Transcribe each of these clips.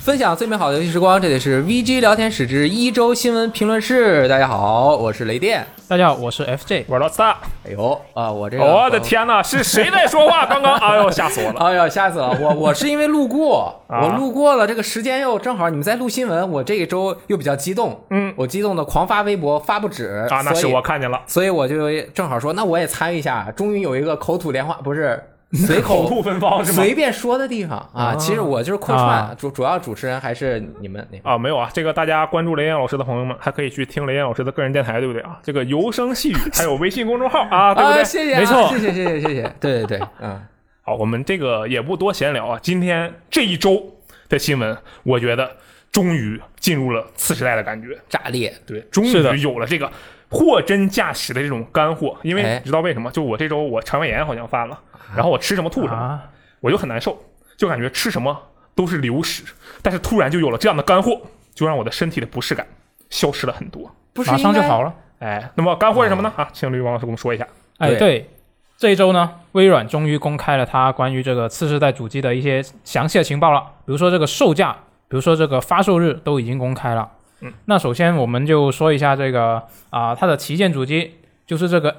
分享最美好的游戏时光，这里是 VG 聊天室之一周新闻评论室。大家好，我是雷电。大家好，我是 FJ。我是老大，哎呦啊，我这个我的，天 呐，是谁在说话？刚刚，哎呦，哦吓死我了！哎呦吓死了我！我是因为路过， 啊我路过了，这个时间又正好你们在录新闻，我这一周又比较激动，嗯，我激动的狂发微博发不止啊，那是所以我看见了，所以我就正好说，那我也参与一下。终于有一个口吐莲花，不 是随口吐芬芳是吗？随便说的地方啊。其实我就是客串啊，主主要主持人还是你们那啊，没有啊，这个大家关注雷燕老师的朋友们，还可以去听雷燕老师的个人电台，对不对啊？这个油 声细语，还有微信公众号啊，对不对啊，？谢谢啊，没错谢谢谢谢谢谢，对对对，嗯，好，我们这个也不多闲聊啊。今天这一周的新闻，我觉得终于进入了次时代的感觉，炸裂，对，终是的于有了这个货真价实的这种干货。因为哎你知道为什么？就我这周我肠胃炎好像犯了，然后我吃什么吐什么，啊，我就很难受，就感觉吃什么都是流食。但是突然就有了这样的干货，就让我的身体的不适感消失了很多。不是马上就应该好了。哎，那么干货是什么呢？嗯啊，请吕王老师给我们说一下。哎，对对，这一周呢，微软终于公开了它关于这个次世代主机的一些详细的情报了，比如说这个售价，比如说这个发售日都已经公开了。嗯，那首先我们就说一下这个啊、它的旗舰主机就是这个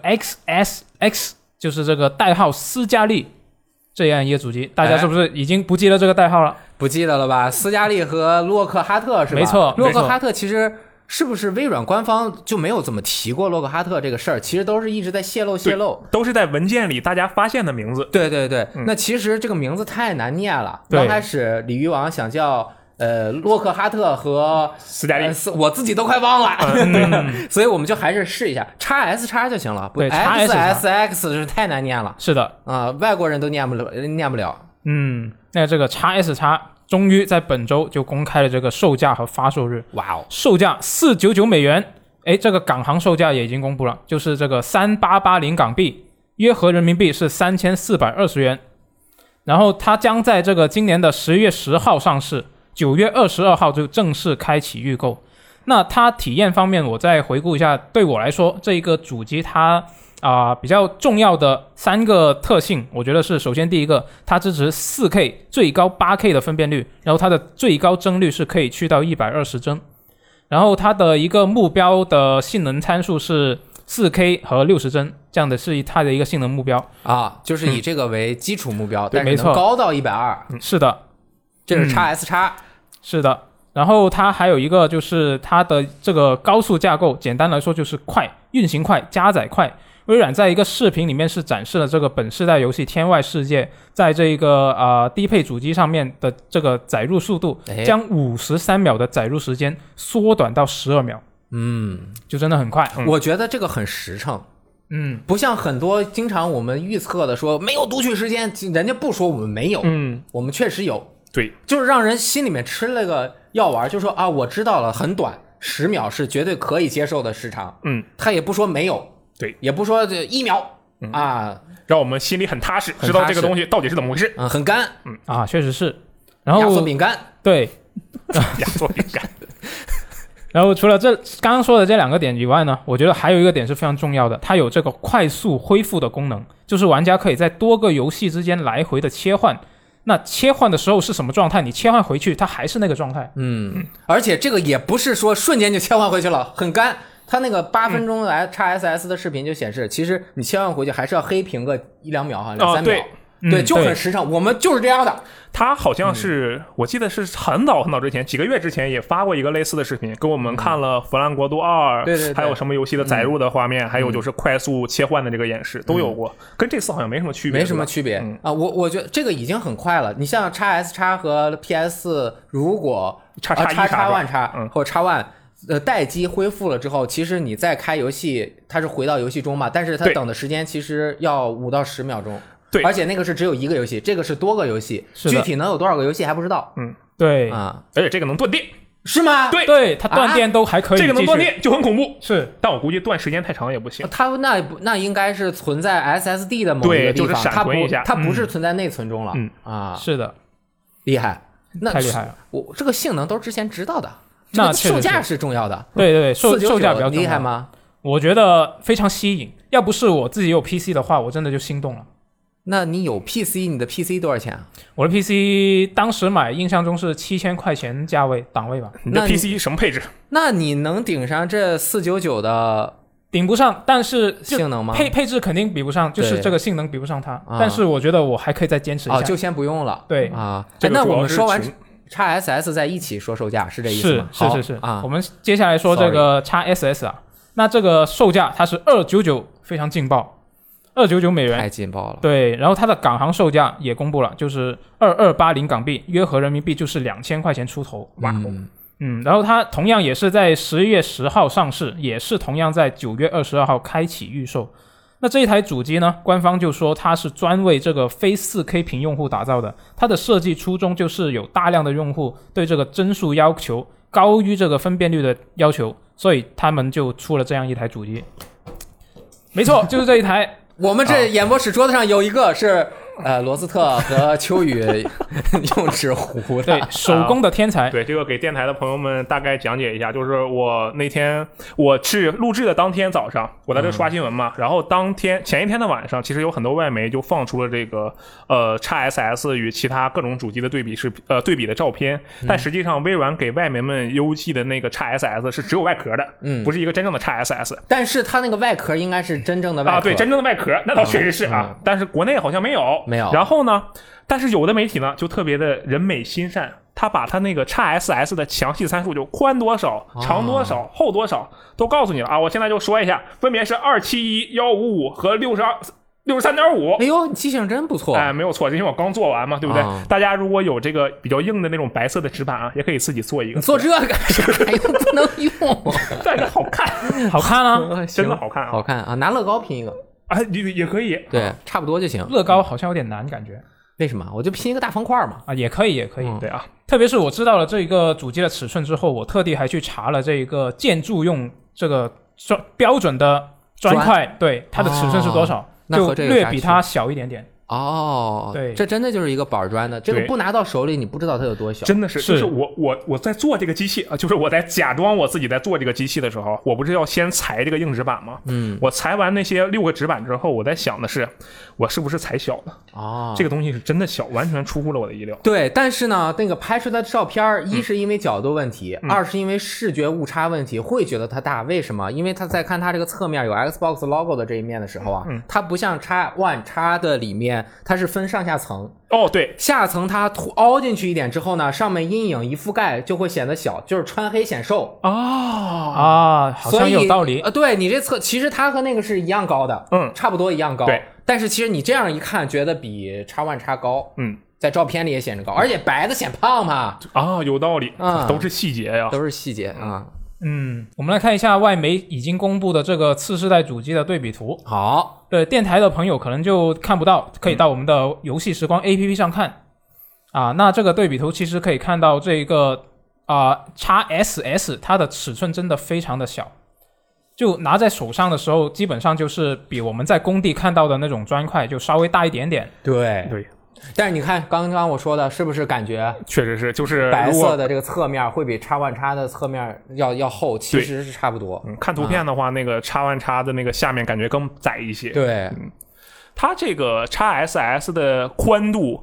XSX，就是这个代号斯嘉丽这样一个主机，大家哎是不是已经不记得这个代号了？不记得了吧？斯嘉丽和洛克哈特是吧？没错洛没克错哈特其实是不是微软官方就没有怎么提过洛克哈特这个事儿？其实都是一直在泄露泄露。都是在文件里大家发现的名字。对对对，嗯那其实这个名字太难念了。对刚开始鲤鱼王想叫呃洛克哈特和斯嘉丽呃斯我自己都快忘了， 所以我们就还是试一下叉 S 叉就行了。不对 X S XS X 是太难念了是的，啊、外国人都念不了，念不了。嗯，那这个 x S x 终于在本周就公开了这个售价和发售日。哇哦，售价四九九美元，哎，这个港行售价也已经公布了，就是这个三八八零港币，约合人民币是三千四百二十元。然后它将在这个今年的十月十号上市，九月二十二号就正式开启预购。那它体验方面，我再回顾一下，对我来说，这一个主机它啊、比较重要的三个特性，我觉得是首先第一个，它支持 4K 最高 8K 的分辨率，然后它的最高帧率是可以去到一百二十帧，然后它的一个目标的性能参数是 4K 和六十帧，这样的是它的一个性能目标。啊，就是以这个为基础目标，嗯对但是没能错高到一百二，是的，这是嗯 x S 叉。是的，然后它还有一个就是它的这个高速架构，简单来说就是快，运行快，加载快。微软在一个视频里面是展示了这个本世代游戏《天外世界》在这一个呃低配主机上面的这个载入速度，哎将五十三秒的载入时间缩短到十二秒，嗯，就真的很快。嗯我觉得这个很实诚，嗯，不像很多经常我们预测的说没有读取时间，人家不说我们没有，嗯，我们确实有，对，就是让人心里面吃了个药丸，就说啊，我知道了，很短，十秒是绝对可以接受的时长。嗯，他也不说没有，对，也不说这一秒、嗯啊，让我们心里很踏实，踏实知道这个东西到底是怎么回 事。嗯，很干，啊，确实是。然压缩后饼干，对，压缩饼干，然后除了这刚刚说的这两个点以外呢，我觉得还有一个点是非常重要的，它有这个快速恢复的功能，就是玩家可以在多个游戏之间来回的切换。那切换的时候是什么状态？你切换回去，它还是那个状态。嗯，而且这个也不是说瞬间就切换回去了，很干。他那个八分钟来嗯 x SS 的视频就显示，其实你切换回去还是要黑屏个一两秒哈，两三秒，哦对嗯就很实诚。我们就是这样的，他好像是，嗯我记得是很早很早之前，几个月之前也发过一个类似的视频，给我们看了《弗兰国度二》，嗯对对嗯对还有什么游戏的载入的画面，还有就是快速切换的这个演示都有过，跟这次好像没什么区嗯别，没什么是吧区别、嗯啊。我我觉得这个已经很快了。你像 x S 叉和 PS 四，如果叉啊叉一叉叉万万叉嗯或者叉万。呃，待机恢复了之后，其实你再开游戏，它是回到游戏中嘛，但是它对等的时间其实要五到十秒钟。对而且那个是只有一个游戏，这个是多个游戏，是具的体能有多少个游戏还不知道对、啊？而且这个能断电，是吗？嗯对对，它断电都还可以继啊这续。个能断电就很恐怖。是但我估计断时间太长也不行。呃它那不那应该是存在 SSD 的某一个对地就是方，闪它不存一下它不是存在内存中了、嗯啊，是的，厉害，那太厉害了。我这个性能都是之前知道的，这那个确实售价是是重要的，对对对，售499售价比较重啊厉害要？吗？我觉得非常吸引。要不是我自己有 PC 的话，我真的就心动了。那你有 PC，你的 PC 多少钱啊？我的 PC 当时买，印象中是七千块钱价位档位吧，你的那哎你 PC 什么配置？那你能顶上这四九九的顶不上，但是就性能吗？啊配配置肯定比不上，就是对这个性能比不上它。啊但是我觉得我还可以再坚持一下。哦，就先不用了。对啊，这哎个那主我要们是说完群 x SS 再一起说售价，是这意思是吗？是好是是啊我，们接下来说这 Sorry 个 x SS 啊，那这个售价它是二九九，非常劲爆，二九九美元。太劲爆了。对，然后它的港行售价也公布了，就是二二八零港币，约合人民币就是两千块钱出头。哇哦！嗯嗯，然后它同样也是在十一月十号上市，也是同样在九月二十二号开启预售。那这一台主机呢，官方就说它是专为这个非 4K 屏用户打造的，它的设计初衷就是有大量的用户对这个帧数要求高于这个分辨率的要求，所以他们就出了这样一台主机。没错，就是这一台。我们这演播室桌子上有一个是呃罗斯特和秋雨 用纸糊对的，，手工的天 才， 对，这个给电台的朋友们大概讲解一下，就是我那天我去录制的当天早上，我在这刷新闻嘛，然后当天前一天的晚上，其实有很多外媒就放出了这个呃 x SS 与其他各种主机的对比视频呃对比的照片，但实际上微软给外媒们邮寄的那个 x SS 是只有外壳的，嗯不是一个真正的 x SS 但是它那个外壳应该是真正的外壳。啊，对，真正的外壳，那倒确实是啊，嗯但是国内好像没有，没有然后呢，但是有的媒体呢就特别的人美心善，他把他那个 x SS 的详细参数就宽多少、啊长多少、厚多少都告诉你了啊。我现在就说一下，分别是二七一、幺五五和六十二、六十三点五哎。呦，你记性真不错。哎，没有错，因为我刚做完嘛，对不对？啊大家如果有这个比较硬的那种白色的纸板啊，也可以自己做一个你，做这个干啥呀？ 不能用，啊但是好看， 好看啊！真的好看啊！ 好看啊！拿乐高拼一个，啊，也也可以，对，差不多就行。乐高好像有点难感觉为什么？我就拼一个大方块嘛。啊，也可以，也可以。嗯对啊，特别是我知道了这一个主机的尺寸之后，我特地还去查了这一个建筑用这个专标准的砖块，对它的尺寸是多少，哦那就和这个有略啥比区别它小一点点。哦，对这真的就是一个板砖的，这个对不拿到手里，你不知道它有多小。真的是，是就是我我我在做这个机器啊，就是我在假装我自己在做这个机器的时候，我不是要先裁这个硬纸板吗？嗯，我裁完那些六个纸板之后，我在想的是，我是不是裁小了？哦，这个东西是真的小，完全出乎了我的意料。对，但是呢，那个拍出来的照片儿，一是因为角度问题，二是因为视觉误差问题，会觉得它大。为什么？因为他在看它这个侧面有 Xbox logo 的这一面的时候啊，它不像 x One x 的里面，它是分上下层，哦，对，下层它凸凹进去一点之后呢，上面阴影一覆盖就会显得小，就是穿黑显瘦。哦，啊，好所像以有道理。呃，对你这侧，其实它和那个是一样高的，嗯差不多一样高。对，但是其实你这样一看，觉得比 X One X 高，嗯，在照片里也显着高，而且白的显胖嘛，啊，有道理，啊都是细节呀、都是细节啊。嗯，我们来看一下外媒已经公布的这个次世代主机的对比图。好，对电台的朋友可能就看不到，可以到我们的游戏时光 APP 上看。啊，那这个对比图其实可以看到这一个啊、x SS 它的尺寸真的非常的小，就拿在手上的时候，基本上就是比我们在工地看到的那种砖块就稍微大一点点。对对，但是你看刚刚我说的，是不是感觉确实是，就是白如色果、的这个侧面会比叉万叉的侧面要要厚？其对实是差不多。嗯、看图片的话，那个叉万叉的那个下面感觉更窄一些。啊对，它这个 x SS 的宽度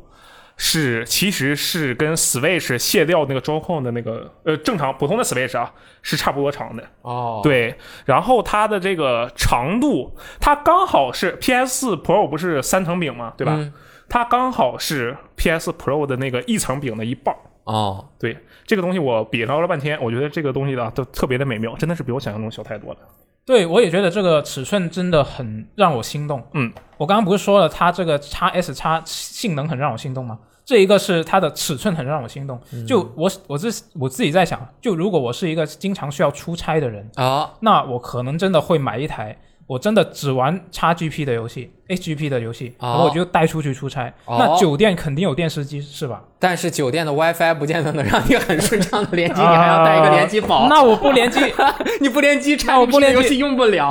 是其实是跟 Switch 卸掉那个中控的那个呃正常普通的 Switch 啊是差不多长的，哦，，对。然后它的这个长度，它刚好是 PS 4 Pro 不是三层柄嘛，对吧？嗯它刚好是 PS Pro 的那个一层柄的一半儿。哦，对这个东西，我比较了半天，我觉得这个东西啊，都特别的美妙，真的是比我想象中小太多了。对我也觉得这个尺寸真的很让我心动。嗯，我刚刚不是说了它这个 x S 叉性能很让我心动吗？这一个是它的尺寸很让我心动。就我我自我自己在想，就如果我是一个经常需要出差的人，哦，那我可能真的会买一台我真的只玩 XGP 的游戏，HGP 的游戏，哦然后我就带出去出差。哦那酒店肯定有电视机是吧？但是酒店的 WiFi 不见得能让你很顺畅的 联机，你还要带一个联机宝。那我不联机，你不联机，那差我不联机游戏用不了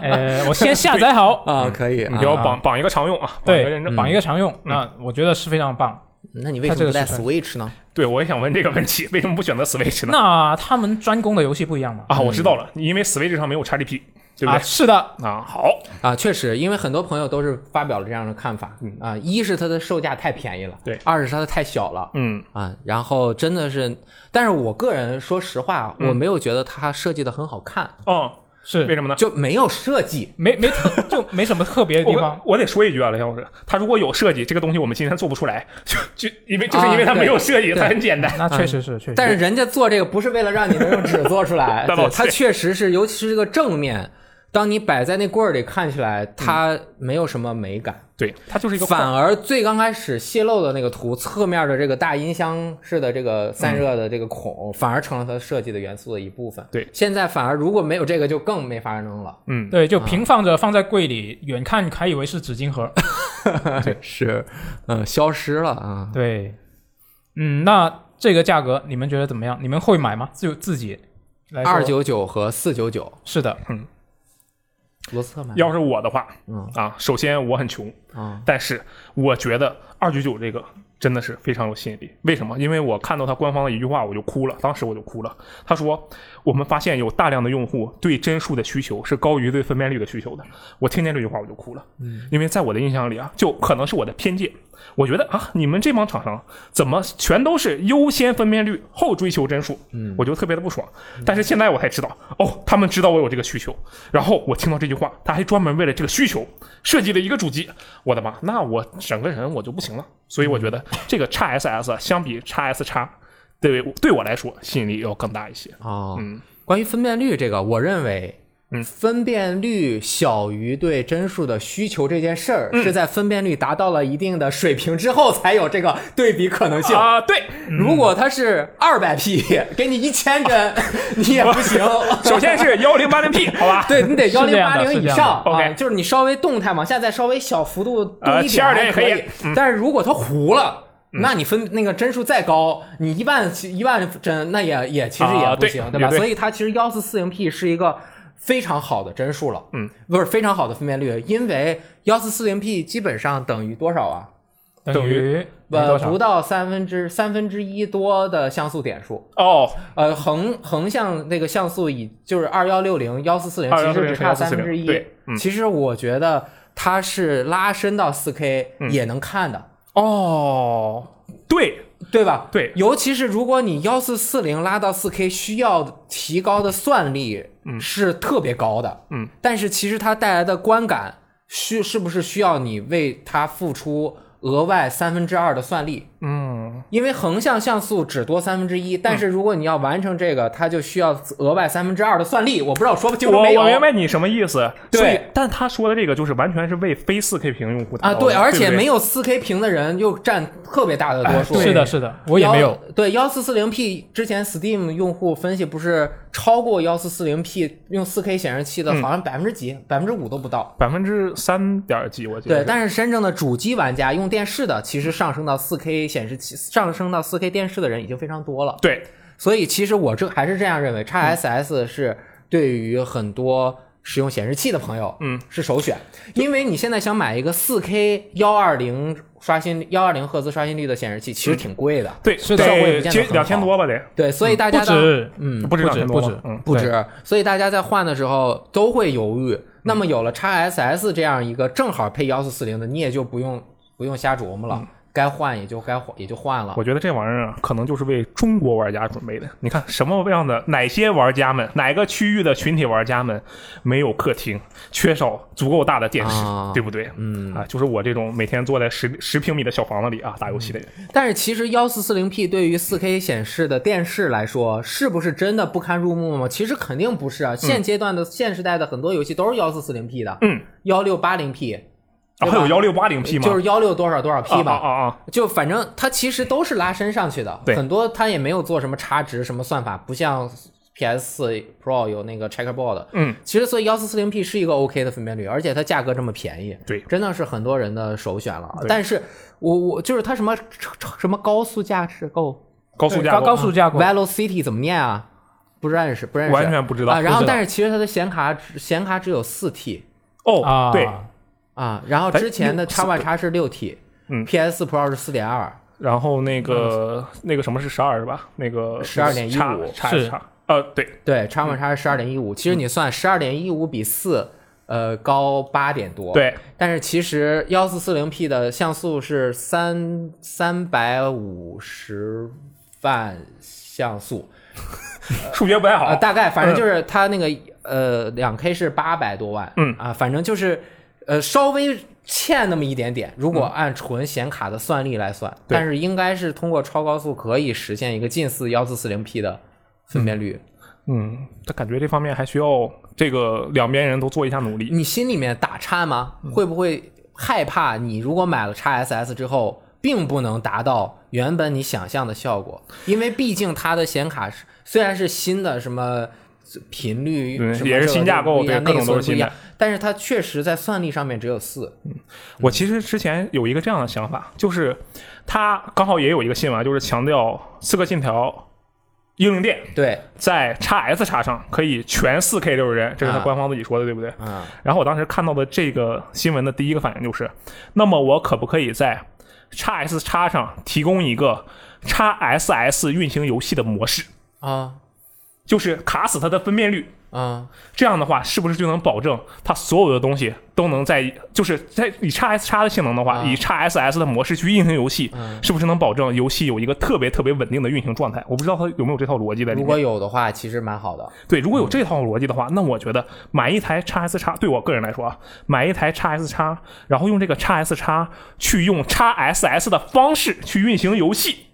呃，我先下 载好，啊，嗯可以你不要啊绑绑一个常用啊，绑一个对认，证。绑一个常用，那我觉得是非常棒。那你为什么不带 Switch 呢？对，我也想问这个问题，为什么不选择 Switch 呢？那他们专攻的游戏不一样吗？啊啊，我知道了，因为 Switch 上没有 XGP，对不啊，对？是的，啊，好，啊，确实，因为很多朋友都是发表了这样的看法，嗯啊，一是它的售价太便宜了，对二是它的太小了，嗯啊，然后真的是，但是我个人说实话，我没有觉得它设计的很好看，哦，为是什么呢？就没有设计。没没特 就没什么特别的地我方。我得说一句啊，雷老师，他如果有设计，这个东西我们今天做不出来，就就因为就是因为他啊对没有设计，对它很简单。那确实是，确实是。 但是人家做这个不是为了让你能用纸做出 来，大对佬它对确实是，尤其是这个正面，当你摆在那柜儿里看起来，它没有什么美感。对，它就是一个块反而最刚开始泄露的那个图，侧面的这个大音箱式的这个散热的这个孔，反而成了它设计的元素的一部分。对现在反而如果没有这个，就更没法弄了。嗯，对，就平放着放在柜里，远看还以为是纸巾盒。嗯是，嗯，消失了啊。对，嗯，那这个价格你们觉得怎么样？你们会买吗？就自己来说二九九和四九九，是的，罗斯特买要是我的话，嗯啊，首先我很穷，啊但是我觉得二九九这个真的是非常有吸引力。为什么？因为我看到他官方的一句话，我就哭了，当时我就哭了。他说，我们发现有大量的用户对帧数的需求是高于对分辨率的需求的。我听见这句话我就哭了，因为在我的印象里啊，就可能是我的偏见，我觉得啊，你们这帮厂商怎么全都是优先分辨率后追求帧数，嗯，我就特别的不爽。但是现在我才知道，哦，他们知道我有这个需求，然后我听到这句话，他还专门为了这个需求设计了一个主机，我的妈，那我整个人我就不行了。所以我觉得这个 x SS 相比 x S 叉，对对我来说吸引力要更大一些。哦，嗯关于分辨率这个，我认为。嗯分辨率小于对帧数的需求这件事儿，嗯是在分辨率达到了一定的水平之后才有这个对比可能性。啊、对，如果它是二百 P，给你一千 帧，你也不行。首先是幺零八零 P，好吧？对你得是幺这零样八的零是以这样的上 OK 啊，就是你稍微动态往下再稍微小幅度多呃啊一点72还可也可以嗯但是如果它糊了。那你分那个帧数再高，你一万一万帧，那也也其实啊也不对行，也吧？对所以它其实幺四四零 P 是一个非常好的帧数了，嗯，不是非常好的分辨率，因为幺四四零 P 基本上等于多少啊？等于等于呃，多少不？到三分之三分之一多的像素点数，哦，呃，横横向那个像素以就是二幺六零幺四四零，其实只差三分之2440一对。嗯其实我觉得它是拉伸到四 K 也能看的，哦，对，对吧？对尤其是如果你幺四四零拉到四 K，需要提高的算力是特别高的，嗯，但是其实它带来的观感需是不是需要你为它付出额外三分之二的算力？嗯，因为横向像素只多三分之一，但是如果你要完成这个，它就需要额外三分之二的算力。我不知道我说不清楚我没有。我明白你什么意思。对所以，但他说的这个就是完全是为非四 K 屏用户打啊，造的对，而且没有有4 K 屏的人又占特别大的多哎数。是的，是的，我也没有1。。对，幺四四零 P 之前 Steam 用户分析不是超过幺四四零 P 用4 K 显示器嗯的，好像百分之几，百分之五都不到。百分之三点几，我记得对，是。但是真正的主机玩家用电视的，其实上升到4 K 显示器，上升到4 K 电视的人已经非常多了。对，所以其实我这还是这样认嗯为，x SS 是对于很多使用显示器的朋友，嗯，是首选，因为你现在想买一个4 K 幺二零刷新幺二零赫兹刷新率的显示器，嗯其实挺贵的，对，是的效果也不见得得其实很两千好多吧，得对，所以大不家当止，嗯不止不两止千不多止吧，嗯，不止，所以大家在换的时候都会犹豫。那嗯么有了 x SS 这样一个正好配幺四四零的，你也就不用不用瞎琢磨了，该换也就该换也就换了。嗯我觉得这玩意儿啊，可能就是为中国玩家准备的。你看什么样的哪些玩家们，哪个区域的群体玩家们没有客厅，缺少足够大的电视，啊对不对？嗯啊，就是我这种每天坐在十十平米的小房子里啊打游戏的人，但是其实幺四四零 P 对于四 K 显示的电视来说，是不是真的不堪入目吗？其实肯定不是啊。现阶段的、现时代的很多游戏都是幺四四零 P 的，嗯，幺六八零 P，然啊后有幺六八零 P 吗？就是幺六多少多少 P 吧。啊啊啊啊！就反正它其实都是拉伸上去的，对很多它也没有做什么差值什么算法，不像 PS 4 Pro 有那个 checkerboard。嗯，其实所以幺四四零 P 是一个 OK 的分辨率，而且它价格这么便宜，对真的是很多人的首选了。对但是我我就是它什么什么高速驾驶够高速架高构啊高速架构， velocity 怎么念啊？不认识，不认识，完全不知道啊。然不后知道但是其实它的显卡只显卡只有四 T 哦，啊，对，啊，然后哎之前的叉 Y 叉是六 T，嗯，PS 4 Pro 是四点二。然后那个那个什么是十二是吧？那个12.15叉叉是叉呃，对，对，差温差是十二点一五。其实你算十二点一五比四，呃，高八点多。，对，但是其实幺四四零 P 的像素是三三百五十万像素，数学不太啊，好。大概反正就是它那个呃两 K 是八百多万，嗯啊，反正就是呃稍微欠那么一点点。如果按纯显卡的算力来算，嗯对但是应该是通过超高速可以实现一个近似幺四四零 P 的分辨率。嗯，他感觉这方面还需要这个两边人都做一下努力。你心里面打颤吗？嗯会不会害怕你如果买了 x SS 之后，并不能达到原本你想象的效果？因为毕竟它的显卡是虽然是新的，什么频率对什么也是这个新架构不一样对各内种都存是不一新的样，但是它确实在算力上面只有四。我其实之前有一个这样的想法，就是他刚好也有一个新闻，就是强调《刺客信条》英灵殿对，在 x S 叉上可以全 4K 六十帧，这是他啊官方自己说的，对不对？嗯，然后我当时看到的这个新闻的第一个反应就是，那么我可不可以在 x S 叉上提供一个 x SS 运行游戏的模式，啊就是卡死它的分辨率？啊这样的话，是不是就能保证它所有的东西都能在，就是在以 x S 叉的性能的话，啊以 x SS 的模式去运行游戏，嗯是不是能保证游戏有一个特别特别稳定的运行状态？我不知道它有没有这套逻辑在里如果嗯面。有的话，其实蛮好的。对，如果有这套逻辑的话，那我觉得买一台 x S 叉，对我个人来说啊，买一台 x S 叉，然后用这个 x S 叉去用 x SS 的方式去运行游戏，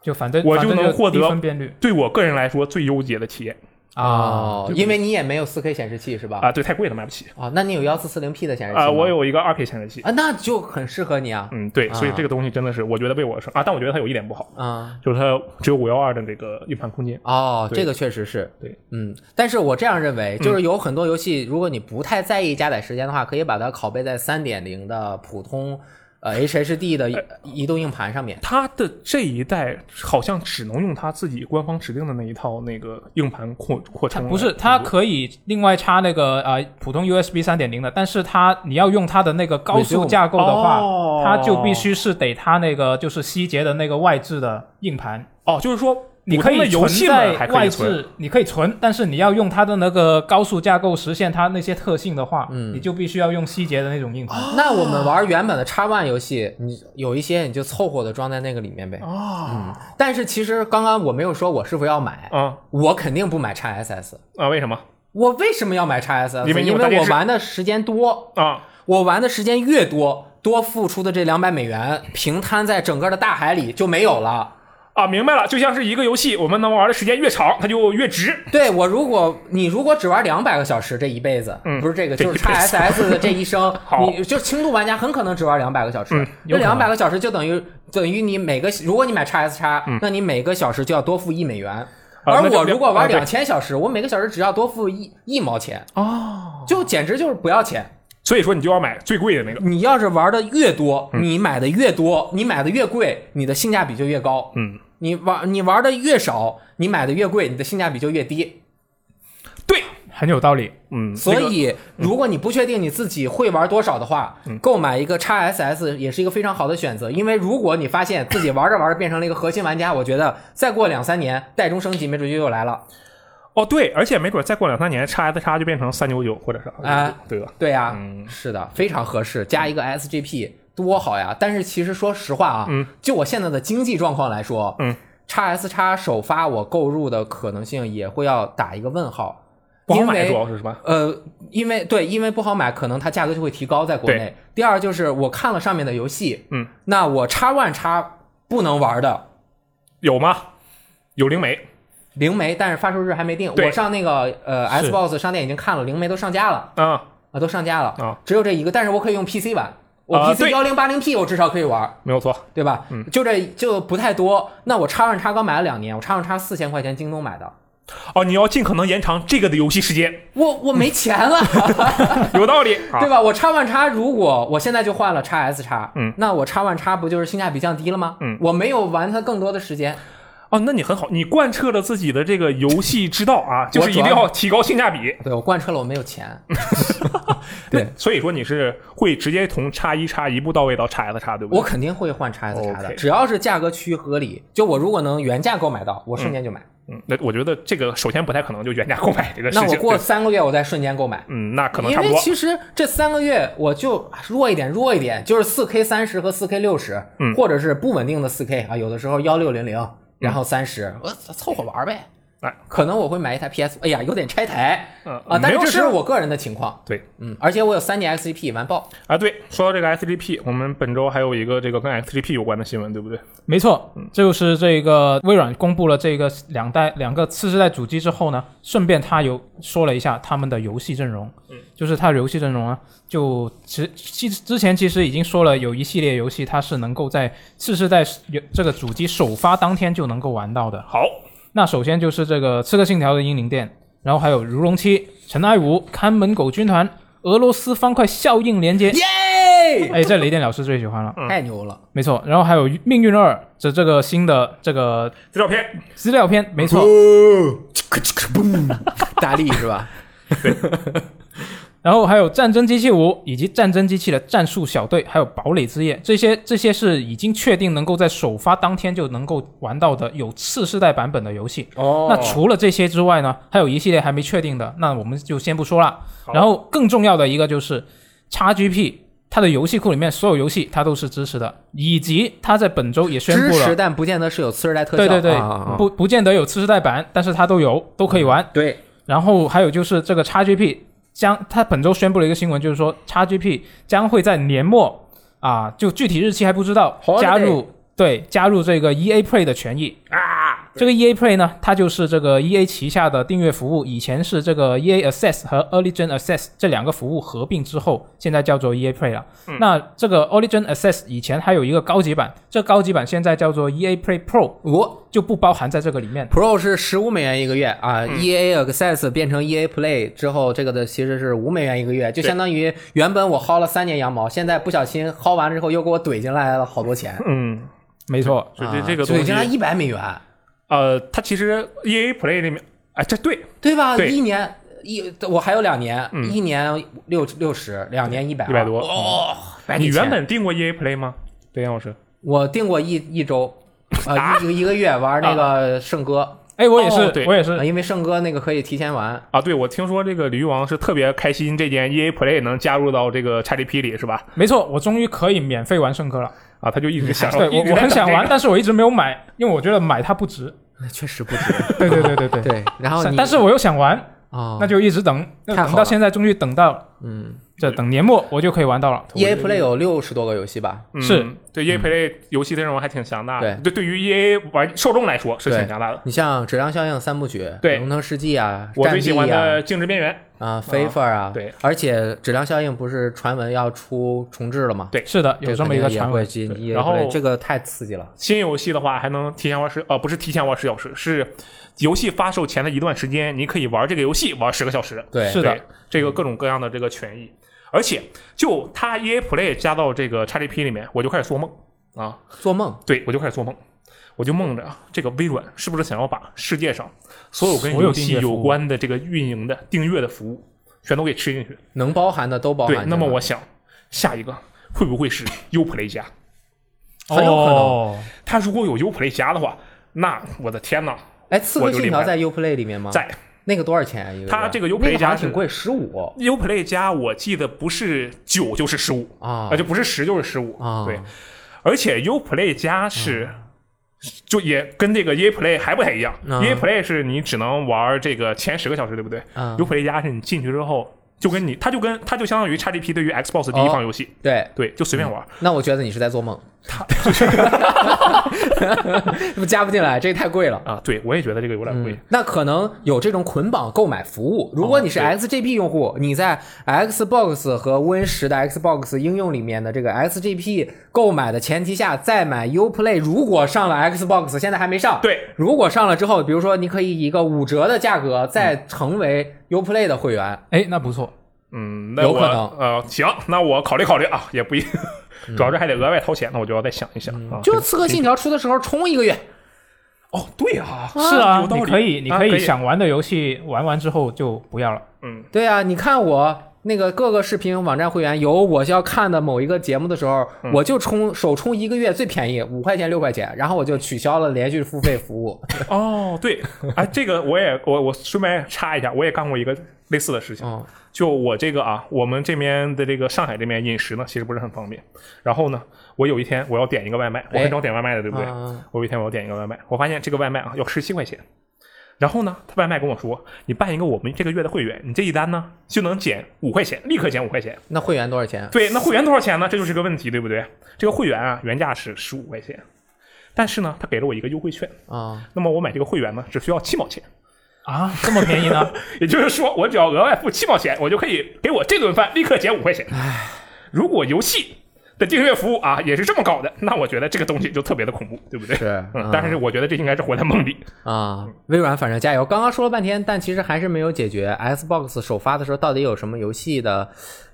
就反正我反就正能就是获低得分辨率。对我个人来说最优解的体验哦，对因为你也没有四 K 显示器是吧？啊、对，太贵了买不起啊，那你有幺四四零 P 的显示器啊、吗我有一个二 K 显示器。啊，那就很适合你啊。嗯，对，所以啊这个东西真的是，我觉得被我说啊，但我觉得它有一点不好，啊，就是它只有五幺二的这个硬盘空间。哦，对这个确实是对，嗯嗯，但是我这样认为，就是有很多游戏，如果你不太在意加载时间的话，可以把它拷贝在三点零的普通呃 HHD 的移动硬盘上面。它的这一代好像只能用它自己官方指定的那一套那个硬盘扩扩充来。不是，它可以另外插那个呃普通 USB 三点零的，但是它你要用它的那个高速 Resume 架构的话，哦它就必须是得它那个就是希捷的那个外置的硬盘，哦，就是说你普通的以游存戏在们还可外以存。置，你可以存，但是你要用它的那个高速架构实现它那些特性的话，嗯你就必须要用希捷的那种硬盘。哦那我们玩原本的叉 One 游戏，你有一些你就凑合的装在那个里面呗。嗯啊但是其实刚刚我没有说我是否要买，啊我肯定不买 x SS。啊！为什么我为什么要买 x SS？因为你有大电我视玩的时间多，啊？我玩的时间越多，多付出的这两百美元平摊在整个的大海里就没有了。啊，明白了，就像是一个游戏，我们能玩的时间越长，它就越值。对我，如果你如果只玩两百个小时，这一辈子、嗯不是这个，这就是一辈 x 子 SS 的这一生 好，你就轻度玩家很可能只玩两百个小时。嗯这有可能两百个小时就等于等于你每个，如果你买 x S 叉、那你每个小时就要多付一美元。而嗯那就我如果玩啊对两千小时，我每个小时只要多付一一毛钱，哦，就简直就是不要钱。所以说你就要买最贵的那个。你要是玩的越多，嗯你买的越多，你买的越贵，你的性价比就越高。嗯，你玩你玩的越少，你买的越贵，你的性价比就越低。对，很有道理。嗯，所那个以，如果你不确定你自己会玩多少的话，嗯购买一个 x SS 也是一个非常好的选择。因为如果你发现自己玩着玩着变成了一个核心玩家，我觉得再过两三年代中升级没准就又来了。哦对，而且没准再过两三年，x S 叉就变成三九九或者啥啊，对吧？对呀、嗯是的，非常合适，加一个 SGP 多好呀！但是其实说实话啊，嗯就我现在的经济状况来说，嗯，x S 叉首发我购入的可能性也会要打一个问号，不好因买，主为要是什么？呃，因为对，因为不好买，可能它价格就会提高在国内对。第二就是我看了上面的游戏，嗯，那我叉 One 叉不能玩的。有吗？有灵媒灵媒，但是发售日还没定。对我上那个呃是 Xbox 商店已经看了，灵媒都上架了。啊，啊，都上架了啊，只有这一个，但是我可以用 PC 玩，我啊 PC 对嗯幺零八零 P 我至少可以玩，没有错。对吧？就这就不太多。那我叉 One 叉刚买了两年，我叉 One 叉四千块钱京东买的，哦，你要尽可能延长这个的游戏 时间，我我没钱了，嗯 啊有道理啊对。吧？我叉 One 叉如果我现在就换了叉 S 叉，嗯，那我叉 One 叉不就是性价比降低了吗？嗯我没有玩它更多的时间，哦，那你很好，你贯彻了自己的这个游戏之道啊，就是一定要提高性价比。对我贯彻了我没有钱，嗯对所以说你是会直接从叉一叉一步到位到叉 S 叉，对不对？我肯定会换叉 S 叉的， OK 只要是价格趋于合理，就我如果能原价购买到，我瞬间就买。嗯，那我觉得这个首先不太可能就原价购买这个事那情。我过对三个月我再瞬间购买，嗯，那可能因差不为多。其实这三个月我就弱一点，弱一点，就是四 K 三十和四 K 六十，嗯或者是不稳定的四 K 啊，有的时候幺六零零，然后三十，我凑合玩儿呗。哎可能我会买一台 PS，哎呀，有点拆台嗯啊，但没是有这事是我个人的情况。对，嗯，而且我有三年 XGP 完爆，啊，对，说到这个 SGP，我们本周还有一个这个跟 SGP 有关的新闻，对不对？没错，就是这个微软公布了这个两代两个次世代主机之后呢，顺便他有说了一下他们的游戏阵容，就是它的游戏阵容啊，就其其之前其实已经说了，有一系列游戏它是能够在次世代有这个主机首发当天就能够玩到的。好，那首先就是这个《刺客信条》的英灵殿，然后还有《如龙七》《尘埃五》《看门狗军团》《俄罗斯方块效应连嗯接》。耶，哎，这雷电老师最喜欢了， 太牛了！没错。然后还有《命运二》这这个新的这个资料片，资料片，没错。大力是吧？然后还有《战争机器五》以及《战争机器》的战术小队，还有《堡垒之夜》，这些这些是已经确定能够在首发当天就能够玩到的有次世代版本的游戏。哦那除了这些之外呢，还有一系列还没确定的，那我们就先不说了。好然后更重要的一个就是 XGP。它的游戏库里面所有游戏它都是支持的，以及它在本周也宣支布持，了，但不见得是有次世代特效。对对对，啊啊啊不不见得有次世代版，但是它都有，都可以玩。对，然后还有就是这个 XGP 将它本周宣布了一个新闻，就是说 XGP 将会在年末啊，就具体日期还不知道， Holiday 加入对加入这个 EA Play 的权益啊。这个 EA Play 呢，它就是这个 EA 旗下的订阅服务，以前是这个 EA Access 和 Origin Access 这两个服务合并之后，现在叫做 EA Play 了。那这个 Origin Access 以前还有一个高级版，这高级版现在叫做 EA Play Pro，我就不包含在这个里面。 Pro 是十五美元一个月啊、e a 嗯 Access 变成 EA Play 之后，这个的其实是五美元一个月，就相当于原本我薅了三年羊毛，现在不小心薅完之后又给我怼进来了好多钱，嗯，没错，所以啊这这个怼东西进，来一百美元，呃，它其实 E A Play 里面，哎，这对，对吧？对嗯一年一我还有两年，一年六六十，两年一百一百多嗯哦，白你给钱原本订过 E A Play 吗？对，杨老师，我订过一一周。啊，一个一个月玩那个圣歌，哎，我也是，哦对我也是啊，因为圣歌那个可以提前玩，啊，对，我听说这个鲤鱼王是特别开心，这件 E A Play 能加入到这个 XGP 里是吧？没错，我终于可以免费玩圣歌 了。啊，他就一直想，对一直嗯我，在我很等想这个玩，但是我一直没有买，因为我觉得买它不值。那确实 不值。 对对对对对。对，然后但你但是我又想玩，啊，那就一直等，那太好等到了现在终于等到，嗯，这等年末我就可以玩到了。 E A Play 有六十多个游戏吧？嗯是对 EA Play 游戏阵容还挺强大的，对对，对于 EA 玩受众来说是挺对强大的。你像《质量效应》三部曲，对龙腾世纪》啊，我战最地喜欢的啊《静止边缘啊 f a v o r 啊，对，而且《质量效应》不是传闻要出重置了吗？对是的，有这么一个肯定也传会闻。进对 EA 然后 Play，这个太刺激了，》新游戏的话，还能提前玩十呃，不是提前玩十小时，是游戏发售前的一段时间，你可以玩这个游戏玩十个小时。对，是的对，这个各种各样的这个权益，而且就它 EA Play 加到这个 XGP 里面，我就开始做梦啊，做梦。对我就开始做梦，我就梦着啊这个微软是不是想要把世界上所有跟所有游订戏阅服务有关的这个运营的订阅的服务全都给吃进去？能包含的都哦包含进对来，。那么我想下一个会不会是 U Play 加？很有可能哦，它如果有 U Play 加的话，那我的天呐，啊哎，《刺我客就信明白条》了在 U Play 里面吗？在那个多少钱啊？一个月它这个 U 那 Play 好像加挺贵，十五 U Play 加，我记得不是九就是十五啊啊，就不是十就是十五啊嗯对，而且 U Play 加是。就也跟这个 EA Play 还不太一样、啊 e a Play 是你只能玩这个前十个小时，对不对、啊 u Play 加是你进去之后，就跟你，它就跟它就相当于 XGP 对于 Xbox 第一哦方游戏，对，对，就随便玩。那我觉得你是在做梦。 不加不进来，这个太贵了。啊，对，我也觉得这个有点贵。那可能有这种捆绑购买服务。如果你是哦 XGP 用户，你在 Xbox 和 Win 十的 Xbox 应用里面的这个 XGP 购买的前提下，再买 UPlay，如果上了 Xbox，现在还没上，啊对，如果上了之后，比如说你可以以一个五折的价格再成为 UPlay 的会哦员，哎，那不错。嗯，那有我可能嗯呃，行，那我考虑考虑啊，也不一， 主要是还得额外掏钱，那我就要再想一想啊。就是《刺客信条》出的时候充一个月，哦，对啊，是啊有，道理你可以，你啊可可以以想玩的游戏玩完之后就不要了。嗯，对啊，你看我那个各个视频网站会员有我要看的某一个节目的时候，我就充首充一个月最便宜五块钱六块钱，然后我就取消了连续付费服务。 哦，对，哎，这个我也我我顺便插一下，我也干过一个类似的事情。嗯就我这个啊，我们这边的这个上海这边饮食呢，其实不是很方便。然后呢，我有一天我要点一个外卖，我哎很少点外卖的，对不对？嗯我有一天我要点一个外卖，我发现这个外卖啊要十七块钱。然后呢，他外卖跟我说，你办一个我们这个月的会员，你这一单呢就能减五块钱，立刻减五块钱。那会员多少钱？对，那会员多少钱呢？这就是个问题，对不对？这个会员啊，原价是十五块钱，但是呢，他给了我一个优惠券，啊、那么我买这个会员呢，只需要七毛钱，啊，这么便宜呢？也就是说，我只要额外付七毛钱，我就可以给我这顿饭立刻减五块钱。如果游戏的订阅服务啊也是这么搞的，那我觉得这个东西就特别的恐怖，对不对？是嗯嗯，但是我觉得这应该是活在梦里。啊！微软反正加油。刚刚说了半天，但其实还是没有解决 Xbox 首发的时候到底有什么游戏的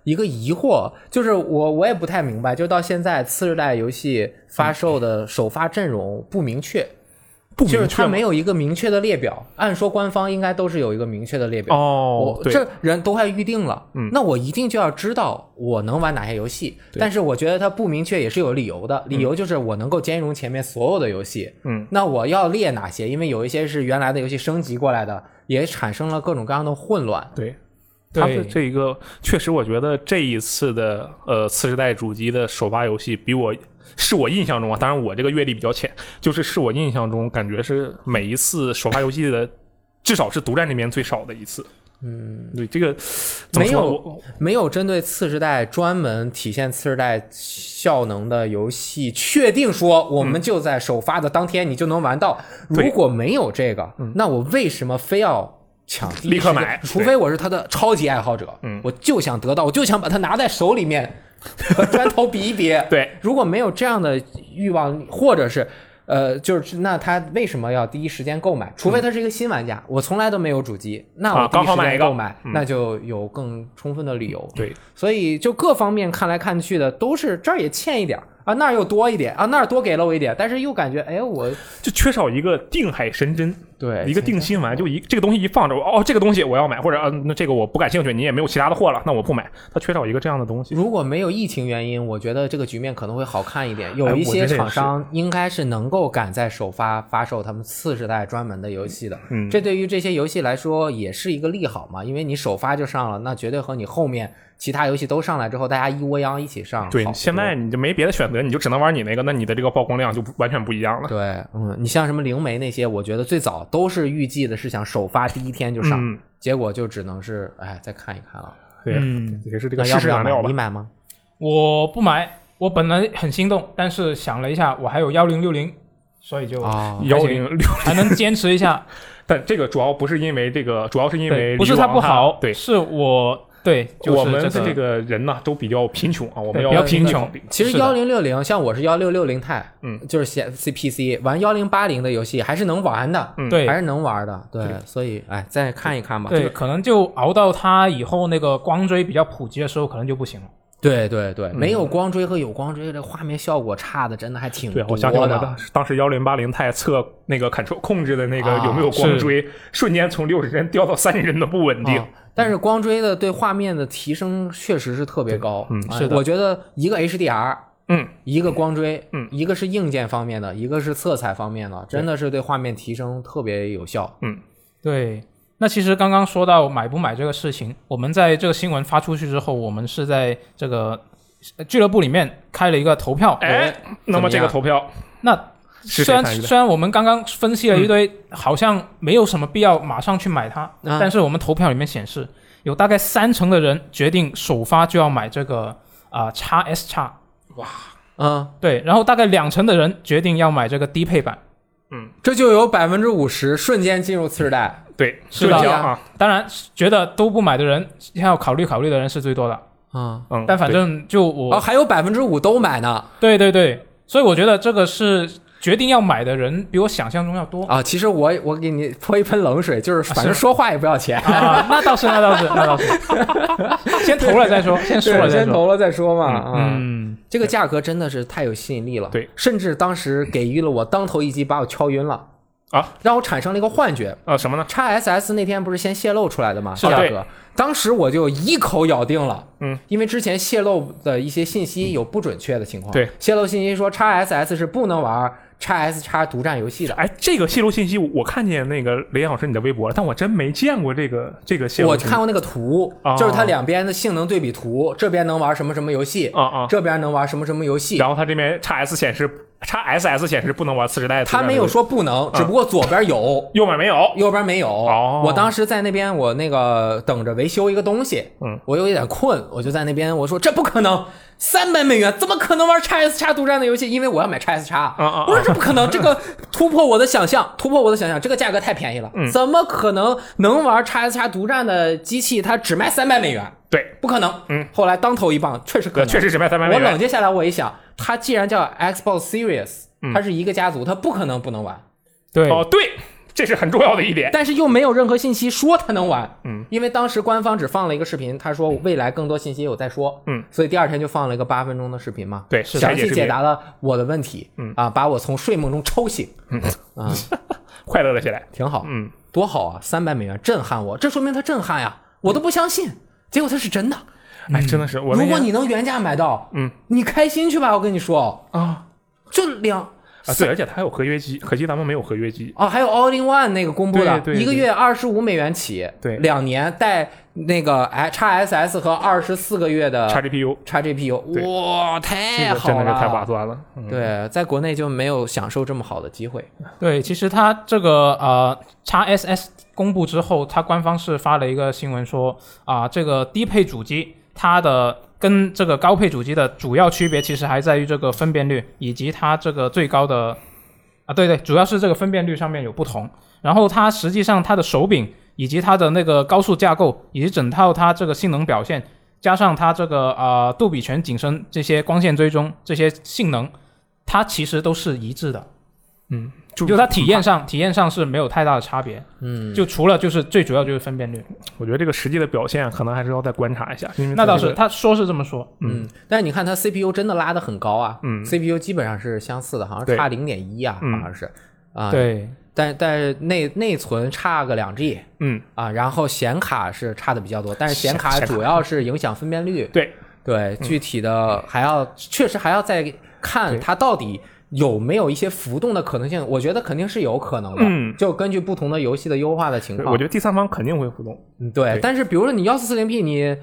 一个疑惑，就是我我也不太明白，就到现在次世代游戏发售的首发阵容不明确，不就是它没有有一个明确的列表。按说官方应该都是有一个明确的列表。哦我，对，这人都快预定了，嗯那我一定就要知道我能玩哪些游戏。对但是我觉得它不明确也是有理由的，理由就是我能够兼容前面所有的游戏。嗯，那我要列哪些？因为有一些是原来的游戏升级过来的，也产生了各种各样的混乱。对。 对它的这一个确实，我觉得这一次的呃次世代主机的首发游戏，比我是我印象中啊，当然我这个阅历比较浅，就是是我印象中感觉是每一次首发游戏的，至少是独占这边最少的一次。嗯，对这个怎么没说有我没有针对次世代专门体现次世代效能的游戏，确定说我们就在首发的当天你就能玩到。嗯对嗯如果没有这个，那我为什么非要抢第一立刻时间买除非我是他的超级爱好者，嗯我就想得到，我就想把它拿在手里面，和砖头比一比。对，如果没有这样的欲望，或者是。呃，就是那他为什么要第一时间购买？除非他是一个新玩家，我从来都没有主机，那嗯啊我第一刚好时买一间个购买，嗯那就有更充分的理由。对，所以就各方面看来看去的，都是这儿也欠一点儿啊，那儿又多一点啊，那儿多给了我一点，但是又感觉哎我就缺少一个定海神针，对一个定心丸，就一这个东西一放着，哦，这个东西我要买，或者啊，那这个我不感兴趣，你也没有其他的货了，那我不买。它缺少一个这样的东西。如果没有疫情原因，我觉得这个局面可能会好看一点。哎有一我觉些得也厂是商应该是能够赶在首发发售他们次世代专门的游戏的，嗯这对于这些游戏来说也是一个利好嘛，因为你首发就上了，那绝对和你后面其他游戏都上来之后，大家一窝羊一起嗯上好多。对，现在你就没别的选择，你就只能玩你那个，那你的这个曝光量就不完全不一样了。对，嗯，你像什么灵媒那些，我觉得最早都是预计的是想首发第一天就啊上，嗯结果就只能是哎再看一看了。对，嗯也是这这个世要不事要难料买？吧你。买吗？我不买，我本来很心动，但是想了一下，我还有幺零六零，所以就啊、幺零六，还能坚持一下。但这个主要不是因为这个，主要是因为对，不是它李不王哈好，对，是我对，就是我们的这这个人呢都比较贫穷啊，我们对要比较经贫济穷考虑其实是的幺零六零，像我是幺六六零钛，嗯，就是显 CPC 玩幺零八零的游戏还是能玩的，嗯对还是能玩的，对，所以哎，再看一看吧。对，可能就熬到它以后那个光追比较普及的时候，可能就不行了。对对嗯对，没有光追和有光追这画面效果差的真的还挺对，我多想起我们的当。时当时幺零八零钛测那个 control 控制的那个啊有没有光是追，瞬间从六十帧掉到三十帧的不稳定啊。但是光追的对画面的提升确实是特别高，嗯哎是的我觉得一个 HDR，嗯，一个光追，嗯一个是硬件方面的，一个是色彩方面的，真的是对画面提升特别有效。对，那其实刚刚说到买不买这个事情，我们在这个新闻发出去之后，我们是在这个呃俱乐部里面开了一个投票。哎，那怎么么这个样投票那虽是谁然参与的？虽然我们刚刚分析了一堆，好像没有什么必要马上去买它，啊但是我们投票里面显示，有大概三成的人决定首发就要买这个啊叉 S 叉，嗯，对，然后大概两成的人决定要买这个低配版。嗯这就有百分之五十瞬间进入次世代。对，是浙的江啊，当然，觉得都不买的人要考虑考虑的人是最多的，啊、嗯，但反对正就嗯，我哦，还有百分之五都买呢对对对，所以我觉得这个是决定要买的人比我想象中要多。啊！其实我我给你泼一盆冷水，就是反正啊是说话也不要钱，啊，那倒是，那倒是，那倒是，先投了再说，先说了对再先说。投了再说嘛。啊，嗯，这个价格真的是太有吸引力了，对，甚至当时给予了我当头一击，把我敲晕了。啊，让我产生了一个幻觉。呃，什么呢？ x SS 那天不是先泄露出来的吗？啊价对格，当时我就一口咬定了，嗯，因为之前泄露的一些信嗯息有不准确的情况，对，泄露信息说 x SS 是不能玩 x S x 独占游戏的。哎，这个泄露信息，我看见那个雷老师你的微博了，但我真没见过这个这个泄露我信息。看过那个图哦，就是它两边的性能对比图，这边能玩什么什么游戏，啊啊，这边能玩什么什么游戏。然后它这边 x S 显示 x SS 显示不能玩次时代的自它然流，没有说不能，只不过左边有，右面没有，右边没有。嗯哦我当时在那边，我那个等着维修一个东西，嗯，我有一点困，我就在那边我说这不可能，三百美元怎么可能玩 x S 叉独占的游戏？因为我要买 x S 叉，嗯嗯我说这不可能，这个突破我的想象，突破我的想象，这个价格太便宜了，嗯怎么可能能玩 x S 叉独占的机器它只卖三百美元？对，不可能。嗯，后来当头一棒，确实可能，确实只卖三百美我冷元。静下来，我一想，它既然叫 Xbox Series，它嗯是一个家族，它不可能不能玩，对，哦，对，这是很重要的一点。但是又没有任何信息说它能玩。嗯，因为当时官方只放了一个视频，他说未来更多信息有再说。嗯，所以第二天就放了一个八分钟的视频嘛，对是的详细解答了我的问题。嗯啊，把我从睡梦中抽醒。嗯啊，快乐了起来。挺好，嗯，多好啊！三百美元震撼我，这说明它震撼呀，我都不相信，结果它是真的。哎，真的是我嗯那如果天你能原价买到，嗯，你开心去吧，我跟你说，啊就两啊，对，而且它还有合约机，可惜咱们没有合约机。哦，还有 All in One 那个公布的对，对对一个月二十五美元起，对两年带那个哎 X SS 和二十四个月的 x GPU， x GPU，对哇，这太哎个真好的是了，太划算了。嗯，对，在国内就没有享受这么好的机会。对，其实它这个呃 x SS 公布之后，它官方是发了一个新闻说啊、这个低配主机它的跟这个高配主机的主要区别，其实还在于这个分辨率以及它这个最高的啊，对对，主要是这个分辨率上面有不同。然后它实际上它的手柄以及它的那个高速架构以及整套它这个性能表现，加上它这个呃杜比全景声这些光线追踪这些性能，它其实都是一致的。就就它体验上，体验上是没有太大的差别。嗯，就除了就是最主要就是分辨率，我觉得这个实际的表现可能还是要再观察一下，因为那它倒这是个他说是这么说，嗯，但是你看它 CPU 真的拉得很高啊，嗯，CPU 基本上是相似的，好像对差零点一啊，嗯好像是啊，，对但但是内内存差个两 G 嗯，啊，然后显卡是差的比较多，但是显显卡显卡嗯主要是影响分辨率，对，对，具体的还要、确实还要再看它到底有没有一些浮动的可能性。我觉得肯定是有可能的，嗯就根据不同的游戏的优化的情对况。我觉得第三方肯定会浮动。嗯对，对但是比如说你幺四四零 P，你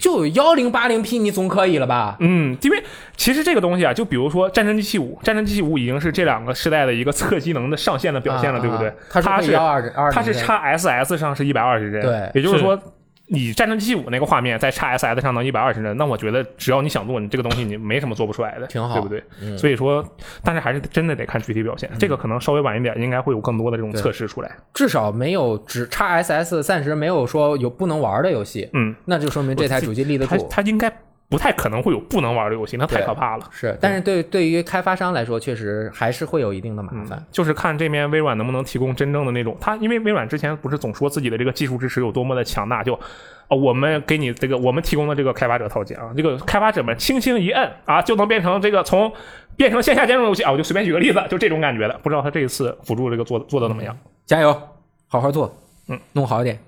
就幺零八零 P，你总可以了吧？嗯，因为其实这个东西啊，就比如说《战争机器五》，《战争机器五》已经是这两个时代的一个测机能的上限的表现了，啊对不对啊？它它是是幺二二，它是 x SS 上是一百二十帧，对也就是是说。你战争机器五那个画面在 x SS 上能一百二十帧，那我觉得只要你想做，你这个东西你没什么做不出来的，挺好嗯对不对？所以说，但是还是真的得看具体表现，这个可能稍微晚一点，应该会有更多的这种测试出来。至少没有只 x SS 暂时没有说有不能玩的游戏，嗯，那就说明这台主机立得它住。它应该不太可能会有不能玩的游戏，那太对可怕了。是，但是对对于开发商来说，确实还是会有一定的麻烦。就是看这面微软能不能提供真正的那种，它因为微软之前不是总说自己的这个技术支持有多么的强大，就呃我们给你这个我们提供的这个开发者套件啊，这个开发者们轻轻一摁啊，就能变成这个从变成线下兼容游戏啊，我就随便举个例子，就这种感觉的，不知道他这一次辅助这个做做的怎么样？加油，好好做，嗯，弄好一点。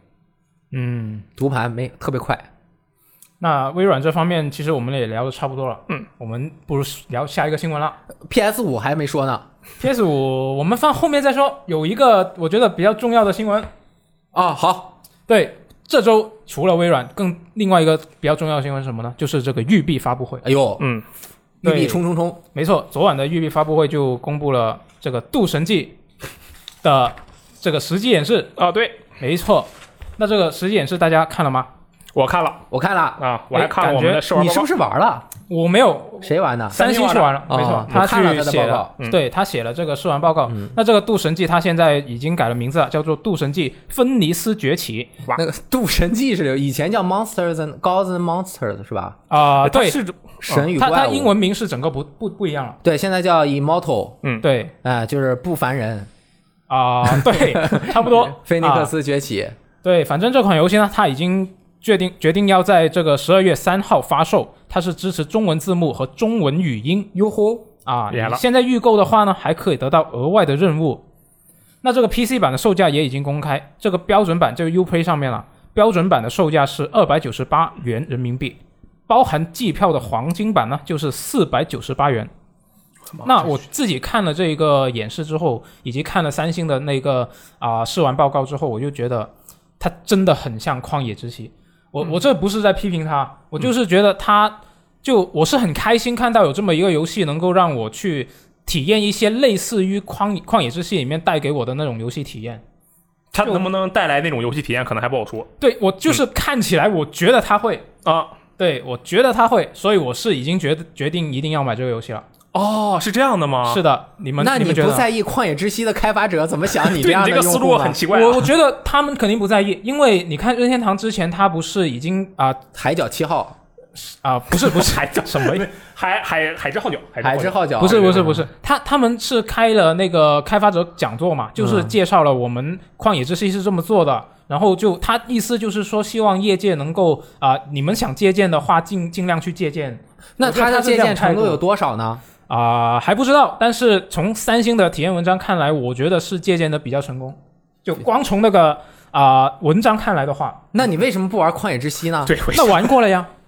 嗯，读盘没特别快，那微软这方面其实我们也聊的差不多了，嗯，我们不如聊下一个新闻了。 PS 五还没说呢。 PS 五我们放后面再说，有一个我觉得比较重要的新闻，哦，好，对，这周除了微软，更另外一个比较重要的新闻是什么呢？就是这个育碧发布会。哎呦，嗯，玉对币冲冲冲，没错，昨晚的育碧发布会就公布了这个《渡神记》的这个实际演示，啊，对没错，那这个实际演示大家看了吗？我看了我看了，啊，我还哎看了感我们觉的试玩你报是告不，是玩了？我没有，谁玩的？三星去玩了，哦没错，我看了去他的写报了告，嗯嗯对他写了这个试玩报告。那这个《渡神记》它现在已经改了名字了，叫做《渡神记：芬尼斯崛起吧那个《渡神记》是以前叫 Monsters and Gods and Monsters 哎是吧？》啊、它对，是神与它怪它物嗯英文名是整个不不不一样了，对，现在叫 Immortal，对哎、就是不凡人，啊、 对，差不多。菲尼克啊斯崛起。对，反正这款游戏呢，它已经决定决定要在这个十二月三号发售，它是支持中文字幕和中文语音哟呼，啊。厉害了你现在预购的话呢，还可以得到额外的任务。那这个 PC 版的售价也已经公开，这个标准版这个 Uplay 上面了，标准版的售价是二百九十八元人民币，包含季票的黄金版呢就是四百九十八元。啊那我自己看了这个演示之后，以及看了三星的那个啊、试玩报告之后，我就觉得它真的很像《旷野之息》。嗯我我这不是在批评它，我就是觉得它就我是很开心看到有这么一个游戏能够让我去体验一些类似于《旷旷野之息》里面带给我的那种游戏体验。它能不能带来那种游戏体验，可能还不好说对我嗯就是看起来，我觉得它会，啊。对我觉得它会，所以我是已经决决定一定要买这个游戏了。哦，是这样的吗？是的，你们啊那你你们觉不得呢？在意《旷野之息》的开发者怎么想你这对样你的这个用户思路吗很奇怪、啊。我我觉得他们肯定不在意，因为你看任天堂之前，他不是已经啊啊、海角七号、不是不是海什么意思？海海海之号角，海之之号角，不是不是不是，他他们是开了那个开发者讲座嘛，就是嗯介绍了我们旷野之息是这么做的，然后就他意思就是说，希望业界能够啊、你们想借鉴的话，尽尽量去借鉴那我觉得它的它是借这鉴样态程度度有多少呢？啊、还不知道。但是从三星的体验文章看来，我觉得是借鉴的比较成功。就光从那个啊、文章看来的话，那你为什么不玩《旷野之息》呢？对，那玩过了呀。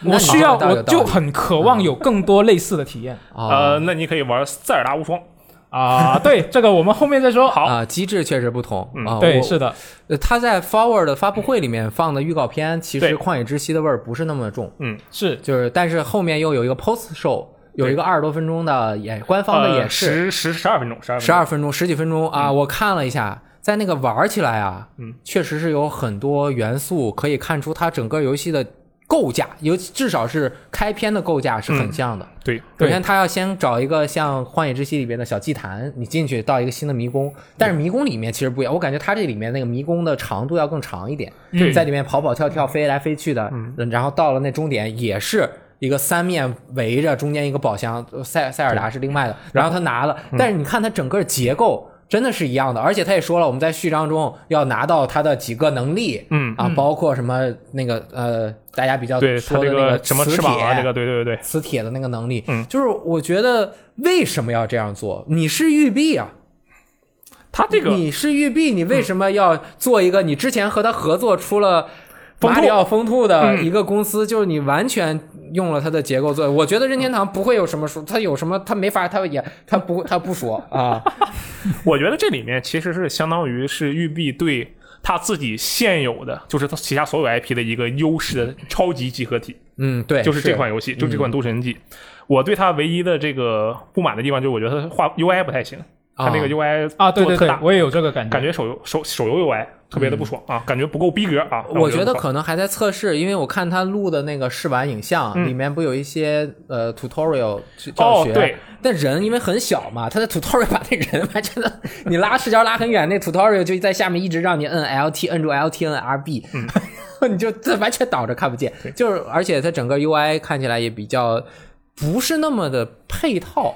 那我你需要，说的倒有我道理就很渴望有更多类似的体验啊呃，那你可以玩塞尔达无双。 啊、对，这个我们后面再说。好啊，机制确实不同嗯啊。对，我是的，呃他在 Forward 的发布会里面放的预告片，其实对《旷野之息》的味儿不是那么重，是就是但是后面又有一个 Post Show，有一个二十多分钟的演官方的演呃，示，十十十二分钟，十二十二分钟十几分钟啊，我看了一下。在那个玩儿起来啊，嗯，确实是有很多元素可以看出它整个游戏的构架，尤其至少是开篇的构架是嗯很像的。对，首对先，他要先找一个像《荒野之息》里边的小祭坛，你进去到一个新的迷宫，但是迷宫里面其实不一样。我感觉他这里面那个迷宫的长度要更长一点，对在里面跑跑跳跳、飞来飞去的，嗯然后到了那终点也是一个三面围着，中间一个宝箱，呃塞塞尔达是另外的，然后他拿了，嗯但是你看他整个结构。真的是一样的，而且他也说了，我们在序章中要拿到他的几个能力，嗯啊，包括什么那个呃，大家比较对它说的这那个什么磁翅膀啊，铁这个对对对对，磁铁的那个能力。嗯就是我觉得为什么要这样做？你是育碧啊，它这个你是育碧，你为什么要做一个你之前和他合作出了？疯马兔嗯里奥风兔的一个公司，就是你完全用了它的结构做。我觉得任天堂不会有什么说，他有什么他没法，他也他不他不说啊。我觉得这里面其实是相当于是育碧对他自己现有的，就是他旗下所有 IP 的一个优势的超级集合体，嗯，对，就是这款游戏，就是这嗯款《都市神记》。我对它唯一的这个不满的地方，就是我觉得它画 UI 不太行，它那啊个 UI 啊，对做对得特对大，我也有这个感觉。感觉手游手手游 UI 特别的不爽啊，感觉不够逼格啊。让我觉不得爽可能还在测试，因为我看他录的那个试玩影像、里面不有一些呃 tutorial 去教学、哦对，但人因为很小嘛，他的 tutorial 把那人完全的，你拉视角拉很远，那 tutorial 就在下面一直让你摁 LT，摁住 LT 摁 RB，、你 就这完全倒着看不见。就是而且它整个 UI 看起来也比较不是那么的配套，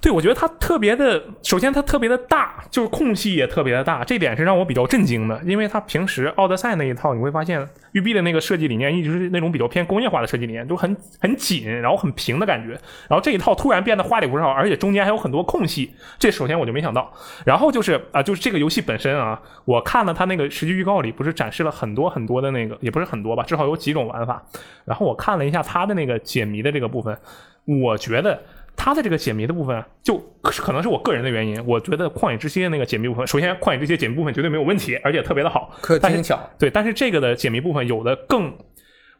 对，我觉得它特别的，首先它特别的大，就是空隙也特别的大，这点是让我比较震惊的，因为它平时奥德赛那一套，你会发现育碧的那个设计理念一直是那种比较偏工业化的设计理念，都很很紧，然后很平的感觉，然后这一套突然变得花里胡哨，而且中间还有很多空隙，这首先我就没想到，然后就是啊、就是这个游戏本身啊，我看了它那个实际预告里不是展示了很多很多的那个，也不是很多吧，至少有几种玩法，然后我看了一下它的那个解谜的这个部分，我觉得。它的这个解谜的部分，就可能是我个人的原因，我觉得《旷野之息》的那个解谜部分，首先《旷野之息》解谜部分绝对没有问题，而且特别的好。可但是精巧。对，但是这个的解谜部分有的更，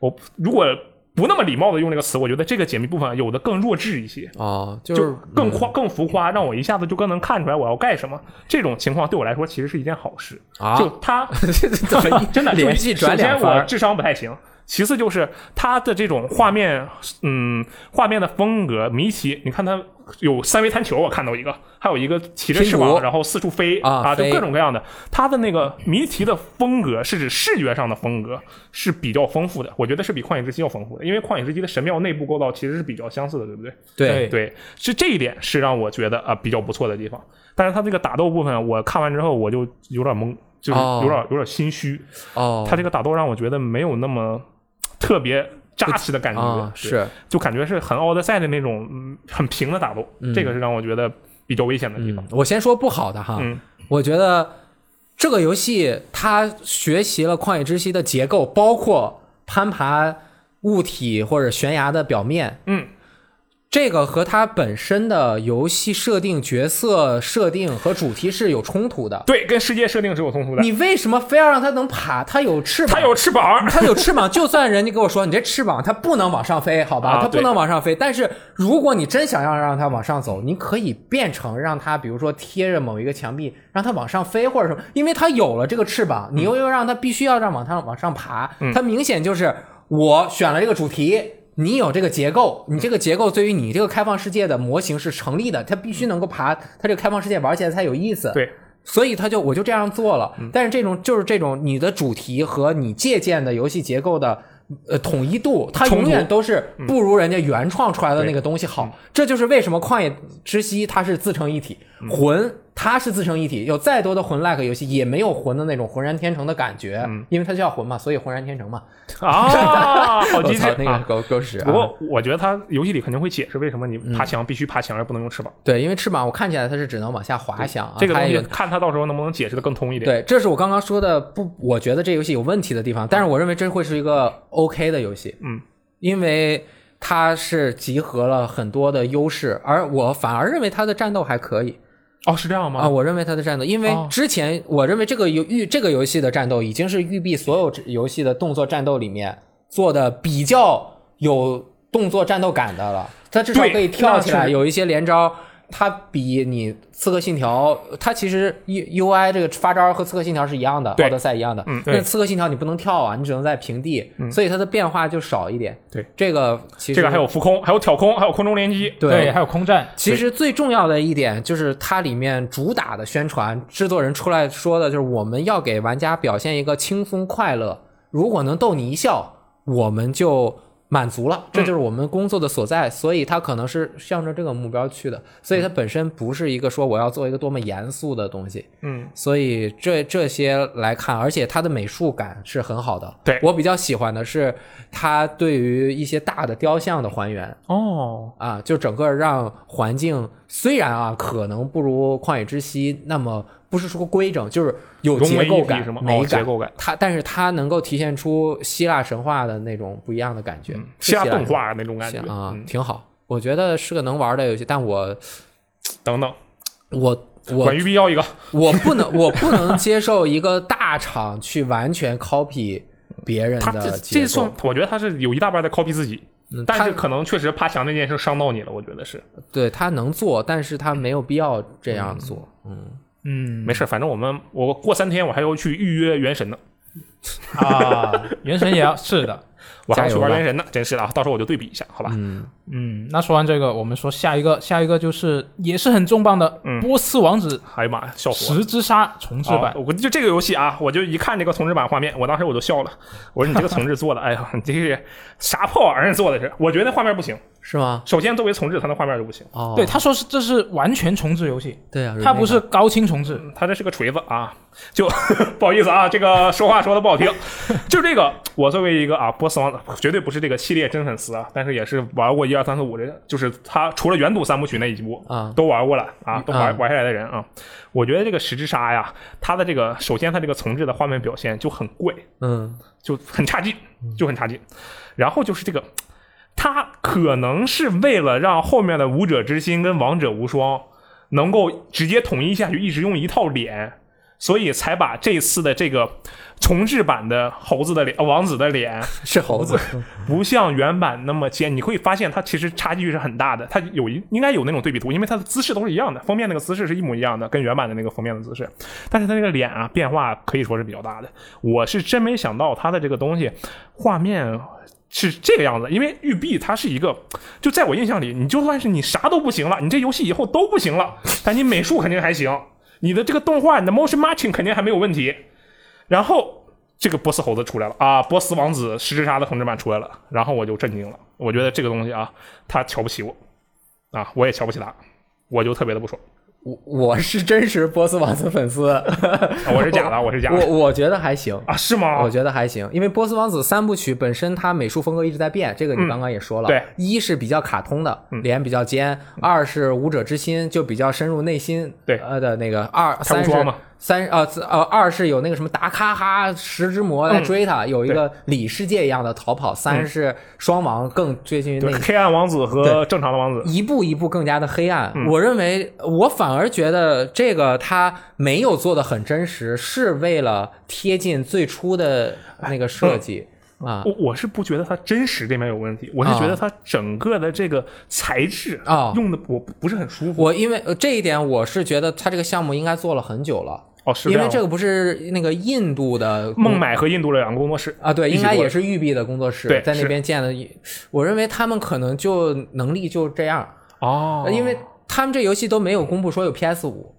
我如果不那么礼貌的用这个词，我觉得这个解谜部分有的更弱智一些，哦，就就是更夸更浮夸，让我一下子就更能看出来我要干什么。这种情况对我来说其实是一件好事，啊，就 它怎么 真的就连续转两首先我番？智商不太行，其次就是它的这种画面，嗯，画面的风格迷奇。你看它有三维弹球，我看到一个，还有一个骑着翅拼膀图然后四处飞啊就飞各种各样的。它的那个谜题的风格是指视觉上的风格是比较丰富的，我觉得是比《旷野之息》要丰富的，因为《旷野之息》的神庙内部构造其实是比较相似的，对不对？对，对，是这一点是让我觉得啊、比较不错的地方。但是它这个打斗部分，我看完之后我就有点懵，就是哦有点、有点心虚。哦，他这个打斗让我觉得没有那么特别扎实的感觉，啊对是。就感觉是很奥德赛的那嗯种嗯很平的打斗，这个是让我觉得比较危险的地方嗯。我先说不好的哈，嗯我觉得这个游戏它学习了《旷野之息》的结构，包括攀爬物体或者悬崖的表面，嗯，这个和它本身的游戏设定、角色设定和主题是有冲突的。对，跟世界设定是有冲突的。你为什么非要让它能爬？它有翅膀，它有翅 膀，它有翅膀，就算人家跟我说你这翅膀它不能往上飞，好吧，啊它不对能往上飞。但是如果你真想要让它往上走，你可以变成让它，比如说贴着某一个墙壁，让它往上飞或者什么，因为它有了这个翅膀，嗯你又又让它必须要让往上往上爬，它明显就是我选了这个主题。你有这个结构，你这个结构对于你这个开放世界的模型是成立的，它必须能够爬，它这个开放世界玩起来才有意思。对，所以他就我就这样做了。嗯但是这种就是这种你的主题和你借鉴的游戏结构的。呃，统一度，它冲突嗯永远都是不如人家原创出来的那个东西好。这就是为什么《旷野之息》它是自成一体，嗯魂它是自成一体。有再多的魂 like 游戏，也没有魂的那种浑然天成的感觉，嗯因为它叫魂嘛，所以浑然天成嘛。啊，好机我智操那个啊！狗狗屎啊！不过我觉得他游戏里肯定会解释为什么你嗯爬墙必须爬墙而不能用翅膀，对，因为翅膀我看起来它是只能往下滑翔啊，这个它东也西有看他到时候能不能解释的更通一点。对，这是我刚刚说的不，我觉得这游戏有问题的地方，但是我认为这会是一个 OK 的游戏，嗯，因为它是集合了很多的优势，而我反而认为它的战斗还可以哦，是这样啊，吗？我认为它的战斗，因为哦之前我认为这个游育这个游戏的战斗已经是育碧所有游戏的动作战斗里面做的比较有动作战斗感的了，它至少对可以跳起那来，是有一些连招。它比你《刺客信条》，它其实 U U I 这个发招和《刺客信条》是一样的，对奥德赛一样的。嗯那对《嗯刺客信条》你不能跳啊，你只能在平地，所以它的变化就少一点。对，这个其实这个还有浮空，还有挑空，还有空中连击。对还有空战，其实最重要的一点就是它里面主打的宣传，制作人出来说的就是我们要给玩家表现一个轻松快乐，如果能逗你一笑，我们就满足了，这就是我们工作的所在。所以它可能是向着这个目标去的，所以它本身不是一个说我要做一个多么严肃的东西。嗯，所以这这些来看，而且它的美术感是很好的。对我比较喜欢的是它对于一些大的雕像的还原。哦，啊，就整个让环境虽然啊可能不如旷野之息那么不是说规整，就是有融为结一构体感是吗、哦美结构感，它但是它能够体现出希腊神话的那种不一样的感觉，嗯是嗯希腊动神话画那种感觉希腊啊嗯，挺好，我觉得是个能玩的游戏，但我等等，我我管玉碧要一个，我不能我不能接受一个大厂去完全 copy 别人他这的这结算构，，我觉得他是有一大半在 copy 自己，嗯但它是可能确实爬墙那件事伤到你了，我觉得是。对他能做，但是他没有必要这样做，嗯。嗯没事，反正我们我过三天我还要去预约原神呢，啊， 原神也要是的，我还要去加油玩吧原神呢，真是的啊！到时候我就对比一下，好吧？嗯，嗯，那说完这个，我们说下一个，下一个就是也是很重磅的嗯《波斯王子哎呀妈呀，笑死我！十之杀重置版啊，哦我就这个游戏啊，我就一看这个重置版画面，我当时我就笑了，我说你这个重置做的，哎呀，你这是啥破玩意儿做的是？我觉得那画面不行，是吗？首先作为重置，它那画面就不行，哦，对，他说是这是完全重置游戏，对啊，它不是高清重置，它这是个锤子啊，就 不好意思啊，这个说话说的不好听， 就这个，我作为一个啊波斯王，绝对不是这个系列真粉丝啊，但是也是玩过一二三四五这，就是他除了原赌三部曲那一部啊都玩过了啊，都玩嗯玩下来的人啊，我觉得这个十之杀呀，它的这个首先它这个重置的画面表现就很怪，嗯就很差劲，就很差劲。然后就是这个，他可能是为了让后面的武者之心跟王者无双能够直接统一下去，一直用一套脸，所以才把这次的这个重置版的猴子的脸、呃王子的脸，是猴子，不像原版那么尖。你会发现它其实差距是很大的，它有一应该有那种对比图，因为它的姿势都是一样的，封面那个姿势是一模一样的，跟原版的那个封面的姿势。但是它这个脸啊变化可以说是比较大的。我是真没想到它的这个东西画面。是这个样子，因为育碧它是一个，就在我印象里，你就算是你啥都不行了，你这游戏以后都不行了，但你美术肯定还行，你的这个动画，你的 motion matching 肯定还没有问题。然后这个波斯猴子出来了啊，波斯王子十之杀的同志版出来了，然后我就震惊了，我觉得这个东西啊，他瞧不起我啊，我也瞧不起他，我就特别的不爽。 我我是真实波斯王子粉 丝，啊我是假的，我是假 我的我觉得还行。啊？是吗我？觉得还行，因为《波斯王子》三部曲本身它美术风格一直在变，这个你刚刚也说了。嗯对，一是比较卡通的，嗯脸比较尖；二是舞者之心，就比较深入内心。对呃的那个二他三不是装嘛？三呃自呃二是有那个什么达卡哈石之魔嗯在追他，有一个里世界一样的逃跑；三是双王更接近于内对，心。黑暗王子和正常的王子，一步一步更加的黑暗。嗯我认为，我反而觉得这个他没有做的很真实，是为了贴近最初的哎那个嗯设计、啊我我是不觉得它真实这面有问题，我是觉得它整个的这个材质啊。用的我不不是很舒服。我因为呃这一点，我是觉得他这个项目应该做了很久了，哦，是因为样这吗。个不是那个印度的孟买和印度两个工作室，啊，对，一起应该做也的是育碧的工作室对在那是边建的一。我认为他们可能就能力就这样，呃哦因为他们这游戏都没有公布说有 PS 五，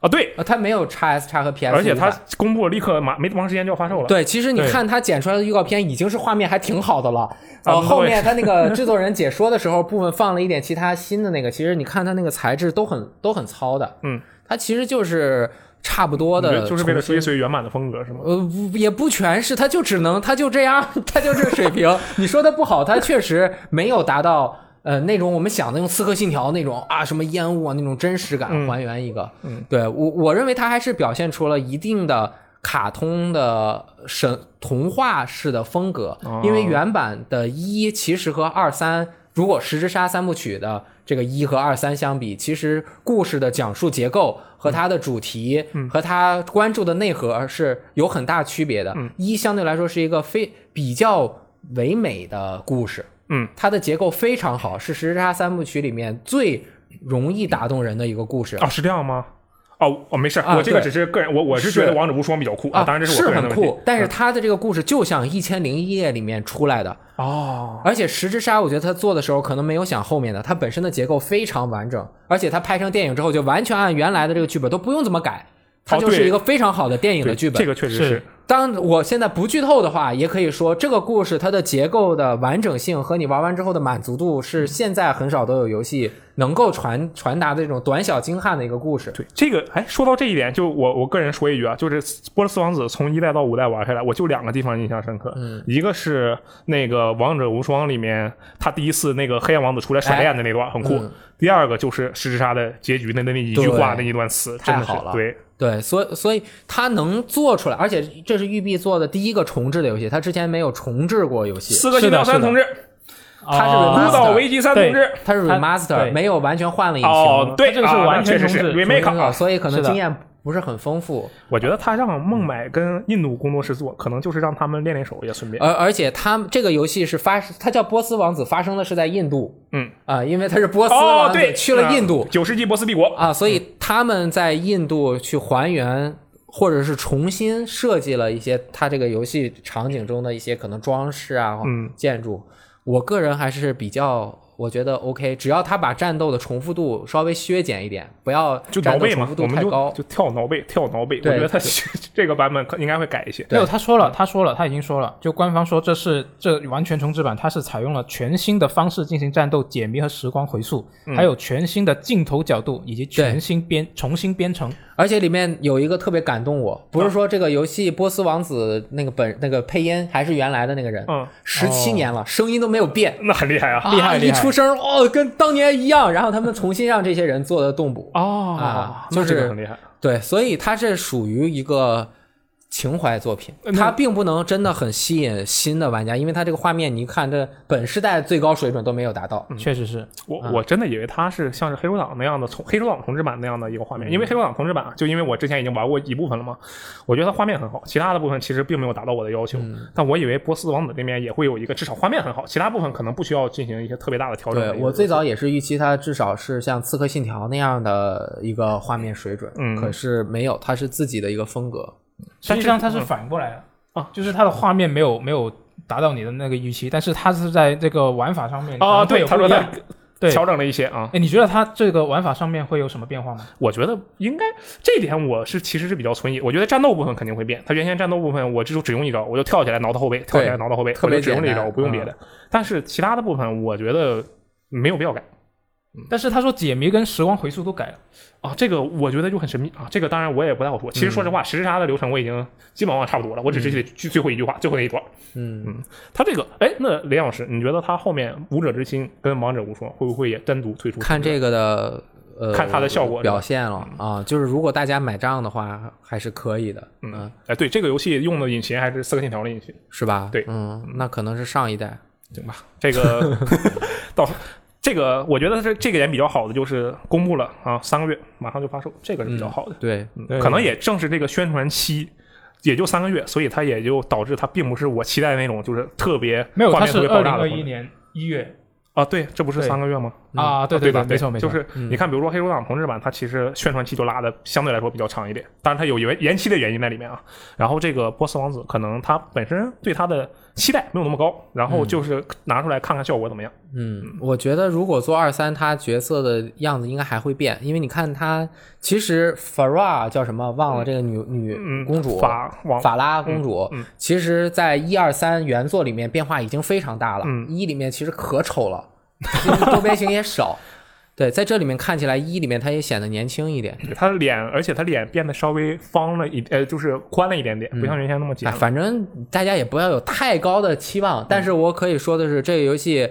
啊对，呃，他没有 x S 叉和 PS，而且它公布了立刻马没多长时间就要发售了。对，其实你对看他剪出来的预告片已经是画面还挺好的了，啊呃，对后面他那 个制作人解说的时候部分放了一点其他新的那个，其实你看他那个材质都很都很糙的，嗯，它其实就是差不多你觉的，得就是为了追。随原版的风格是吗？呃，不也不全是，他就只能，他就这样， 他就这水平。你说他不好，他确实没有达到呃那种我们想的用《刺客信条》那种啊什么烟雾啊那种真实感嗯还原一个。嗯对我我认为他还是表现出了一定的卡通的神童话式的风格，哦因为原版的一其实和二三。如果《十之沙》三部曲的这个一和二三相比，其实故事的讲述结构和它的主题和它关注的内核是有很大区别的。一相对来说是一个非比较唯美的故事，嗯，它的结构非常好，是《十之沙》三部曲里面最容易打动人的一个故事。哦，是这样吗？哦，哦，没事，啊我这个对只是个人，我我是是觉得《王者无双》比较酷啊，当然这是我个人很的问题嗯酷，。但是它的这个故事就像《一千零一夜》里面出来的，哦，而且《十之沙》我觉得他做的时候可能没有想后面的，它本身的结构非常完整，而且它拍成电影之后就完全按原来的这个剧本都不用怎么改，它哦就是对一个非常好的电影的对，剧本。这个确实是是当我现在不剧透的话，也可以说这个故事它的结构的完整性和你玩完之后的满足度嗯是现在很少都有游戏能够传传达的这种短小精悍的一个故事。对这个，哎，说到这一点，就我我个人说一句啊，就是《波斯王子》从一代到五代玩下来，我就两个地方印象深刻，嗯一个是那个《王者无双》里面他第一次那个黑暗王子出来甩链的那段、很酷，哎嗯第二个就是《十之杀》的结局那那那一句话那对一段词，太真的是好了对，对，所以所以它能做出来，而且这是育碧做的第一个重置的游戏，它之前没有重置过游戏，四个信条是的三同志，它啊是哦 remaster 孤岛危机三同志，它是它 remaster，对没有完全换了引擎，哦，对，这个是啊完全确实是重置 remake 重置啊了，所以可能是的经验不是很丰富。我觉得他让孟买跟印度工作室做，可能就是让他们练练手，也顺便。而而且它这个游戏是发，它叫《波斯王子》，发生的是在印度嗯，啊、因为它是波斯哦王，对，子去了印度九世纪波斯帝国，啊，所以他们在印度去还原。或者是重新设计了一些它这个游戏场景中的一些可能装饰啊、嗯建筑，我个人还是比较我觉得 OK，只要他把战斗的重复度稍微削减一点，不要就战挠斗背重嘛复，我度们太就高，就跳挠背，跳挠背。我对觉得他 这个版本可应该会改一些。没有，他说了，他说了，他已经说了，就官方说这是这完全重置版，它是采用了全新的方式进行战斗、解谜和时光回溯，嗯还有全新的镜头角度以及全新编重新编程。嗯而且里面有一个特别感动我，不是说这个游戏《波斯王子》那个本那个配音还是原来的那个人，嗯，十七年了，声音都没有变，那很厉害啊！厉害啊厉一害出声哦，跟当年一样。然后他们重新让这些人做的动捕，哦啊那就是这个很厉害。对，所以它是属于一个情怀作品，它并不能真的很吸引新的玩家，因为它这个画面你一看，这本世代最高水准都没有达到。确实是，我啊我真的以为他是像是黑手党那样的，从黑 手党同志版那样的一个画嗯面，因为黑手党同志版啊就因为我之前已经玩过一部分了嘛，我觉得它画面很好，其他的部分其实并没有达到我的要求。嗯但我以为波斯王子这边也会有一个至少画面很好，其他部分可能不需要进行一些特别大的调整对的一个。我最早也是预期它至少是像《刺客信条》那样的一个画面水准，嗯可是没有，它是自己的一个风格。实际上它是反过来的嗯啊，就是它的画面没有没有达到你的那个预期，但是它是在这个玩法上面啊，可能会对，有他不说一他样对。调整了一些啊，哎，你觉得它这个玩法上面会有什么变化吗？我觉得应该这点我是其实是比较存疑。我觉得战斗部分肯定会变，他原先战斗部分我就只用一招，我就跳起来挠他后背，跳起来挠他后背，特我别就只用这一简招，单我不用别的。但是其他的部分我觉得没有必要改。但是他说解谜跟时光回溯都改了，啊，这个我觉得就很神秘啊。这个当然我也不太好说。其实说实话，实时杀的流程我已经基本上差不多了，我只是记得最最后一句话，最后那一段。嗯嗯，他这个，哎，那雷老师，你觉得他后面《武者之心》跟《王者无双》会不会也单独推出？看这个的呃，看它的效果表现了啊。就是如果大家买账的话，还是可以的，嗯嗯，，哎，对，这个游戏用的引擎还是《刺客信条》的引擎，是吧？对嗯，那可能是上一代，行吧？这 个到这个，我觉得是这个点比较好的，就是公布了啊，三个月马上就发售，这个是比较好的。嗯对，嗯对可能也正是这个宣传期，也就三个月，所以它也就导致它并不是我期待的那种，就是特别没有，画他面特是别二爆零炸的二画一面年一月啊。对，这不是对三个月吗？嗯啊，对对，对吧？没错没错，就是嗯你看，比如说《黑手党》同志版，它其实宣传期就拉的相对来说比较长一点，当然它有延延期的原因在里面啊。然后这个波斯王子可能他本身对他的期待没有那么高，然后就是拿出来看看效果怎么样。嗯，我觉得如果做二三，他角色的样子应该还会变，因为你看他其实 Farah 叫什么忘了，这个女女嗯，公主法王法拉公主，嗯嗯其实，在一二三原作里面变化已经非常大了，嗯一里面其实可丑了，其实多边形也少。对，在这里面看起来，一里面她也显得年轻一点。对他的脸，而且他脸变得稍微方了一，呃，就是宽了一点点，不像原先那么哎，紧。反正大家也不要有太高的期望，但嗯是我可以说的是，这个游戏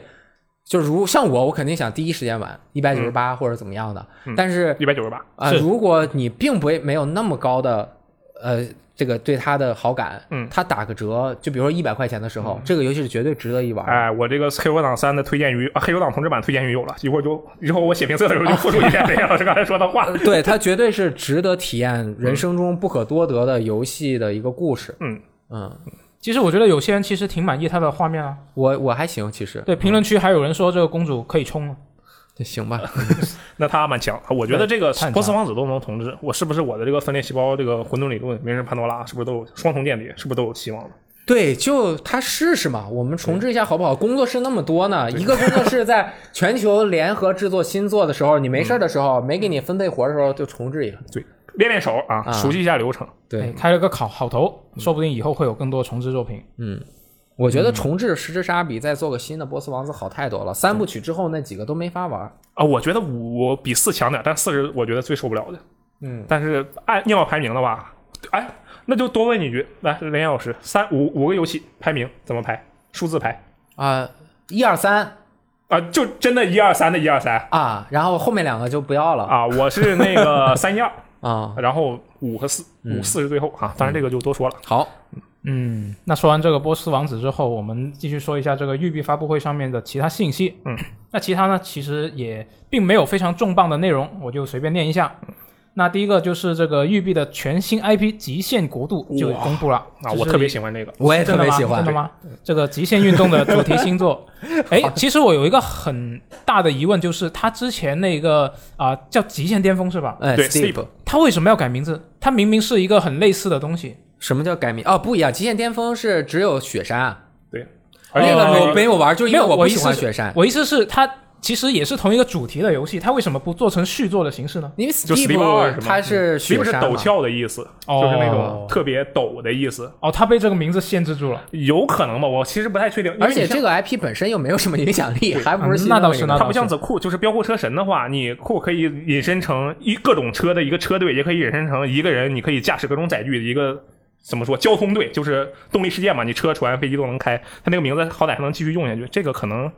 就是如像我，我肯定想第一时间玩一百九十嗯八或者怎么样的，但是一百九十八，啊、是如果你并不没有那么高的呃这个对它的好感，嗯它打个折，就比如说一百块钱的时候，这个游戏是绝对值得一玩。哎，我这个《黑手党三》的推荐语啊，《黑手党同志版》推荐语有了，一会儿就一会儿我写评测的时候就附注一下雷老师刚才说的话。 对，它绝对是值得体验人生中不可多得的游戏的一个故事。嗯嗯，其实我觉得有些人其实挺满意他的画面啊。我我还行，其实嗯对，评论区还有人说这个公主可以冲了。就行吧。 那他蛮强，我觉得这个太强波斯王子都能统治，我是不是我的这个分裂细胞这个混沌理论，名人潘多拉是不是都有双重间谍，是不是都有希望了？对，就他试试嘛，我们重置一下好不好？工作室那么多呢，一个工作室在全球联合制作新作的时候，你没事儿的时 嗯候，没给你分配活儿的时候就重置一个。对，练练手啊，啊熟悉一下流程。哎对，开了个好好头，嗯说不定以后会有更多重置作品。嗯，我觉得重置《十之杀》比再做个新的《波斯王子》好太多了。三部曲之后那几个都没法玩儿。啊，我觉得五我比四强点，但四是我觉得最受不了的。嗯，但是按硬要排名的话，哎，那就多问一句，来林岩老师，三五五个游戏排名怎么排？数字排啊，一二三啊，就真的一二三的一二三啊，然后后面两个就不要了啊，我是那个三一二，啊。然后五和四，五四是最后啊，当然这个就多说了。好，嗯，那说完这个波斯王子之后，我们继续说一下这个育碧发布会上面的其他信息。嗯，那其他呢，其实也并没有非常重磅的内容，我就随便念一下。嗯那第一个就是这个育碧的全新 IP《极限国度》就公布了啊，我特别喜。喜欢这个，我也真哎特的别吗？喜欢真的。吗？这个极限运动的主题 星座，哎，其实我有一个很大的疑问，就是他之前那个啊、叫《极限巅峰》是吧？哎对，Sleep Sleep 他为什么要改名字？他明明是一个很类似的东西。什么叫改名？哦，不一样，《极限巅峰》是只有雪山，而且那个我我没有玩，就因为没有我不我意喜思欢是雪山。我意思是，他其实也是同一个主题的游戏，他为什么不做成续作的形式呢？因为就 Sleep Steep 二是吗它是雪 Sleep 是山陡嘛峭的意思，哦就是那种特别陡的意思，哦，他被这个名字限制住了。有可能吧？我其实不太确定，因为而且你像这个 IP 本身又没有什么影响力，还不是嗯新那的倒那是个那它倒不像 The Cool，就是飙酷车神的话，你 Cool 可以引申成一各种车的一个车队，也可以引申成一个人，你可以驾驶各种载具的一个怎么说交通队，就是动力世界嘛，你车、船、飞机都能开。它那个名字好歹还能继续用下去，这个可能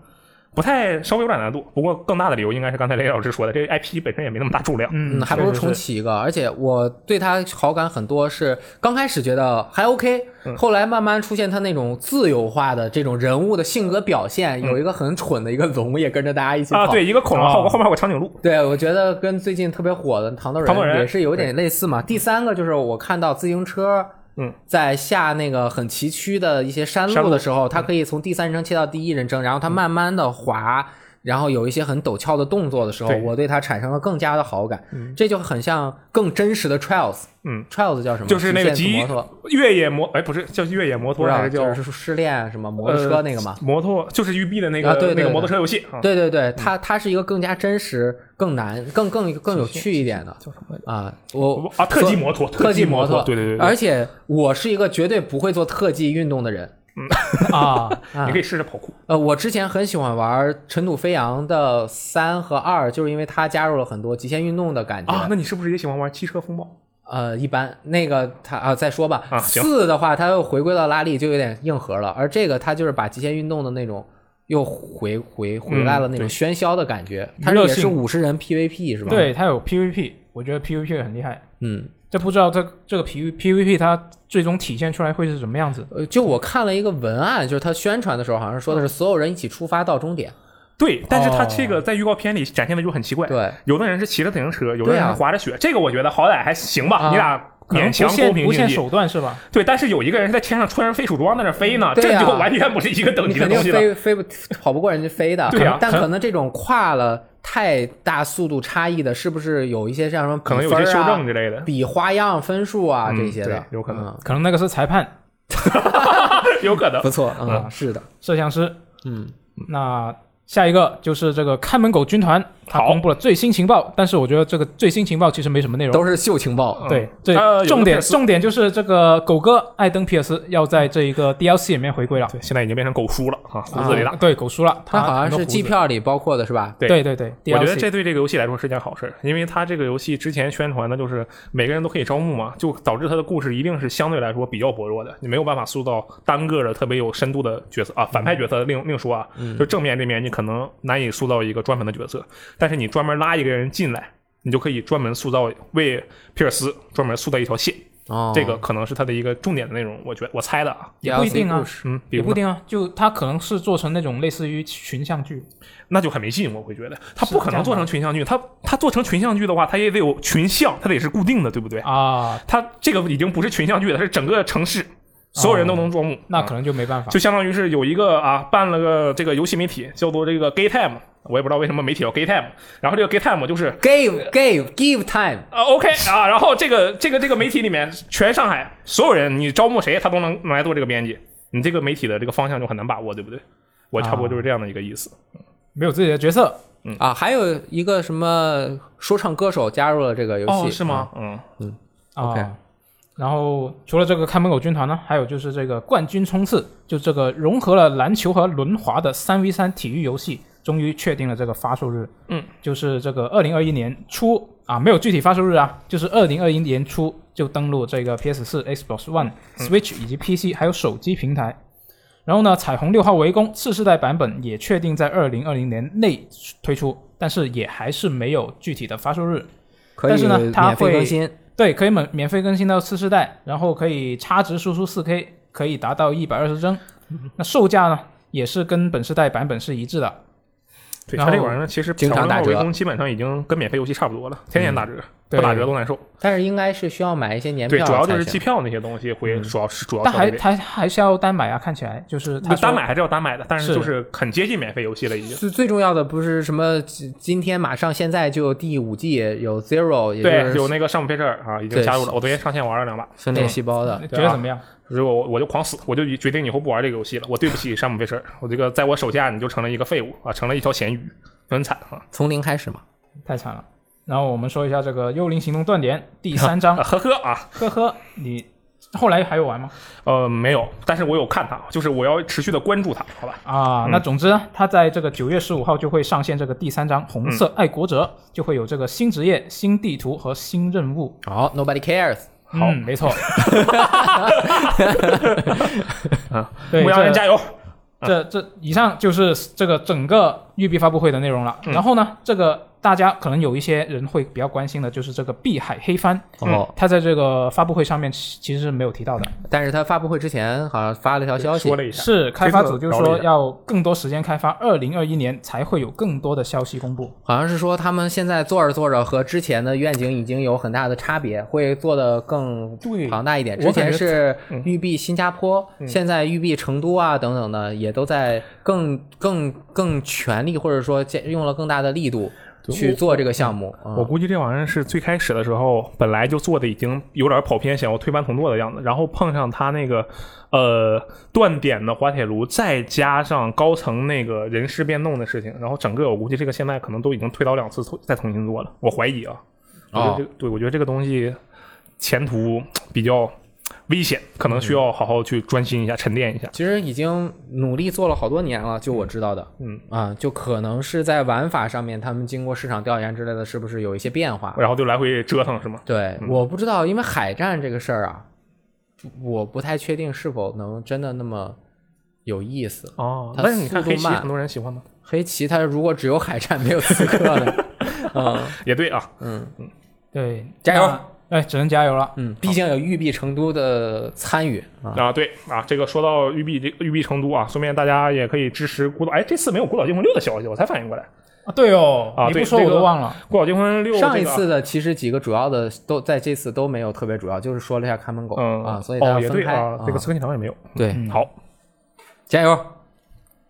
不太稍微有点难度。不过更大的理由应该是刚才雷老师说的，这个 IP 本身也没那么大重量。嗯嗯，还不如重启一个。而且我对他好感很多，是刚开始觉得还 OK，后来慢慢出现他那种自由化的这种人物的性格表现，有一个很蠢的一个龙也跟着大家一起跑。啊，对，一个恐龙，后哦后面有个长颈鹿，对，我觉得跟最近特别火的《糖豆糖豆人也是有点类似嘛。第三个就是我看到自行车，嗯，在下那个很崎岖的一些山山路路嗯的时候，它可以从第三人称切到第一人称，然后它慢慢的滑，然后有一些很陡峭的动作的时候，对我对它产生了更加的好感。这就很像更真实的 Trials，嗯，Trials 叫什么？就是那个极限极摩托，越野摩，哎，不是叫越野摩不托知还道是叫呃就是失恋什么摩托车那个嘛？摩托就是育碧的那个、啊对对那个摩对托车游戏啊，对对对，它它是一个更加真实、更难、更更更有趣一点的叫什么？啊。我啊，特技摩托，特技摩托，托，对对对对，而且我是一个绝对不会做特技运动的人， 啊，啊你可以试试跑酷。呃，我之前很喜欢玩《尘土飞扬》的三和二，就是因为它加入了很多极限运动的感觉。啊，那你是不是也喜欢玩汽车风暴？呃，一般那个它啊、再说吧。啊行四的话，它又回归到拉力，就有点硬核了。而这个它就是把极限运动的那种又回回回来了那嗯对种喧嚣的感觉。它热也性是五十人 PVP 是吧？，对，它有 PVP，我觉得 PVP 很厉害。嗯。这不知道这这个 P PVP 它最终体现出来会是什么样子？呃，就我看了一个文案，就是他宣传的时候好像说的是所有人一起出发到终点。对，但是它这个在预告片里展现的就很奇怪。哦对，有的人是骑着自行车，有的对人啊是滑着雪，这个我觉得好歹还行吧，啊你俩可能勉强不公限平不竞限技。手段是吧？对，但是有一个人是在天上穿着飞鼠装在那儿飞呢，对这呀就完全不是一个等你级的肯东定西了。飞飞不跑不过人家飞的。对啊但可可能这种跨了太大速度差异的，是不是有一些像什么、可能有些修正、之类 的，啊比花样、分数啊嗯这些的对，有可能嗯可能那个是裁判、有可能不。错，嗯，嗯是的，摄像师。嗯，那下一个就是这个看门狗军团，它好公布了最新情报，但是我觉得这个最新情报其实没什么内容。都是秀情报。对嗯，对，呃有个重点 PS 重点就是这个狗哥艾登皮尔斯要在这一个 DLC 里面回归了，对，现在已经变成狗叔了啊，胡子里大。对狗叔了，啊它好像很多是胡子机，票里包括的是吧？对对对对我觉得，DLC 这对这个游戏来说是件好事儿，因为它这个游戏之前宣传的就是每个人都可以招募嘛，就导致它的故事一定是相对来说比较薄弱的，你没有办法塑造单个的特别有深度的角色啊，反嗯派角色另另说啊，就正面这面你可能难以塑造一个专门的角色，但是你专门拉一个人进来，你就可以专门塑造为皮尔斯专门塑造一条线，哦，这个可能是它的一个重点的内容，我觉得我猜的啊，也不一 DLC 定啊故，事嗯，比也如不一定啊，就它可能是做成那种类似于群像剧，那就很没劲，我会觉得他是不可能做成群像剧，他他做成群像剧的话，他也得有群像，他得是固定的，对不对？啊，他这个已经不是群像剧了，它是整个城市所有人都能招募，那啊可能就没办法。就相当于是有一个啊办了个这个游戏媒体叫做这个 Gay Time，我也不知道为什么媒体叫 Gay Time，然后这个 Gay Time 就是。 give give give time，啊、o k 啊，然后这个这个这个媒体里面，全上海所有人，你招募谁，他都能来做这个编辑，你这个媒体的这个方向就很难把握，对不对？我差不多就是这样的一个意思。没有自己的角色，嗯啊，还有一个什么说唱歌手加入了这个游戏，哦，是吗？嗯，啊。 OK 然后除了这个看门狗军团呢，还有就是这个冠军冲刺，就这个融合了篮球和轮滑的三 v 三体育游戏，终于确定了这个发售日。嗯，就是这个二零二一年初啊，没有具体发售日啊，就是二零二一年初就登陆这个 PS 四、Xbox One、Switch 以及 PC 还有手机平台。然后呢，彩虹六号围攻次世代版本也确定在二零二零年内推出，但是也还是没有具体的发售日。可以但是呢它免费会更新，对，可以免免费更新到次世代，然后可以差值输出 4K，可以达到一百二十 帧。那售价呢，也是跟本世代版本是一致的。对，然它这个后玩意儿其实经常小打众折围攻基本上已经跟免费游戏差不多了，天天打折，嗯对不打折都难受。但是应该是需要买一些年对，票才主行，要就是机票那些东西会主要是主嗯要但消还费。还还是要单买啊，看起来就是他单买还是要单买的，但是是就是很接近免费游戏了，已经。最最重要的不是什么，今今天马上现在就第五季有 Zero，也对，就有是那个上姆菲舍尔啊，已经对加入了。我昨天上线玩了两把，分裂细胞嗯的。觉啊得怎么样？如果我我就狂死，我就决定以后不玩这个游戏了。我对不起山姆菲舍尔，我这个在我手下你就成了一个废物啊，成了一条咸鱼，很惨啊。从零开始嘛，太惨了。然后我们说一下这个《幽灵行动：断点》第三 章啊，，呵呵啊，呵呵，你后来还有玩吗？呃，没有，但是我有看它，就是我要持续的关注它，好吧？啊，那总之呢，它在这个九月十五号就会上线这个第三章《红嗯色爱国者》，就会有这个新职业、新地图和新任务。好、n o b o d y cares。好嗯没错。 啊， 对，牧羊人这啊加油！这这以上就是这个整个育碧发布会的内容了。嗯然后呢，这个大家可能有一些人会比较关心的就是这个碧海黑帆，哦，它在这个发布会上面其其实是没有提到的，嗯但是他发布会之前好像发了条消息说，了一下，是开发组就推测了说解要更多时间开发，二零二一年才会有更多的消息公布。好像是说他们现在做着做着和之前的愿景已经有很大的差别，会做的更对庞大一点。我之感前觉嗯是育碧新加坡，现在育碧成都啊等等的，也都在更更更全力或者说加用了更大的力度去做这个项目。嗯我估计这玩意儿是最开始的时候，本来就做的已经有点跑偏，想要推翻重做的样子，然后碰上他那个呃断点的滑铁卢，再加上高层那个人事变动的事情，然后整个我估计这个现在可能都已经推倒两次，重再重新做了。我怀疑啊，我觉得哦这个对我觉得这个东西前途比较危险，可能嗯需要好好去专心一下、沉淀一下。其实已经努力做了好多年了，就我知道的，嗯啊，就可能是在玩法上面，他们经过市场调研之类的，是不是有一些变化？然后就来回折腾是吗？对，我不知道，因为海战这个事儿啊，我不太确定是否能真的那么有意思。哦它但是你看速度黑棋慢很多人喜欢吗？黑棋它如果只有海战没有刺客 的，嗯也对啊，嗯，对，加油那！哎，只能加油了。嗯，毕竟有育碧成都的参与啊。啊，对啊，这个说到育碧这育碧成都啊，顺便大家也可以支持孤岛。哎，这次没有孤岛惊魂六的消息，我才反应过来，啊，对哦，啊你对不说这我个都忘了。孤岛惊魂六上一这个啊次的其实几个主要的都在这次都没有特别主要，就是说了一下看门狗、嗯啊，所以哦它也要分对开。啊，这个刺嗯客信条也没有。对，好，加油！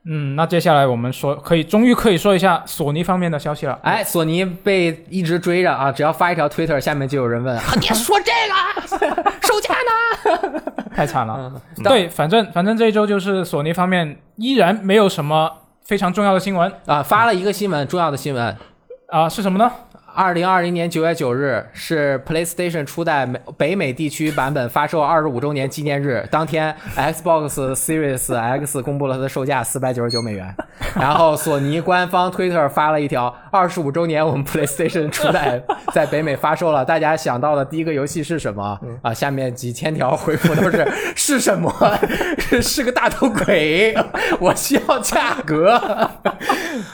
嗯，那接下来我们说，可以终于可以说一下索尼方面的消息了。哎，索尼被一直追着啊，只要发一条 Twitter，下面就有人问啊，别说这个，售价呢？太惨了。嗯对，反正反正这一周就是索尼方面依然没有什么非常重要的新闻啊，发了一个新闻，重要的新闻，啊、是什么呢？二零二零年九月九日是 PlayStation 初代美北美地区版本发售二十五周年纪念日。当天，Xbox Series X 公布了它的售价四百九十九美元。然后，索尼官方 Twitter 发了一条：二十五周年，我们 PlayStation 初代在北美发售了。大家想到的第一个游戏是什么？嗯啊，下面几千条回复都是是什么？是是个大头鬼，我需要价 格，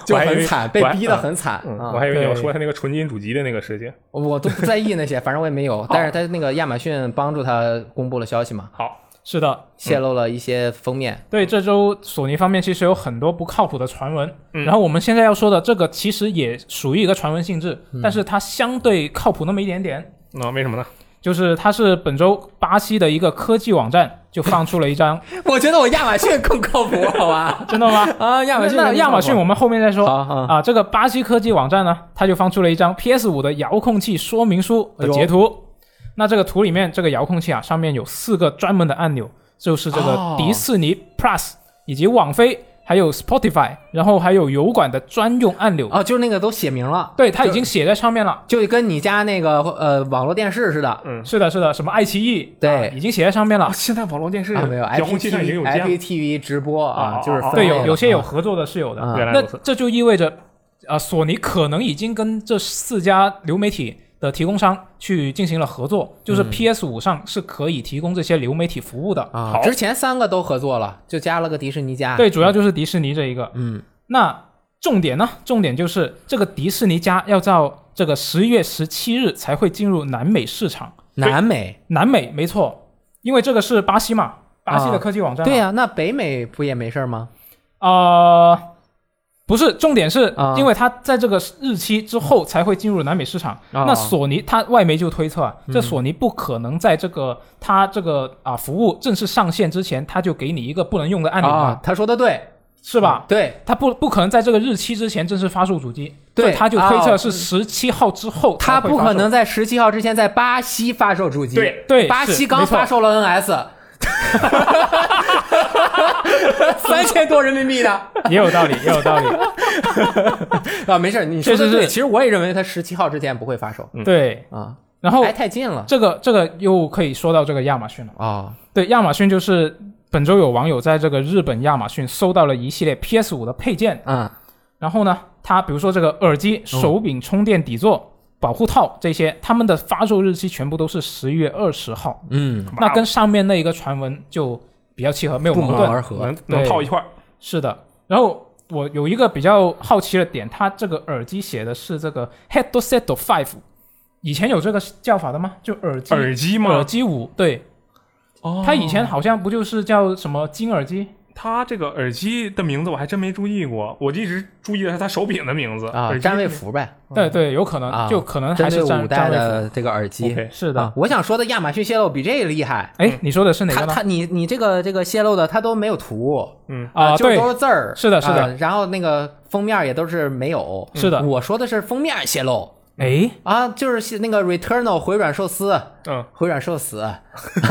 就我还以为很惨，被我还逼得很惨啊、嗯，我还以为你要对说他那个纯金主机的那个事情。我都不在意那些，反正我也没有。但是他那个亚马逊帮助他公布了消息嘛，好，是的，泄露了一些封面。对，这周索尼方面其实有很多不靠谱的传闻，然后我们现在要说的这个其实也属于一个传闻性质，但是它相对靠谱那么一点点。那为什么呢？就是它是本周巴西的一个科技网站就放出了一 张， 我觉得我亚马逊更靠谱，好吧？ 真的吗？啊，亚马逊，那亚马逊我们后面再说好好啊。这个巴西科技网站呢，它就放出了一张 PS 5的遥控器说明书的截图。那这个图里面，这个遥控器啊，上面有四个专门的按钮，就是这哦个迪士尼 Plus 以及网飞，还有 Spotify，然后还有油管的专用按钮。哦，就是那个都写明了，对，它已经写在上面了。就跟你家那个呃网络电视似的。嗯是的，是的，什么爱奇艺，对啊已经写在上面了。现在网络电视啊，没有遥控器上已经有键了。 IPTV 直播啊哦，就是哦哦分对，类有了有些有啊合作的是有的。啊原来那如此，这就意味着，啊、索尼可能已经跟这四家流媒体的提供商去进行了合作，就是 PS 五上是可以提供这些流媒体服务的。啊好，之前三个都合作了，就加了个迪士尼加。对，主要就是迪士尼这一个。嗯，那重点呢？重点就是这个迪士尼加要到这个十一月十七日才会进入南美市场。南美。南美没错，因为这个是巴西嘛，巴西的科技网站、对呀、呀，那北美不也没事儿吗？呃，不是，重点是啊因为它在这个日期之后才会进入南美市场。啊嗯那索尼它外媒就推测啊，这索尼不可能在这个它这个啊服务正式上线之前，它就给你一个不能用的按钮嘛，啊，他说的对，是吧？对它不不可能在这个日期之前正式发售主机，对所以它就推测啊是十七号之后他才会发售不可能在十七号之前在巴西发售主机。对对巴是西没刚错发售了 NS，三千多人民币的也有道理，也有道理。啊，没事，你说确的实是对。其实我也认为他十七号之前不会发售对，啊，然后还太近了这个这个又可以说到这个亚马逊了。啊对，亚马逊就是本周有网友在这个日本亚马逊搜到了一系列 PS 5的配件，嗯然后呢，它比如说这个耳机、手柄、充电底座、保护套这些，它们的发售日期全部都是十月二十号，嗯，那跟上面那一个传闻就比较契合，没有不矛谋盾。而合能能对套一块儿是的，然后。我有一个比较好奇的点，它这个耳机写的是这个 headset five，以前有这个叫法的吗？就耳机耳机耳嘛。机五，对，哦它以前好像不就是叫什么金耳机？它这个耳机的名字我还真没注意过，我一直注意的是它手柄的名字啊，占位。服呗，对对，有可能，啊就可能还针对是占五代占位服。的这个耳机 OK 是的啊，我想说的亚马逊泄露比这个厉害，哎，你说的是哪他个呢他？你你这个这个泄露的他都没有图，嗯啊就是对都是字儿，是的是的嗯啊然后那个封面也都是没有，是的我说的是封面泄露哎，啊，就是那个 Returnal 回转寿司，嗯，回转寿司，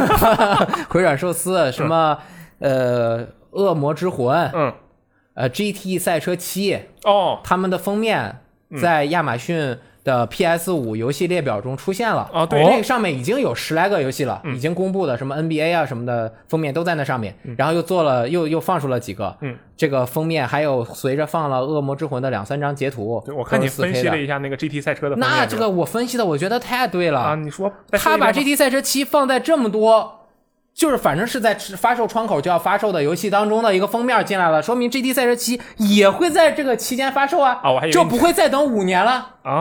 回转寿司什么呃恶魔之魂，嗯，呃 GT 赛车七，哦，嗯他们的封面在亚马逊的 PS 五游戏列表中出现了。哦对嗯那个上面已经有十来个游戏了，已经公布的什么 NBA 啊什么的封面都在那上面，然后又做了又又放出了几个，嗯，这个封面还有随着放了《恶魔之魂》的两三张截图对，我看你都是 4K 分析的了一下那个 GT 赛车的方面，那这个我分析的，我觉得太对了。啊，你说再说他一遍把吧 GT 赛车七放在这么多，就是反正是在发售窗口就要发售的游戏当中的一个封面进来了，说明 GT 赛车七也会在这个期间发售啊。啊我还以为就你不会再等五年了。啊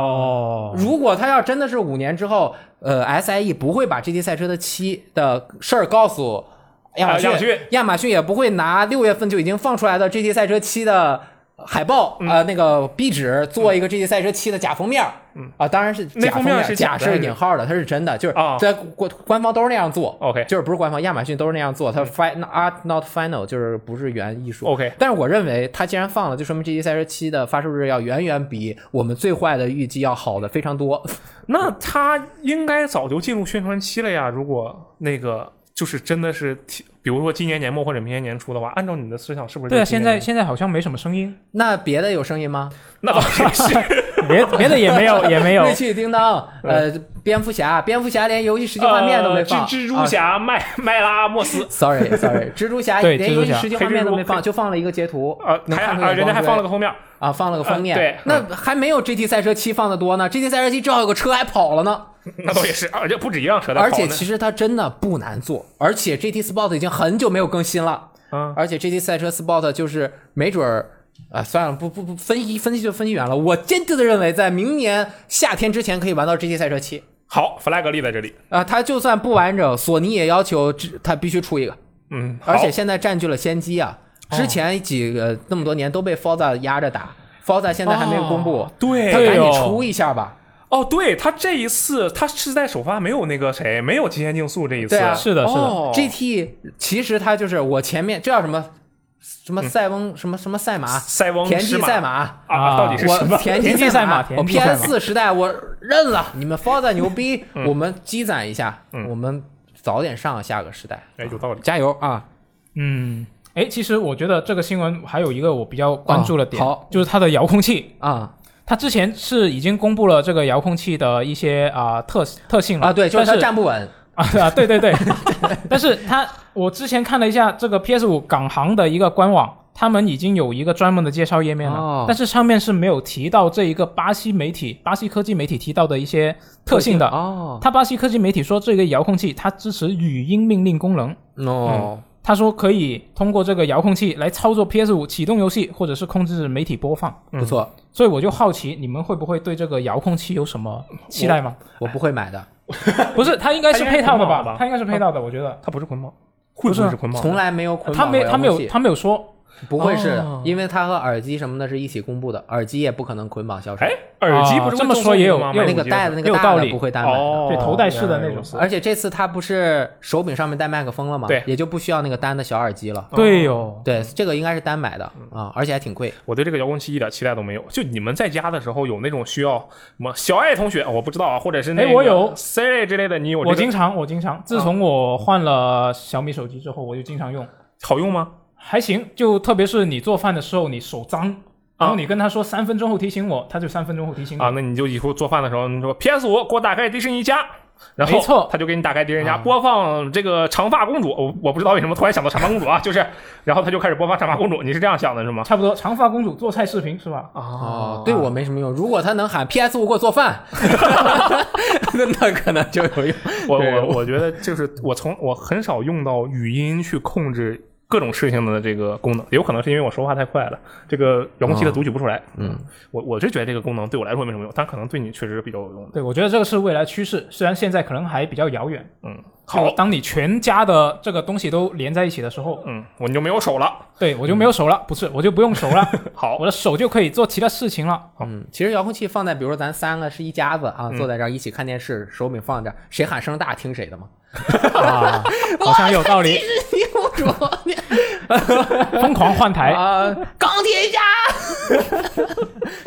哦，如果他要真的是五年之后，呃，SIE 不会把 GT 赛车的七的事儿告诉亚马逊，啊亚马逊亚马逊也不会拿六月份就已经放出来的 GT 赛车七的。海报嗯呃，那个壁纸做一个 GT 赛车七的假封面，嗯啊，当然是那假封面面是假假的是引号的，它是真的，就是哦在官官方都是那样做 OK 嗯就是不是官方，亚马逊都是那样做，它 final art not final 就是不是原艺术 OK 但是我认为它既然放了，就说明 GT 赛车七的发售日要远远比我们最坏的预计要好的非常多。 那他应该早就进入宣传期了呀。如果那个就是真的是提，比如说今年年末或者明年年初的话，按照你的思想是不是就对啊，今现年在年？现在好像没什么声音，那别的有声音吗？那倒 也是别别的也没有也没有瑞奇与叮 当，呃，蝙蝠侠，蝙蝠侠连游戏实际画面都没放。嗯啊呃蜘蜘蛛侠麦麦拉 莫斯 Sorry Sorry，蜘蛛侠对连蜘蛛游戏侠实际黑画面蜘都蛛没放，就放了一个截图，呃，能还看出啊，眼人家光还之放了类个封面，啊，放了个封面。呃对那还没有 GT 赛车七放的多呢。GT 赛车七正好有个车还跑了呢，那倒也是，而且不止一辆车在跑而呢，且其实它真的不难做，而且 GT Sport 已经很久没有更新了，啊，而且 GT 赛车 Sport 就是没准儿。啊，算了，不不不，分析分析就分析远了。我坚定的认为，在明年夏天之前可以玩到 GT 赛车七。好，flag 立在这里，啊，它就算不完整，索尼也要求只它必须出一个，嗯，好而且现在占据了先机啊。之前几个那么多年都被 Forza 压着打，Forza 现在还没有公布哦，对它赶对紧哦出一下吧。哦，对他这一次他是在首发没有那个谁，没有极限竞速这一次，对啊是的是的哦 GT 其实它就是我前面这叫什么什么塞翁、什么什么赛马塞翁田忌失马赛马。啊，啊到底是什我么？田田忌赛赛马我田忌赛马嗯 PS 四时代我认了，你们 Forza 牛逼，我们积攒一下，我们早点上下个时代，哎，有道理，加油啊！嗯，哎，其实我觉得这个新闻还有一个我比较关注的点，哦好就是它的遥控器。啊它之前是已经公布了这个遥控器的一些啊、特特性了啊，对，就是它但站不稳，啊啊，对对 对，但是它我之前看了一下这个 PS 五港行的一个官网，他们已经有一个专门的介绍页面了，哦但是上面是没有提到这一个巴西媒体、巴西科技媒体提到的一些特性的。哦，他巴西科技媒体说，这个遥控器它支持语音命令功能，哦，他说可以通过这个遥控器来操作 PS 五启动游戏，或者是控制媒体播放。不错，所以我就好奇，你们会不会对这个遥控器有什么期待吗？我不会买的，不是，它应该是配套的它应该是捆绑吧吧？它应该是配套的，我觉得。他不是捆绑，会不会是捆绑？啊从来没有捆嗯他绑没，过他没遥有，控器他没有说。不会是的哦，因为它和耳机什么的是一起公布的，耳机也不可能捆绑销售，哎，耳机不是啊这么说也有吗？也有那个带的那个有大道的理不会单买的。哦，对头戴式的那种原来如此而且这次它不是手柄上面带麦克风了吗？对也就不需要那个单的小耳机了。对哦，对，这个应该是单买的啊，而且还挺贵。我对这个遥控器一点期待都没有。就你们在家的时候有那种需要什么小爱同学，我不知道啊，或者是那个哎我有 Siri 之类的，你有我这经个常，我经常，自从我换了小米手机之后，我就经常用，好用吗？还行。就特别是你做饭的时候，你手脏，然后你跟他说三分钟后提醒我，他就三分钟后提醒我。啊，那你就以后做饭的时候，你说 PS 五给我打开迪士尼家。然后没错啊他就给你打开迪士尼家，播放这个长发公主。我我不知道为什么突然想到长发公主啊，就是，然后他就开始播放长发公主。你是这样想的是吗？差不多，长发公主做菜视频是吧？哦，对我没什么用。如果他能喊 PS 五给我做饭，那那可能就有用。 我对我我觉得就是我从我很少用到语音去控制各种事情的这个功能，有可能是因为我说话太快了，这个遥控器哦它读取不出来。嗯，我我是觉得这个功能对我来说没什么用，但可能对你确实比较有用的。对，我觉得这个是未来趋势，虽然现在可能还比较遥远。嗯，就好，当你全家的这个东西都连在一起的时候，嗯，我你就没有手了。对我就没有手了，不是，我就不用手了，好我，的手就可以做其他事情了。嗯，其实遥控器放在，比如说咱三个是一家子啊，坐在这儿一起看电视，手柄放在这儿，谁喊声大听谁的嘛。啊，好像有道理，你我说你疯狂换台啊、啊，钢铁侠，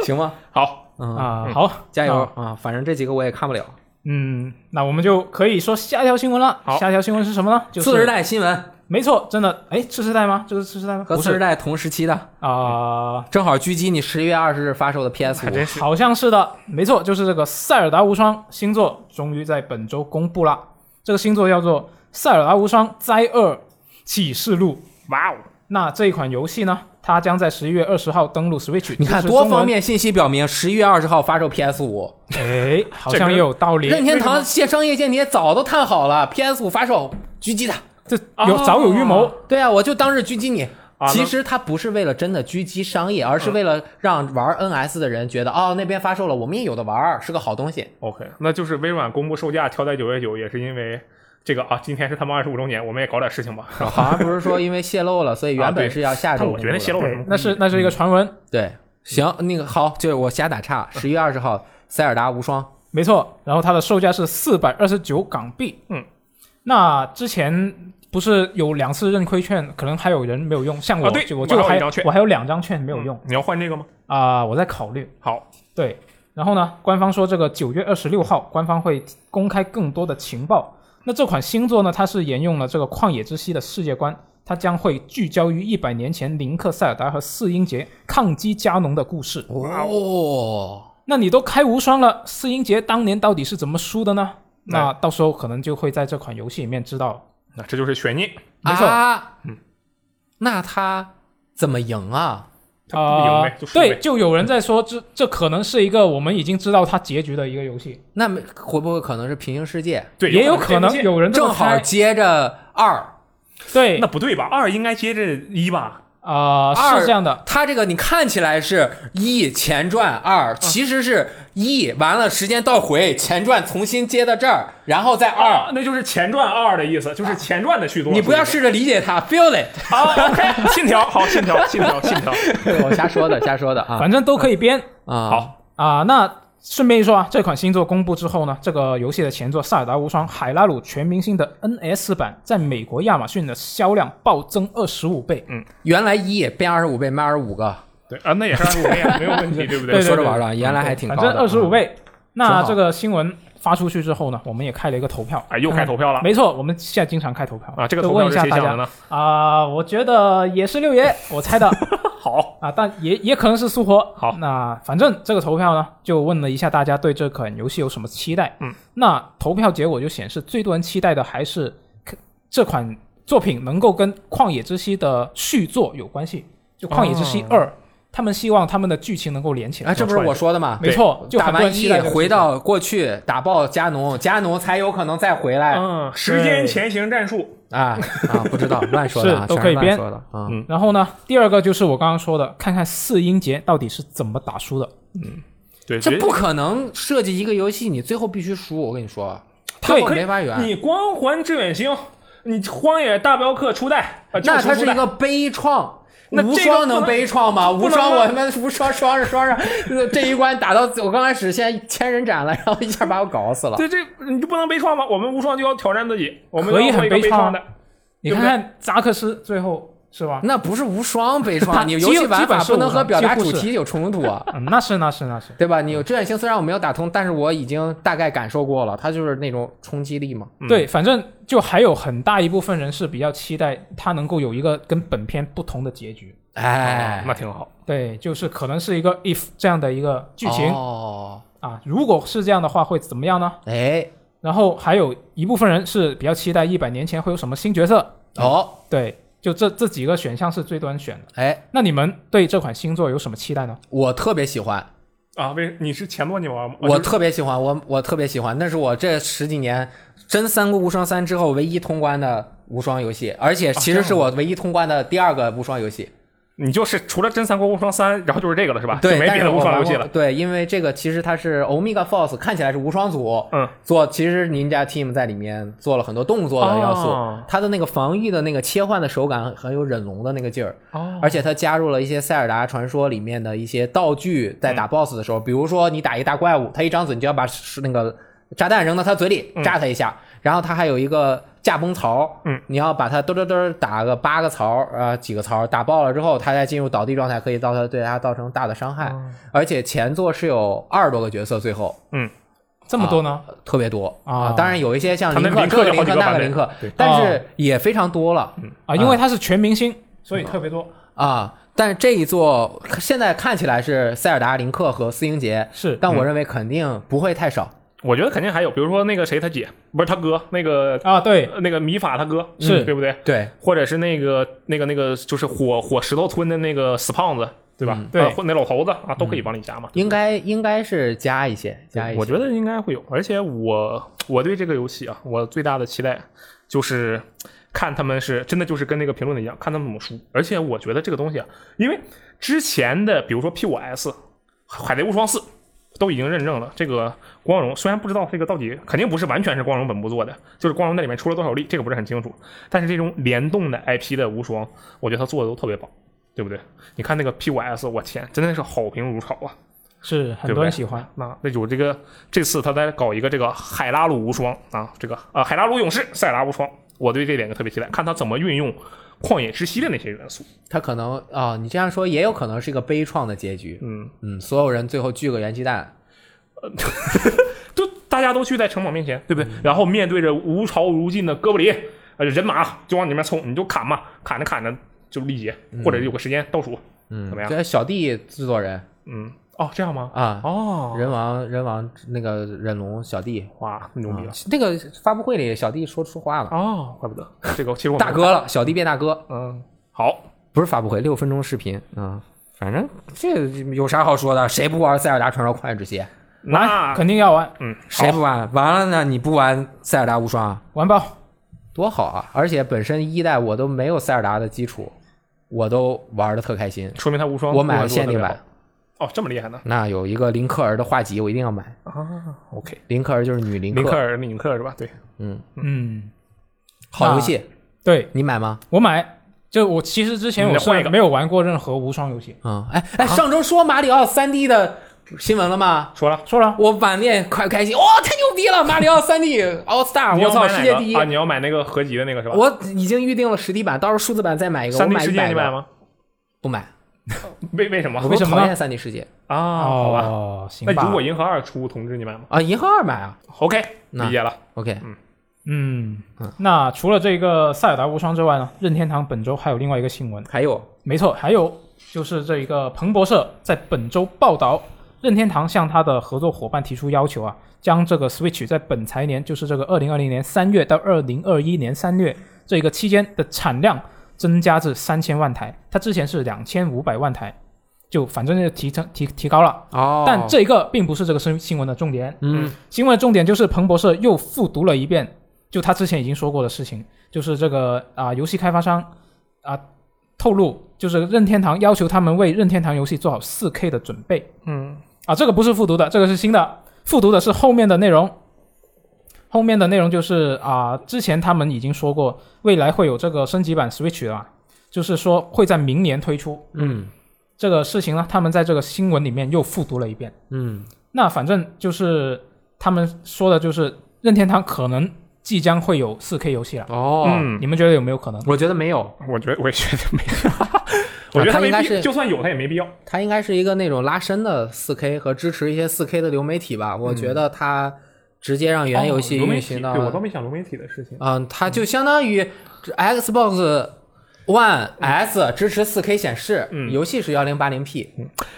行吗？好，嗯，好，加油啊啊！反正这几个我也看不了。嗯，那我们就可以说下一条新闻了。好下一条新闻是什么呢？就是次世代新闻，没错，真的，哎，次世代吗？这是次世代吗？和不次世是代同时期的，啊、正好狙击你十一月二十日发售的 PS 还五真。是好像是的，没错，就是这个《塞尔达无双》新作终于在本周公布啦。这个新作叫做《塞尔达无双灾厄启示录》。哇哦！那这一款游戏呢，它将在十一月二十号登陆 Switch。你看多方，面信息表明，十一月二十号发售 PS 五，哎，好像也有道理。任天堂线商业间谍早都看好了 PS 五发售，狙击它。这有哦早有预谋，对啊，我就当是狙击你。啊其那实它不是为了真的狙击商业，而是为了让玩 NS 的人觉得，哦，那边发售了，我们也有的玩儿，是个好东 西。 OK，那就是微软公布售价调在九月九，也是因为这个啊，今天是他们二十五周年，我们也搞点事情吧。啊好啊像不是说因为泄露了，所以原本是要下周但公我布的、觉得泄露了什么？那是那是一个传闻，对，行，那个好，就是我瞎打岔。十一月二十号，《塞尔达无双》没错。然后它的售价是四百二十九港币。嗯，那之前不是有两次认亏券，可能还有人没有用，像我、啊对就我我就还有还一张券我还有两张券没有用嗯你要换这个吗？啊、我在考虑。好，对，然后呢，官方说这个九月二十六号，官方会公开更多的情报。那这款新作呢，它是沿用了这个《旷野之息》的世界观，它将会聚焦于一百年前林克塞尔达和四英杰抗击加农的故事。哦，那你都开无双了，四英杰当年到底是怎么输的呢？那到时候可能就会在这款游戏里面知道。那这就是悬念。没错啊，那他怎么赢啊？他不赢啊、呗，就输对，呗。就有人在说这这可能是一个我们已经知道它结局的一个游戏，那没会不会可能是平行世界，对，也有可可能接不有人这么 正好猜接着二？对接那不对吧？二应该接着一吧？啊、二是这样的，他这个你看起来是一前传二，其实是一完了时间倒回前传重新接到这儿，然后再二二。，啊那就是前传二的意思，就是前传的续作。你不要是试着理解它，feel it。啊，OK，信 条好，信条，信条，信条， 我瞎说的，瞎说的啊 反正都可以编啊！好，啊、那顺便一说啊，这款新作公布之后呢，这个游戏的前作《塞尔达无双：海拉鲁全明星》的 NS 版在美国亚马逊的销量暴增二十五倍。原来一变二十五倍，卖二十五个，对啊，那也是二十五倍啊，没有问题，对不对？对说着玩儿的，原来还挺高反的。正二十五嗯倍。挺那好这个新闻发出去之后呢，我们也开了一个投票。嗯哎，又嗯开投票了没错，我们现在经常开投票啊！这个就投问一票是下谁大想家的呢？啊、我觉得也是六 爷，我猜的好，啊，但也也可能是苏活。好那反正这个投票呢，就问了一下大家对这款游戏有什么期待。嗯，那投票结果就显示，最多人期待的还是这款作品能够跟《旷野之息》的续作有关系，就《旷野之息二》，他们希望他们的剧情能够连起来。哎，哦这不是我说的吗？没错，就打很多人完期一待这个回续作到过去，打爆加农，加农才有可能再回来啊嗯，时间前行战术，啊！不 知道乱说的啊，是都全可以乱编说的啊嗯。然后呢，第二个就是我刚刚说的，看看四英杰到底是怎么打输的。对，这直接不可能设计一个游戏，你最后必须输。我跟你说，对根可本以没法圆。你光环致远星，你荒野大镖客初代，呃那它就是初一代个悲怆。那无这个双不能能悲怆吗？不无能双，吗我他妈无双双着双着，呃这一关打到我刚开始先千人斩了，然后一下把我搞死了。对这你就不能悲怆吗？我们无双就要挑战自己，我们可以要做一个很悲悲怆啊怆的。你看看扎克斯最后是吧？那不是无双悲怆，啊它你游基戏玩基本法是不能无和双表达几乎主是题有冲突啊。 嗯，那是那是那是。对吧？你有志愿星，虽然我没有打通，但是我已经大概感受过了，它就是那种冲击力嘛。嗯对，反正就还有很大一部分人是比较期待它能够有一个跟本片不同的结局。哎啊，那挺好。对，就是可能是一个 if 这样的一个剧情、哦，啊，如果是这样的话会怎么样呢？哎，然后还有一部分人是比较期待一百年前会有什么新角色。哦，对，就这这几个选项是最多人选的。哎，那你们对这款新作有什么期待呢？我特别喜欢，啊，为你是前作你玩吗？啊我就是特别喜欢，我我特别喜欢，那是我这十几年真《三国无双三》之后唯一通关的无双游戏，而啊且其实是我唯一通关的第二个无双游戏。你就是除了《真三国无双三》，然后就是这个了是吧？对，啊就没但别是的我无双玩游戏过了。对，因为这个其实它是 Omega Force，看起来是无双组，嗯，做其实 Ninja Team 在里面做了很多动作的要素，哦它的那个防御的那个切换的手感很有忍龙的那个劲儿，哦，而且它加入了一些塞尔达传说里面的一些道具，嗯在打 BOSS 的时候，比如说你打一大怪物，它一张嘴你就要把是那个炸弹扔到它嘴里炸它一下，然后它还有一个驾崩槽，嗯，你要把它嘚嘚嘚打个八个槽，呃，几个槽打爆了之后，它再进入倒地状态，可以嗯哦到它对它造成大的伤害，而且前作是有二十多个角色，最后，嗯。这么多呢？特别多啊当然有一些像他林们克林这个克有林好克几个那版个本林克对，嗯但是也非常多了啊，因为他是全明星，所以特别多。啊。但这一座现在看起来是塞尔达、林克和司英杰，是但嗯我认为肯定不会太少。我觉得肯定还有，比如说那个谁他姐，不是他哥，那个、啊，对，呃那个米法他哥，嗯是对不对？对，或者是那个那个那个就是火火石头吞的那个死胖子，对吧？对啊或那老头子啊，都可以往里加嘛。应该应该是加一些，加一些。我觉得应该会有，而且我我对这个游戏啊，我最大的期待就是看他们是真的就是跟那个评论的一样，看他们怎么输。而且我觉得这个东西啊，因为之前的比如说 P 五 S《海贼无双四》都已经认证了，这个光荣虽然不知道这个到底肯定不是完全是光荣本部做的，就是光荣在里面出了多少力，这个不是很清楚。但是这种联动的 IP 的无双，我觉得他做的都特别棒。对不对？你看那个 P 五 S，我天，真的是好评如潮啊！是很多人喜欢。那那有这个这次他在搞一个这个海拉鲁无双啊，这个呃海拉鲁勇士塞拉无双，我对这点就特别期待，看他怎么运用旷野之息的那些元素。他可能啊、你这样说也有可能是一个悲怆的结局。嗯，嗯，所有人最后聚个元气弹，就大家都聚在城堡面前，对不嗯对？然后面对着无潮无尽的哥布林，呃人马就往你面冲，你就砍嘛，砍着砍着就力竭，或者有个时间倒数，嗯，怎么样这小弟制作人嗯，哦这样吗？啊，哦，人王人王那个忍龙小弟，哇，牛逼了！那个发布会里小弟说出话了，哎哦，怪不得这个其实我没啊大有哥了，小弟变大哥，看，嗯，好，不是发布会，六分钟视频啊。反正这有啥好说的？谁不玩塞尔达传说旷野之息？那肯定要玩，嗯，谁好不玩？完了呢？你不玩塞尔达无双啊，玩爆。多好啊！而且本身一代我都没有塞尔达的基础，我都玩的特开心。说明他无双我买了做得限特别定好版，哦，这么厉害呢？那有一个林克儿的画集，我一定要买。啊，OK，林克儿就是女林克，林克尔，林克尔是吧？对，嗯，好游啊戏，对你买吗？我买，就我其实之前嗯你我再换一是个没有玩过任何无双游戏。嗯，哎哎，啊上周说马里奥三 D 的新闻了吗？说了，说了，我晚恋快开心，哇、太牛逼了！马里奥三 D All Star，你我要操，买哪世个界第一！啊！你要买那个合集的那个是吧？我已经预定了实体版，到时候数字版再买一个。我三 D 买世一界百你个买？吗？不买，为为什么？我为什么讨呢厌三 D 世界啊？好吧，哦，行那吧。如果银河二出同志，你买吗啊！银河二买啊？OK，那理解了。 ，OK，嗯，那除了这个塞尔达无双之外呢，任天堂本周还有另外一个新闻，还有没错，还有就是这一个彭博社在本周报道，任天堂向他的合作伙伴提出要求啊，将这个 Switch 在本财年，就是这个二零二零年三月到二零二一年三月这个期间的产量增加至三千万台，它之前是两千五百万台，就反正就提成提提高了。哦但这个并不是这个新新闻的重点。嗯，新闻的重点就是彭博社又复读了一遍，就他之前已经说过的事情，就是这个啊、游戏开发商啊、透露，就是任天堂要求他们为任天堂游戏做好 4K 的准备嗯，啊，这个不是复读的，这个是新的，复读的是后面的内容。后面的内容就是啊、之前他们已经说过，未来会有这个升级版 Switch 了，就是说会在明年推出。嗯这个事情呢，他们在这个新闻里面又复读了一遍。嗯那反正就是他们说的，就是任天堂可能即将会有 4K 游戏了。哦，嗯你们觉得有没有可能？我觉得没有，我觉得我也觉得没， 我觉得他他应没该必，是就算有他也没必要。它应该是一个那种拉伸的四 K 和支持一些四 K 的流媒体吧。我觉得它直接让原游戏嗯哦流媒运体行到，对我倒没想流媒体的事情。嗯，它就相当于 Xbox One S 支持四 K 显示，嗯游戏是幺零八零 P。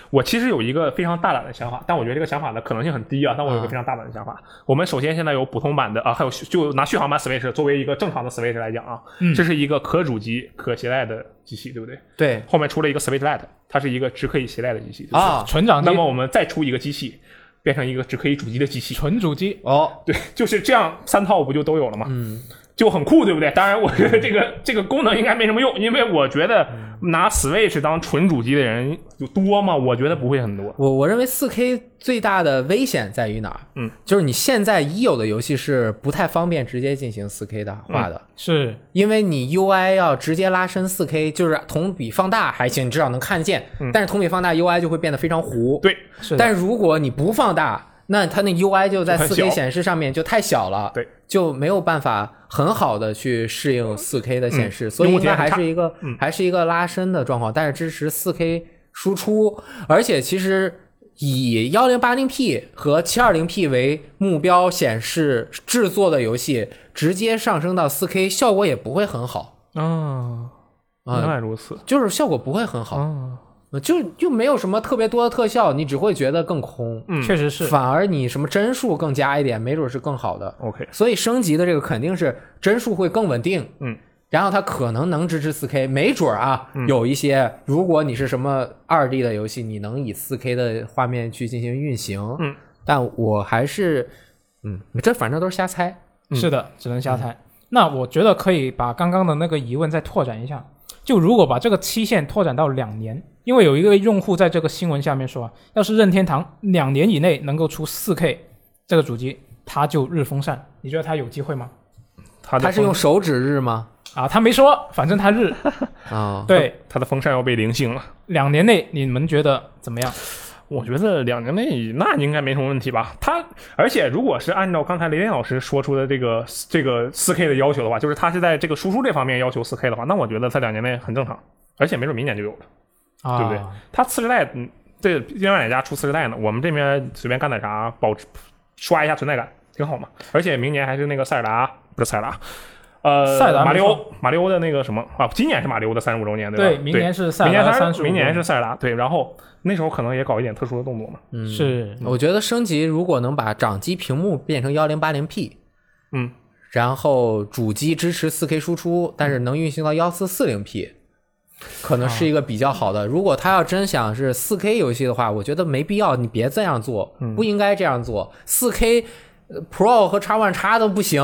我其实有一个非常大胆的想法，但我觉得这个想法的可能性很低啊。但我有一啊个非常大胆的想法，我们首先现在有普通版的啊，还有就拿续航版 Switch 作为一个正常的 Switch 来讲啊，嗯这是一个可主机、可携带的机器，对不对？对后面出了一个 Switch Lite，它是一个只可以携带的机器。对不对啊，纯掌机那，么我们再出一个机器，变成一个只可以主机的机器。纯主机，哦，对，就是这样，三套不就都有了吗？嗯，就很酷，对不对？当然，我觉得这个这个功能应该没什么用，因为我觉得嗯拿 Switch 当纯主机的人有多吗？我觉得不会很多。我我认为四 K 最大的危险在于哪儿？嗯，就是你现在已有的游戏是不太方便直接进行四 K 的化的。是因为你 UI 要直接拉伸 4K，就是同比放大还行，你至少能看见。但是同比放大 UI 就会变得非常糊。对，是的，但如果你不放大，那它那 UI 就在就很小 4K 显示上面就太小了，对，就没有办法很好的去适应 4K 的显示，嗯所以应该还用户体是验一个、还是一个拉伸的状况，但是支持 4K 输出，而且其实。以幺零八零 P 和七二零 P 为目标显示制作的游戏，直接上升到四 K 效果也不会很好嗯啊，啊、原来如此就是效果不会很好，嗯啊，呃就就没有什么特别多的特效，你只会觉得更空。嗯确实是。反而你什么帧数更加一点，没准是更好的。 ，OK，所以升级的这个肯定是帧数会更稳定，嗯，然后它可能能支持 4K，没准儿啊，有一些如果你是什么 2D 的游戏，你能以 4K 的画面去进行运行，嗯，但我还是，嗯，这反正都是瞎猜，嗯是的，只能瞎猜。那我觉得可以把刚刚的那个疑问再拓展一下，就如果把这个期限拓展到两年，因为有一个用户在这个新闻下面说啊，要是任天堂两年以内能够出 4K 这个主机，他就日风扇。你觉得他有机会吗？他的它是风用手指日吗？啊，他没说，反正他日。 啊、对，他的风扇要被零星了。两年内你们觉得怎么样？我觉得两年内那应该没什么问题吧？他而且如果是按照刚才雷电老师说出的这个这个四 K 的要求的话，就是他是在这个输出这方面要求四 K 的话，那我觉得他两年内很正常，而且没准明年就有了。啊，对不对？他次世代，嗯，对，另外哪家出次世代呢？我们这边随便干点啥，保持刷一下存在感，挺好嘛。而且明年还是那个塞尔达，不是塞尔达，呃，塞尔达马里没欧，马里欧的那个什么啊？今年是马里欧的三十五周年，吧？对，对，明年是塞明尔年达三三十，十，明年是塞尔达，对。然后那时候可能也搞一点特殊的动作嘛。嗯，是我觉得升级如果能把掌机屏幕变成 1080P，嗯，然后主机支持 4K 输出，但是能运行到 1440P，可能是一个比较好的。如果他要真想是 4K 游戏的话，我觉得没必要，你别这样做，嗯不应该这样做。4K 呃 Pro 和 X One X 都不行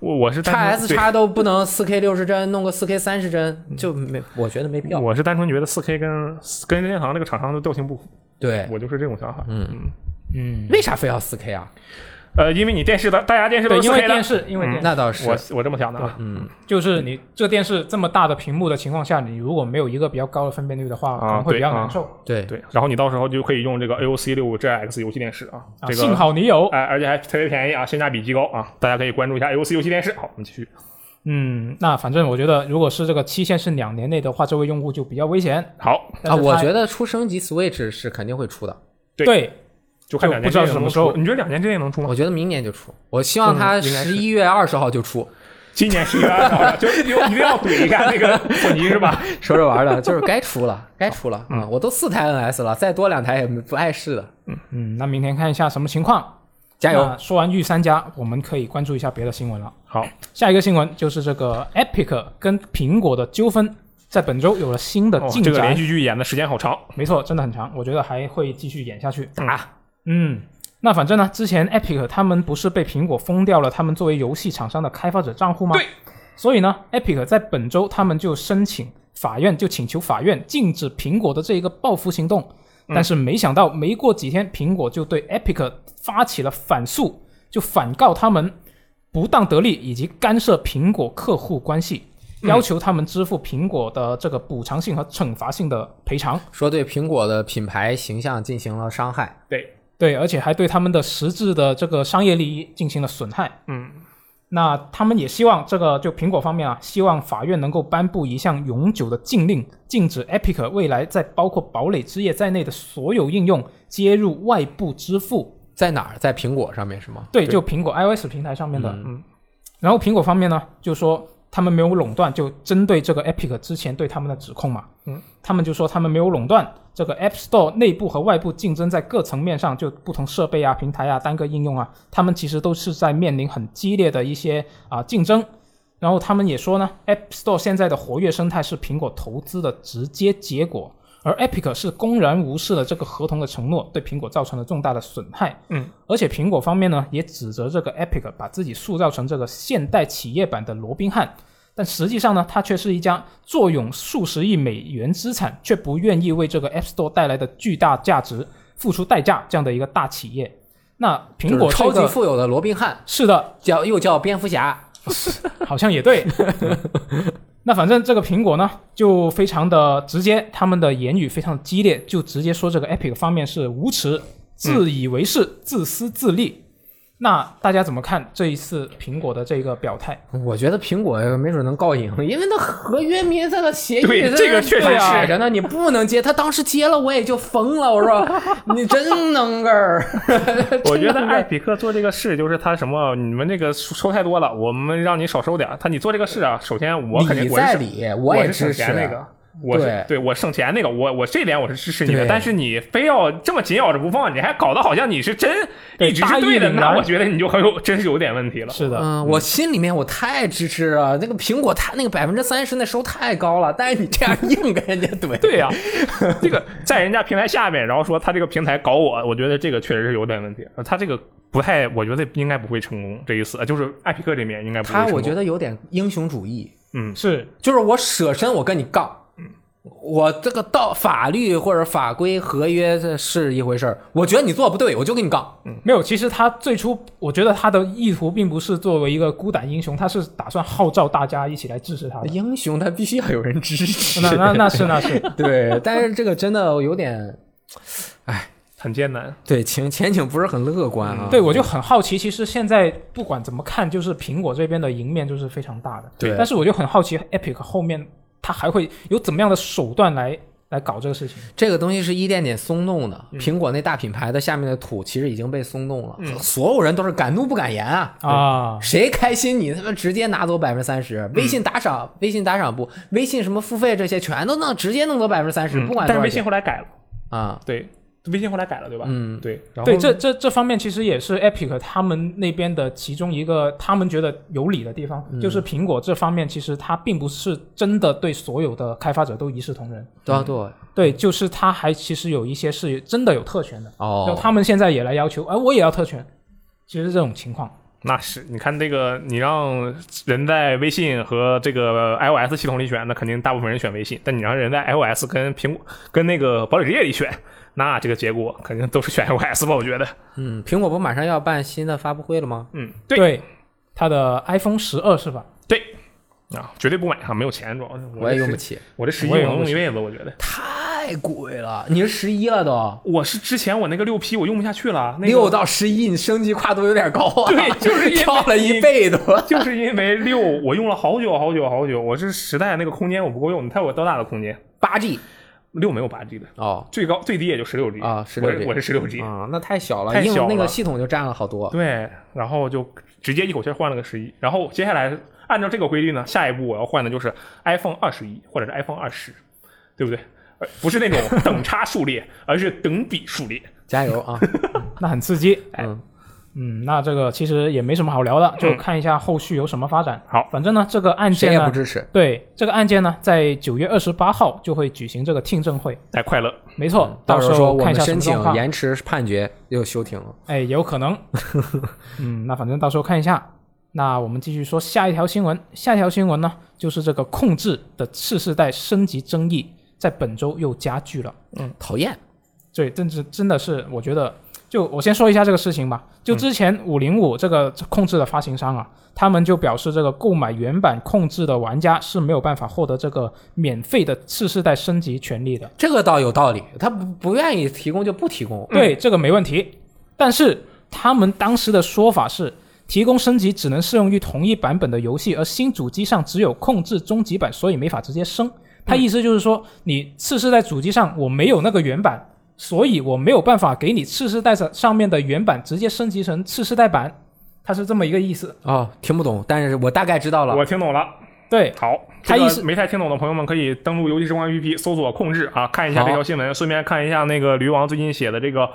我我是，X 单 S 纯对 X 都不能 4K 六十帧，弄个 4K 三十帧就没，我觉得没必要。我是单纯觉得四 K 跟跟任天堂这个厂商的调性不符，对，我就是这种想法。嗯，嗯，为啥非要 4K 啊？呃，因为你电视的大家电视对，都是因嗯四为 K 的电，视，因为电视。嗯那倒是，我我这么想的啊。就是你这电视这么大的屏幕的情况下，你如果没有一个比较高的分辨率的话，啊可能会比较难受。对，对，然后你到时候就可以用这个 AOC 六五 GX 游戏电视啊，啊这个幸好你有，哎，而且还特别便宜啊，性价比极高啊，大家可以关注一下 AOC 游戏电视。好，我们继续。嗯，那反正我觉得，如果是这个期限是两年内的话，这位用户就比较危险好，但啊，是他我觉得出升级 Switch 是肯定会出的，对对，就看就两不年知道之内什么能时候出你觉得两年之内能出吗？我觉得明年就出，我希望它嗯应该是十一月二十号就出。今年十一月二十号，就是一定要怼一下那个索尼 是吧？说着玩儿的，就是该出了，该出了啊、嗯我都四台 NS 了，再多两台也不碍事的。嗯，那明天看一下什么情况，加油！那说完御三家，我们可以关注一下别的新闻了。好，下一个新闻就是这个 Epic 跟苹果的纠纷，在本周有了新的哦进这展。个连续剧演的时间好长，啊没错，真的很长，我觉得还会继续演下去。打嗯，那反正呢，之前 Epic 他们不是被苹果封掉了他们作为游戏厂商的开发者账户吗？对。所以呢，Epic 在本周他们就申请法院，就请求法院禁止苹果的这一个报复行动。但是没想到，没过几天，苹果就对 Epic 发起了反诉，就反告他们不当得利以及干涉苹果客户关系，要求他们支付苹果的这个补偿性和惩罚性的赔偿。说对苹果的品牌形象进行了伤害，对，对，而且还对他们的实质的这个商业利益进行了损害。嗯，那他们也希望这个就苹果方面啊，希望法院能够颁布一项永久的禁令，禁止 Epic 未来在包括《堡垒之夜》在内的所有应用接入外部支付。在哪儿？在苹果上面是吗？对，就苹果 iOS 平台上面的。啊嗯然后苹果方面呢，就说他们没有垄断，就针对这个 Epic 之前对他们的指控嘛。嗯，他们就说他们没有垄断，这个 App Store 内部和外部竞争在各层面上，就不同设备啊、平台啊、单个应用啊，他们其实都是在面临很激烈的一些啊、竞争。然后他们也说呢，App Store 现在的活跃生态是苹果投资的直接结果，而 Epic 是公然无视了这个合同的承诺，对苹果造成了重大的损害。嗯，而且苹果方面呢，也指责这个 Epic 把自己塑造成这个现代企业版的罗宾汉，但实际上呢，它却是一家坐拥数十亿美元资产，却不愿意为这个 App Store 带来的巨大价值付出代价这样的一个大企业。那苹就果、是这超个、级富有的罗宾汉，是的，叫又叫蝙蝠侠， 好像也对。那反正这个苹果呢，就非常的直接，他们的言语非常激烈，就直接说这个 Epic 方面是无耻、自以为是、自私自利。那大家怎么看这一次苹果的这个表态？我觉得苹果没准能告赢，因为那合约明在那协议对在那这个确实对啊是真的，你不能接。他当时接了，我也就疯了。我说 你真能干儿， 我觉得真能干艾儿比克做这个事就是他什么，你们这个收太多了，我们让你少收点儿。他你做这个事啊，首先我肯定你我是在省理，我也是省支持啊钱那个。我是对对我省钱那个，我我这点我是支持你的，对但是你非要这么紧咬着不放，你还搞得好像你是真对一直大是义对的，凛那然我觉得你就很有真是有点问题了。是的，嗯，我心里面我太支持了，那个苹果太那个百分之三十那收太高了，但是你这样硬跟人家怼，对呀、这个在人家平台下面，然后说他这个平台搞我，我觉得这个确实是有点问题。呃他这个不太，我觉得应该不会成功这一次，呃就是艾匹克这边应该不会成 他功。我觉得有点英雄主义，嗯，是就是我舍身我跟你杠，我这个道法律或者法规合约这是一回事儿，我觉得你做不对，我就跟你杠。没有。其实他最初，我觉得他的意图并不是作为一个孤胆英雄，他是打算号召大家一起来支持他的。英雄他必须要有人支持，那那那 是那是， 对，但是这个真的有点很艰难。对情前景不是很乐观啊。对我就很好奇。其实现在不管怎么看，就是苹果这边的赢面就是非常大的。对但是我就很好奇，Epic 后面他还会有怎么样的手段来来搞这个事情？这个东西是一点点松动的，嗯苹果那大品牌的下面的土其实已经被松动了，所有人都是敢怒不敢言啊。啊，谁开心你他妈直接拿走百分之三嗯十，微信打赏、微信打赏不，微信什么付费这些全都弄直接弄走百分之三十，不管嗯多但是少微信钱后来改了，啊，对，微信后来改了，对吧？嗯对。然后对，这这这方面其实也是 Epic 他们那边的其中一个他们觉得有理的地方，嗯就是苹果这方面其实它并不是真的对所有的开发者都一视同仁，对嗯啊对对，就是它还其实有一些是真的有特权的，就哦，他们现在也来要求，哎，我也要特权，其实这种情况，那是你看这个，你让人在微信和这个 iOS 系统里选，那肯定大部分人选微信；但你让人在 iOS 跟苹果跟那个堡垒之夜里选，那这个结果肯定都是选 iOS 吧？我觉得，嗯，苹果不马上要办新的发布会了吗？嗯，对对，它的 iPhone 十二是吧？啊，绝对不买啊，没有钱主要是。我也用不起，起，我这十一我我也用用不一起辈子，我觉得。太贵了。你是十一了都，我是之前我那个六 P 我用不下去了，那个六到十一，你升级跨度有点高啊，对就是因为跳了一倍多。就是因为六我用了好久好久好久，我是实在那个空间我不够用，你猜我多大的空间？八 G 六没有八 G 的，哦最高最低也就十六 G 啊16 G 我是十六 G，啊，那太小了，太应小用那个了系统就占了好多。对，然后就直接一口气换了个十一，然后接下来按照这个规律呢，下一步我要换的就是 iPhone 二十一或者是 iPhone 二十，对不对？呃不是那种等差数列，而是等比数列。加油 啊！那很刺激，哎嗯，嗯，那这个其实也没什么好聊的，就看一下后续有什么发展。嗯好反正呢，这个案谁件也呢不，支持。对这个案件呢，在九月二十八号就会举行这个听证会。哎，快乐！没错，嗯到时时候说候我看们一下什申么请状况。延迟判决又休庭了。哎，有可 能。嗯，那反正到时候看一下。那我们继续说下一条新闻。下一条新闻呢，就是这个控制的次世代升级争议在本周又加剧了。讨厌，对，真是真的是，我觉得，就我先说一下这个事情吧。就之前五零五这个控制的发行商啊，他们就表示，这个购买原版控制的玩家是没有办法获得这个免费的次世代升级权利的。这个倒有道理，他不不愿意提供就不提供。对，这个没问题。但是他们当时的说法是，提供升级只能适用于同一版本的游戏，而新主机上只有控制终极版，所以没法直接升。他意思就是说，你次世代主机上我没有那个原版，所以我没有办法给你次世代上上面的原版直接升级成次世代版，它是这么一个意思。哦，听不懂，但是我大概知道了。我听懂了。对，好，他这个意思没太听懂的朋友们可以登录游戏时光 APP 搜索控制啊，看一下好这条新闻，顺便看一下那个驴王最近写的这个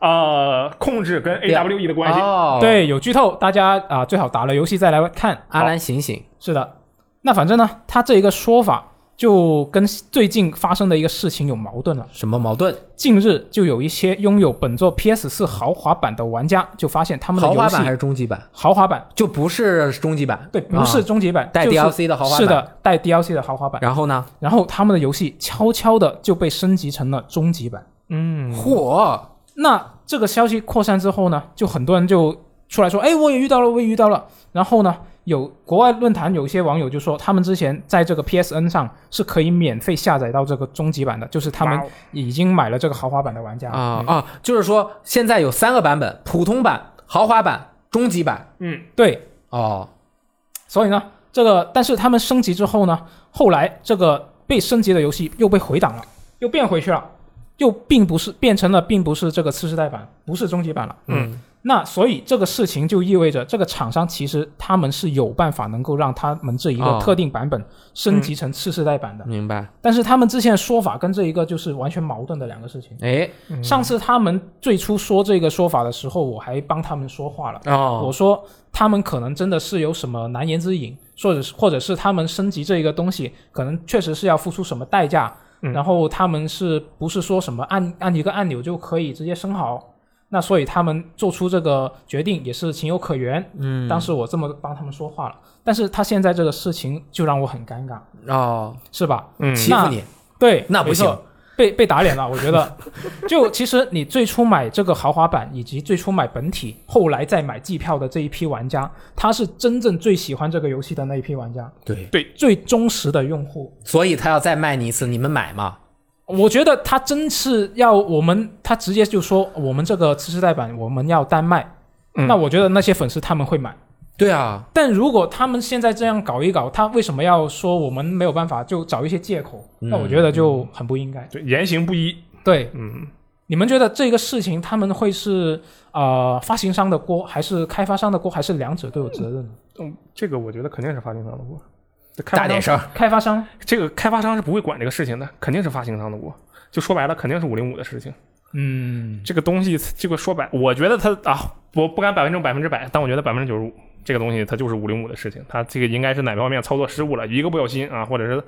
呃控制跟 AWE 的关系。哦，，对，有剧透，大家啊、最好打了游戏再来看。阿兰醒醒，是的，那反正呢，他这一个说法就跟最近发生的一个事情有矛盾了。什么矛盾？近日就有一些拥有本作 PS 4豪华版的玩家就发现他们的豪华游戏版还是终极版？豪华版，就不是终极版，对，不是啊终极版，带就是 DLC 的豪华版是的，带 DLC 的豪华版。然后呢？然后他们的游戏悄悄的就被升级成了终极版。嗯，嚯，那这个消息扩散之后呢，就很多人就出来说，哎，我也遇到了，我也遇到了。然后呢，有国外论坛有些网友就说，他们之前在这个 PSN 上是可以免费下载到这个终极版的，就是他们哇哦已经买啊了这个豪华版的玩家。啊啊！就是说现在有三个版本：普通版、豪华版、终极版嗯，对，哦，所以呢，这个但是他们升级之后呢，后来这个被升级的游戏又被回档了，又变回去了，又并不是变成了，并不是这个次世代版，不是终极版了。嗯，那所以这个事情就意味着，这个厂商其实他们是有办法能够让他们这一个哦嗯特定版本升级成次世代版的，明白。但是他们之前的说法跟这一个就是完全矛盾的两个事情。哎，上次他们最初说这个说法的时候，我还帮他们说话了。哦我，说他们可能真的是有什么难言之隐，或者是或者是他们升级这一个东西，可能确实是要付出什么代价。嗯然后他们是不是说什么按按一个按钮就可以直接升好？那所以他们做出这个决定也是情有可原。嗯，当时我这么帮他们说话了，但是他现在这个事情就让我很尴尬，哦，是吧？嗯欺负你，对，那不没错行，被被打脸了。我觉得，就其实你最初买这个豪华版，以及最初买本体，后来再买季票的这一批玩家，他是真正最喜欢这个游戏的那一批玩家，对，最忠实的用户。所以他要再卖你一次，你们买嘛？我觉得他真是要我们，他直接就说我们这个次世代版我们要单卖。嗯那我觉得那些粉丝他们会买，对啊，但如果他们现在这样搞一搞，他为什么要说我们没有办法，就找一些借口？那我觉得就很不应该。对，言行不一，对，嗯，你们觉得这个事情他们会是呃发行商的锅，还是开发商的锅，还是两者都有责任呢？嗯，这个我觉得肯定是发行商的锅，这开发大点商，声，开发商这个开发商是不会管这个事情的，肯定是发行商的锅。就说白了，肯定是五零五的事情。嗯，这个东西，这个说白，我觉得它啊，我不敢百分之百分之百，但我觉得百分之九十五这个东西它就是五零五的事情，它这个应该是哪方面操作失误了，一个不小心啊，或者是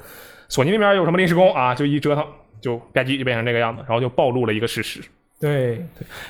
索尼那边有什么临时工啊，就一折腾就吧唧就变成这个样子，然后就暴露了一个事实。对，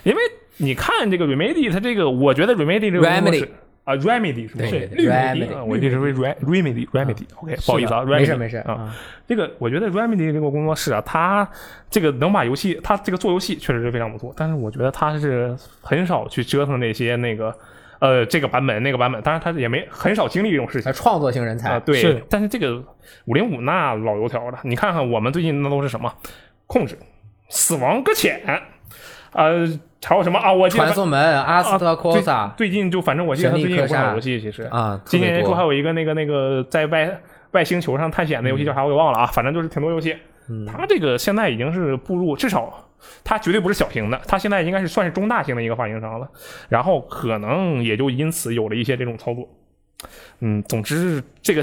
因为你看这个 Remedy，它这个我觉得 Remedy 这个工作室 Remedy 啊，Remedy 是不对是对绿对媒体 Remedy 啊我一直说 Re- Remedy Remedy OK，不好意思啊是的，Remedy 没事没事啊。，这个我觉得 Remedy 这个工作室啊，它这个能把游戏，它这个做游戏确实是非常不错，但是我觉得它是很少去折腾那些那个呃这个版本那个版本，当然它也没很少经历这种事情他。创作型人啊、才，对，是但是这个五零五那老油条了，你看看我们最近那都是什么控制、死亡搁浅，呃，还有什么啊？我记得传送门、阿斯特科萨最近就反正我记得他最近有不神力少克游戏，其实啊，特今别年多说还有一个那个那个在外外星球上探险的游戏叫啥我给忘了啊，反正就是挺多游戏。他这个现在已经是步入，至少他绝对不是小型的，他现在应该是算是中大型的一个发行商了。然后可能也就因此有了一些这种操作。嗯，总之这个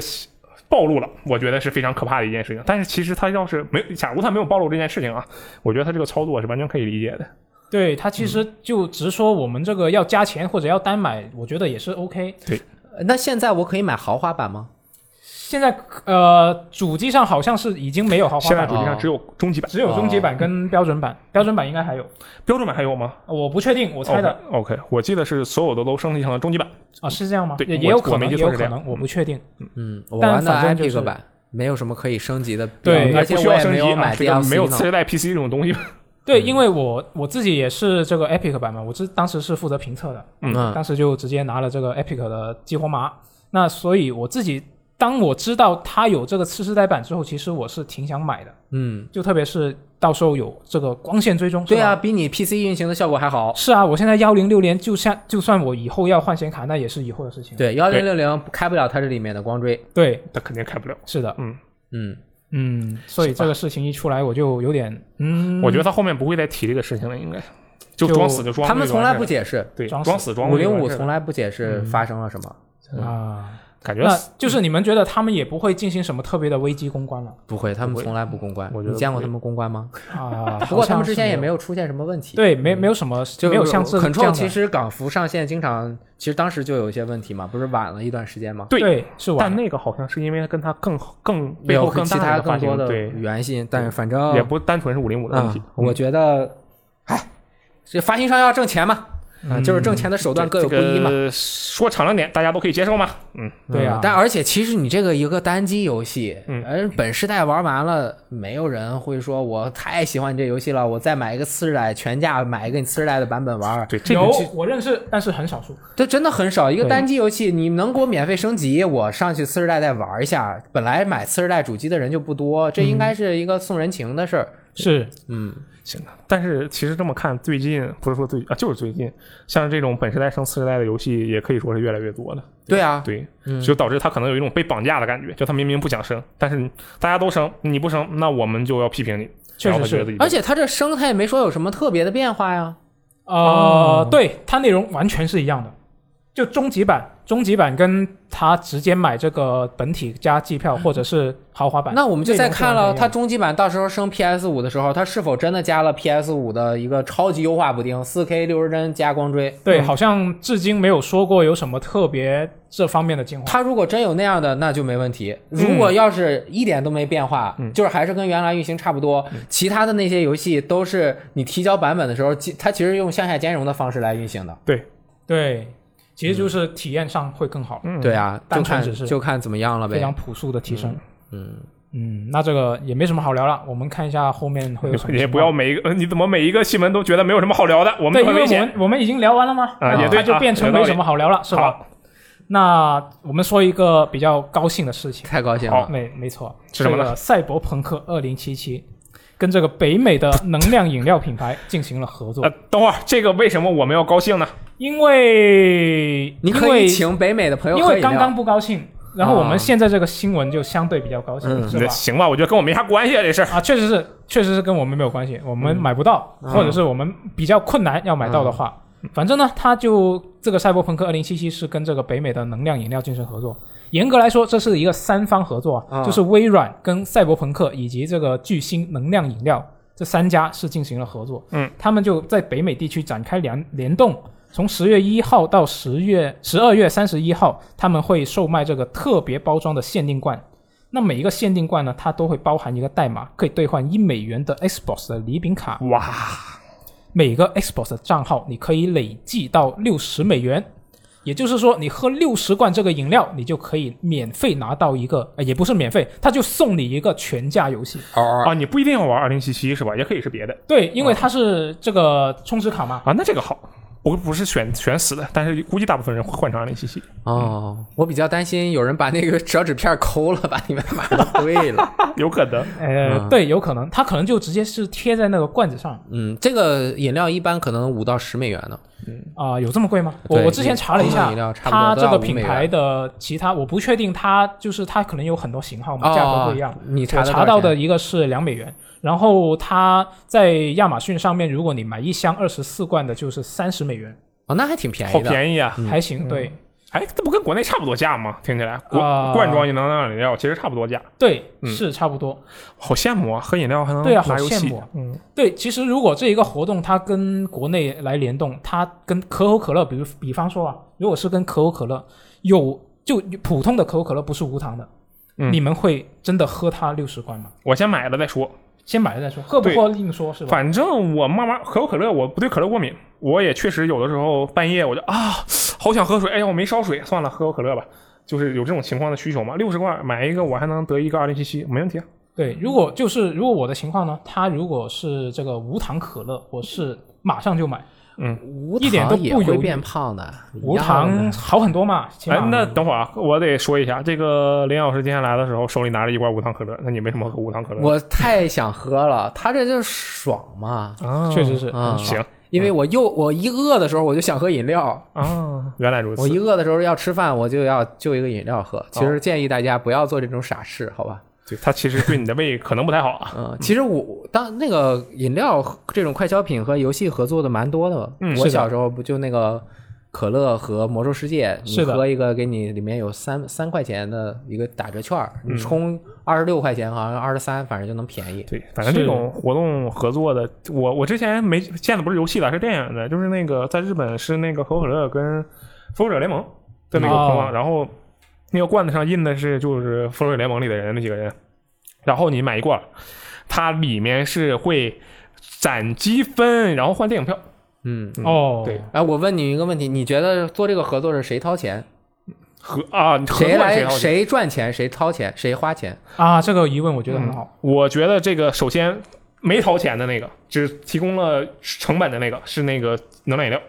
暴露了，我觉得是非常可怕的一件事情。但是其实他要是没有，假如他没有暴露这件事情啊，我觉得他这个操作是完全可以理解的。对他其实就直说我们这个要加钱或者要单买，我觉得也是 OK。那现在我可以买豪华版吗？现在呃，主机上好像是已经没有豪华现在版主了，机上只有终极版，只有终极版跟标准版，标准版应该还有，标准版还有吗？哦我不确定，我猜的 OK，, o k 我记得是所有的都升级成了终极版。啊，是这样吗？对也我也有可我没能，记也有错是可这样能，我不确定。嗯，我但玩的反正就是 Epic 版没有什么可以升级的必要，对而也且不需我要也升没级有啊，买这个 DLC 没有呢次世代 PC 这种东西。 对，因为我我自己也是这个 Epic 版嘛，我是当时是负责评测的，嗯当时就直接拿了这个 Epic 的激活码。那所以我自己，当我知道它有这个次世代版之后，其实我是挺想买的，嗯，就特别是到时候有这个光线追踪。对啊，啊，比你 PC 运行的效果还好。是啊，我现在幺零六连，就像就算我以后要换显卡，那也是以后的事情。对，幺零六零开不了它这里面的光追，对，他肯定开不了。是的，嗯，嗯，嗯，所以是吧这个事情一出来，我就有点嗯，我觉得他后面不会再提这个事情了，应该就装死就装。他们从来不解，解释，对，装死装死装五零五从来来不解释发生了什么，啊，感觉那就是你们觉得他们也不会进行什么特别的危机公关了不会，他们从来不公关。我觉得你见过不会他们公关吗？啊？ 不过他好像们是之前也有没有出现什么问题。对，没没有什么，就没有像这这 Control 样的其实港服上线经常，其实当时就有一些问题嘛，不是晚了一段时间嘛，对对是晚但了那个好像是因为跟他更更背有后更其大他的更发多行，的嗯对，原因，但是反正也不单纯是五零五的问啊题。，嗯我觉得，哎，这发行商要挣钱嘛，啊，就是挣钱的手段各有不一嘛。这个说敞亮点，大家都可以接受吗？嗯，对啊嗯但而且其实你这个一个单机游戏，嗯而本世代玩完了，没有人会说我太喜欢你这游戏了，我再买一个次世代全价买一个你次世代的版本玩儿，对，这个有其我认识，但是很少数。这真的很少。一个对单机游戏，你能给我免费升级，我上去次世代再玩一下。本来买次世代主机的人就不多，这应该是一个送人情的事儿。是嗯，行的。但是其实这么看，最近不是说最啊，就是最近，像这种本世代升次世代的游戏，也可以说是越来越多的。对啊，对，嗯就导致他可能有一种被绑架的感觉，就他明明不想生，但是大家都生，你不生，那我们就要批评你。确实然后他觉是得自己而且他这生他也没说有什么特别的变化呀。哦呃，对，它内容完全是一样的。就终极版，终极版跟它直接买这个本体加机票或者是豪华版，那我们就再看内了容是它完全一样的终极版到时候升 PS 五的时候，它是否真的加了 PS 五的一个超级优化补丁，4 K 六十帧加光追。对，嗯好像至今没有说过有什么特别这方面的进化。它如果真有那样的，那就没问题。如果要是一点都没变化，嗯就是还是跟原来运行差不多，其他的那些游戏都是你提交版本的时候，其它其实用向下兼容的方式来运行的。对，其实就是体验上会更好，嗯对啊，就单纯看只是就看怎么样了非常呗。朴素的提升。嗯，嗯，那这个也没什么好聊了，我们看一下后面会有什么情况。你也不要每一个，呃 你怎么每一个新闻都觉得没有什么好聊的？我们对，因都很为危我险们。我们已经聊完了吗？啊那也它对就啊变成有道没理什么好聊了，是吧？好，那我们说一个比较高兴的事情。太高兴了好。没没错，是什么呢这个赛博朋克二零七七跟这个北美的能量饮料品牌进行了合作呃，，等会儿这个为什么我们要高兴呢？因为你因可以为请北美的朋友因喝为饮料。刚刚不高兴，然后我们啊现在这个新闻就相对比较高兴，嗯是吧？行吧，我觉得跟我没啥关系啊，这事儿。啊，确实是，确实是跟我们没有关系，我们买不到，嗯或者是我们比较困难要买到的话，反正呢，它就这个赛博朋克二零七七是跟这个北美的能量饮料进行合作。严格来说，这是一个三方合作啊，嗯就是微软跟赛博朋克以及这个巨星能量饮料这三家是进行了合作。嗯，他们就在北美地区展开联联动。从十月一号到十月十二月三十一号，他们会售卖这个特别包装的限定罐，那每一个限定罐呢，它都会包含一个代码，可以兑换一美元的 Xbox 的礼品卡。哇，每个 Xbox 的账号，你可以累计到六十美元。也就是说，你喝六十罐这个饮料，你就可以免费拿到一个，呃、也不是免费，它就送你一个全价游戏。哦，啊，你不一定要玩二零七七是吧？也可以是别的对，因为它是这个充值卡嘛。啊。那这个好，不不是选选死的，但是估计大部分人会换成二零七七。 哦，我比较担心有人把那个折纸片抠了，把你们码都对 了。有可能。呃，嗯对，有可能，它可能就直接是贴在那个罐子上嗯，这个饮料一般可能五到十美元呢。啊、有这么贵吗？我嗯对我之前查了一功能下饮料，差不多它都这个要5品美元牌的其他我不确定它，就是它可能有很多型号嘛，价格不一样。哦、你我查查到的多少钱一个是两美元，然后它在亚马逊上面，如果你买一箱二十四罐的，就是三十美元，哦，那还挺便宜好的。便宜嗯啊！还行。对哎，这不跟国内差不多价吗？听起来，罐、啊罐装能量饮料其实差不多价，对，嗯是差不多。好羡慕啊！喝饮料还能对啊，好打游羡戏慕。啊。嗯，对，其实如果这一个活动它跟国内来联动，它跟可口可乐，比如比方说啊，如果是跟可口可乐有就普通的可口可乐不是无糖的，嗯你们会真的喝它六十罐吗？我先买了再说。先买了再说，喝不对喝另说，是吧？反正我慢慢可口可乐，我不对可乐过敏，我也确实有的时候半夜我就啊，好想喝水，哎呀，我没烧水，算了，喝口可乐吧。就是有这种情况的需求嘛，六十罐买一个，我还能得一个二零七七，没问题啊。对，如果就是如果我的情况呢，它如果是这个无糖可乐，我是马上就买。无一点都糖也不犹会豫变胖的。无一样的糖好很多嘛，起码、哎，那等会儿啊，我得说一下，这个林老师今天来的时候手里拿着一罐无糖可乐，那你为什么喝无糖可乐？我太想喝了，它这就是爽嘛。啊，嗯确实是、啊，行因嗯为我又我一饿的时候我就想喝饮料，啊，原来如此。我一饿的时候要吃饭我就要就一个饮料喝。其哦实建议大家不要做这种傻事，好吧？对，它其实对你的胃可能不太好啊。嗯，其实我当那个饮料这种快消品和游戏合作的蛮多的。嗯我是的小时候不就那个可乐和魔兽世界，你是的喝一个给你里面有三三块钱的一个打折券儿，嗯你充二十六块钱，好像二十三，反正就能便宜。对，反正这种活动合作的，我我之前没见的不是游戏了，是电影的，就是那个在日本是那个可口可乐跟复仇者联盟的那个哦捆绑，然后那个罐子上印的是就是复仇者联盟里的人那几个人，然后你买一罐，它里面是会攒积分，然后换电影票。嗯，哦，对，哎，我问你一个问题，你觉得做这个合作是谁掏钱？合啊，合谁作来好几个谁赚钱？谁掏钱？谁花钱？啊，这个疑问我觉得很好。我觉得这个首先没掏钱的那个，只提供了成本的那个是那个能量饮料，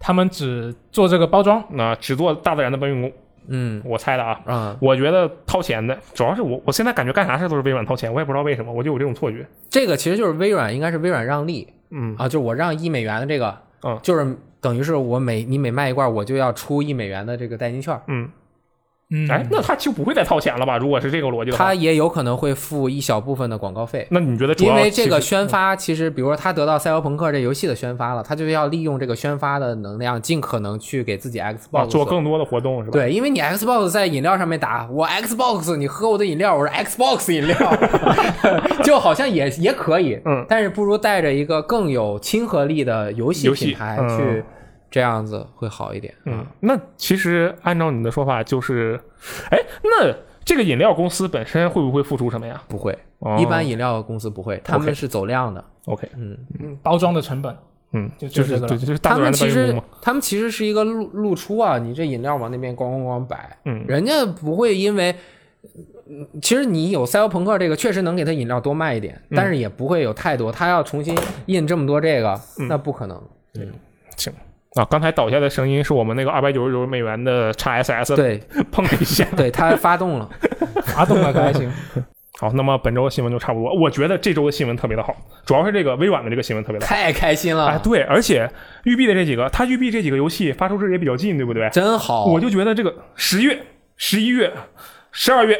他们只做这个包装，那、只做大自然的搬运工。嗯我猜的啊。啊，我觉得掏钱的，主要是我，我现在感觉干啥事都是微软掏钱，我也不知道为什么，我就有这种错觉。这个其实就是微软，应该是微软让利嗯，啊，就是我让一美元的这个，嗯就是等于是我每你每卖一罐，我就要出一美元的这个代金券儿。嗯，嗯，哎，那他就不会再掏钱了吧？如果是这个逻辑的话，他也有可能会付一小部分的广告费，那你觉得主要因为这个其实嗯宣发其实，比如说他得到《赛博朋克》这游戏的宣发了，他就要利用这个宣发的能量，尽可能去给自己啊 Xbox 做更多的活动是吧？，对，因为你 Xbox 在饮料上面打我 Xbox，你喝我的饮料，我是 Xbox 饮料， 就好像也也可以，嗯，但是不如带着一个更有亲和力的游戏游戏品牌嗯去这样子会好一点。嗯，那其实按照你的说法就是，哎，那这个饮料公司本身会不会付出什么呀？不会，哦一般饮料公司不会，他们是走量的。 OK，嗯包装的成本，嗯，就就就是这个了对，就是大他自然们其的搬运工实嘛。他们其实是一个露露出啊，你这饮料往那边咣咣咣摆，嗯人家不会因为。嗯其实你有赛博朋克这个，确实能给他饮料多卖一点，嗯但是也不会有太多。他要重新印这么多这个，嗯那不可能。啊，刚才倒下的声音是我们那个二百九十九美元的 XSS 对碰了一下。对，他发啊动了，发动了可还 行。好，那么本周的新闻就差不多。我觉得这周的新闻特别的好，主要是这个微软的这个新闻特别的好。太开心了，哎，对，而且育碧的这几个，它育碧这几个游戏发售日也比较近，对不对？真好。我就觉得这个十月、十一月、十二月、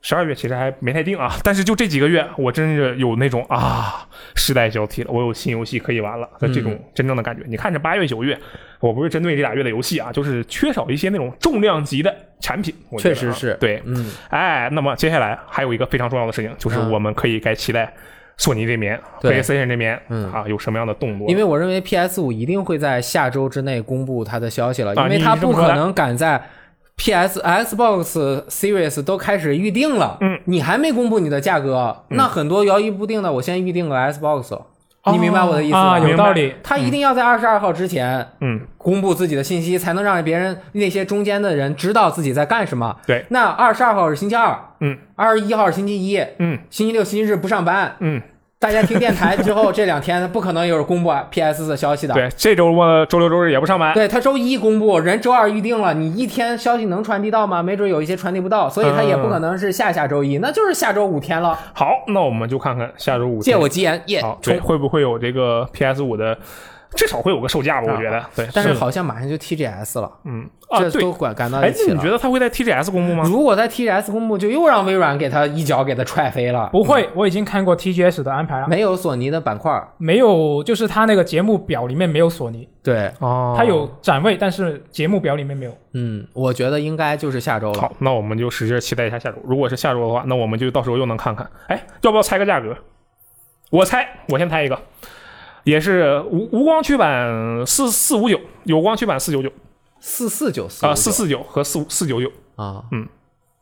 十二月其实还没太定啊，但是就这几个月，我真是有那种啊，时代交替了，我有新游戏可以玩了的这嗯种真正的感觉。你看这八月、九月，我不是针对这俩月的游戏啊，就是缺少一些那种重量级的产品。我觉确得啊实是对，嗯，哎，那么接下来还有一个非常重要的事情，就是嗯我们可以该期待索尼这边、对 PlayStation 这边、嗯啊有什么样的动作？因为我认为 PS 五一定会在下周之内公布它的消息了，啊因为你它你这不么可说的能敢在 PS、Xbox Series 都开始预定了，嗯，你还没公布你的价格，嗯那很多摇一不定的，我先预定个 Xbox，你哦明白我的意思啊，吗？有道理。他一定要在二十二号之前嗯，公布自己的信息，才能让别人那些中间的人知道自己在干什么。对，那二十二号是星期二，嗯，二十一号是星期一，嗯星期六、星期日不上班，嗯，大家听电台之后，这两天不可能有公布啊 PS 的消息的。对，这周末周六周日也不上班，对，他周一公布，人周二预定了，你一天消息能传递到吗？没准有一些传递不到，所以他也不可能是下下周嗯一，那就是下周五天了。好，那我们就看看下周五借天我吉言，耶好，对冲！会不会有这个 PS 五的，至少会有个售价吧？我觉得对，但是好像马上就 TGS 了，嗯啊啊这对都，赶赶到哎一，起那你了觉。得它会在 TGS 公布吗？如果在 TGS 公布，就又让微软给他一脚给他踹飞了。不会，我已经看过 TGS 的安排了，没有索尼的板块儿，没有，就是他那个节目表里面没有索尼，对，哦他有展位，但是节目表里面没有。嗯，我觉得应该就是下周了。好，那我们就使劲期待一下下周。如果是下周的话，那我们就到时候又能看看。哎，要不要猜个价格？我猜，我先猜一个，也是无无光驱版四四五九，有光驱版四九九四四九四啊，四四九和四四九九。啊，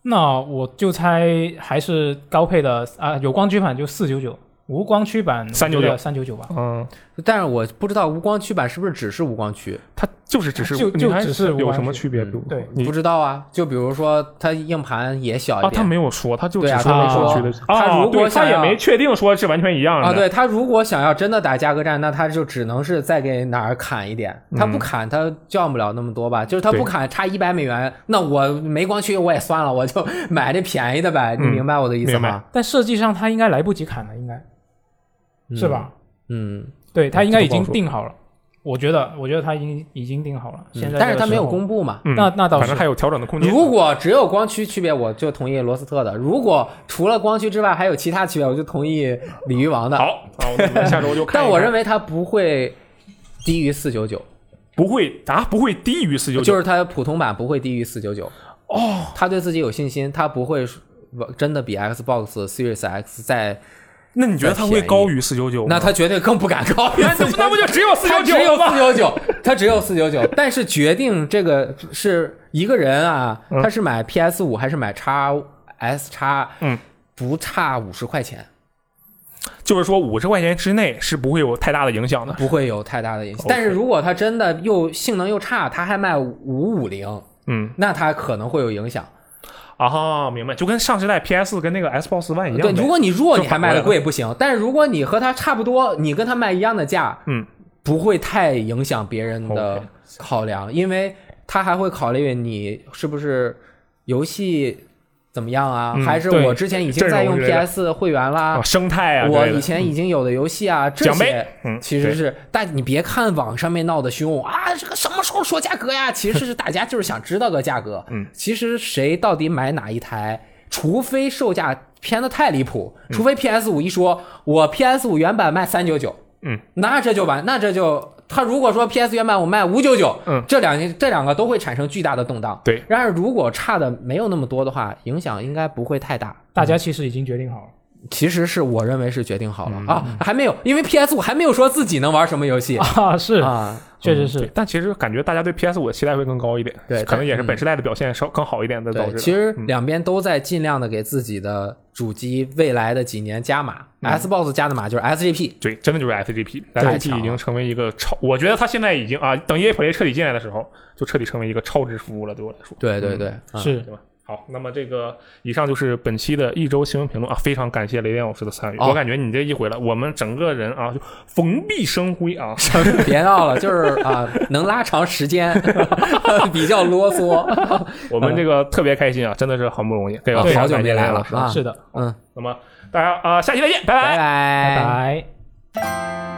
那我就猜还是高配的啊，有光驱版就四九九，无光驱版399三九九吧，嗯，但是我不知道无光驱版是不是只是无光驱，它就是只是就你就看只是无有关什么系区别？嗯比如对你不知道啊。就比如说它硬盘也小一啊，他点没有说，他就只对啊说他了没社区说的他啊如果对他想也要没确定说是完全一样的啊，对他如果想要真的打价格战，那他就只能是再给哪儿砍一点，他不砍他降不了那么多吧，就是他嗯对不砍差一百美元，那我没光驱我也算了，我就买这便宜的呗，你嗯明白我的意思明白吗？但设计上他应该来不及砍了，应该、是吧？嗯？对他嗯应该这个已不好经说定好了，我觉得，我觉得他已经已经定好了。嗯，现在但是他没有公。公布嘛。嗯那那倒反正是还有调整的空间。如果只有光驱区别，我就同意罗斯特的；如果除了光驱之外还有其他区别，我就同意鲤鱼王的。好，好，我们下周就 看一看。但我认为为它不会低于四九九，不会啊，不会低于四九就九。是它普通版不会低于四九九。哦，他对自己有信心，他不会真的比 Xbox Series X 在，那你觉得它会高于四九九？那他绝对更不敢高于 那四不那不就只有四他只九九有了四吗？九 九，他只有四九九。但是决定这个是一个人啊，他是买 PS 五还是买 x S 叉，嗯，不差五十块钱，就是说五十块钱之内是不会有太大的影响的。不会有太大的影响。但是如果他真的又性能又差，他还卖五五零，嗯那他可能会有影响。啊，明白，就跟上时代 PS 跟那个 Xbox One 一对，样如呗。果你弱，就你还反过来卖的贵不行，但是如果你和他差不多，你跟他卖一样的价，嗯，不会太影响别人的 OK 考量，因为他还会考虑你是不是游戏怎么样啊，嗯还是对我之前已经在用阵容之类的 PS 会员啦啊，，生态啊之我类的，以前已经有的游戏啊，这奖杯些。嗯，其对实是，但你别看网上面闹得凶啊，这个什么时候说价格呀？其实是大家就是想知道个价格。 嗯，其实谁到底买哪一台，除非售价偏的太离谱，除非 PS 五一说我 PS 五原版卖三九九，嗯，那这就完，那这就他如果说 PS 原版我卖五九九，嗯，这两这两个都会产生巨大的动荡。对，然而如果差的没有那么多的话，影响应该不会太大。大家其实已经决定好了。嗯其实是我认为是决定好嗯了、啊，还没有，因为 PS 五还没有说自己能玩什么游戏啊。啊，是，确实是对，但其实感觉大家对 PS 五的期待会更高一点，对可能也是嗯本世代的表现稍更好一点的导对致，的。其实嗯两边都在尽量的给自己的主机未来的几年加码、s 嗯 b o x 加的码就是 SGP，对，真的就是太 SGP，SGP 强已经成为一个超，我觉得它现在已经啊，等 EA Play 彻底进来的时候，就彻底成为一个超值服务了，对我来说，对对对，啊是对吧？好，那么这个以上就是本期的一周新闻评论啊，非常感谢雷电老师的参与，哦我感觉你这一回来，我们整个人啊就蓬荜生辉 啊，别闹了，就是啊，能拉长时间， 比较啰 嗦。我们这个特别开心啊，真的是很不容易，对吧？啊非常好久感谢没来雷电了老师啊是的，嗯，呃那么大家啊、下期再见，拜拜拜拜拜拜。拜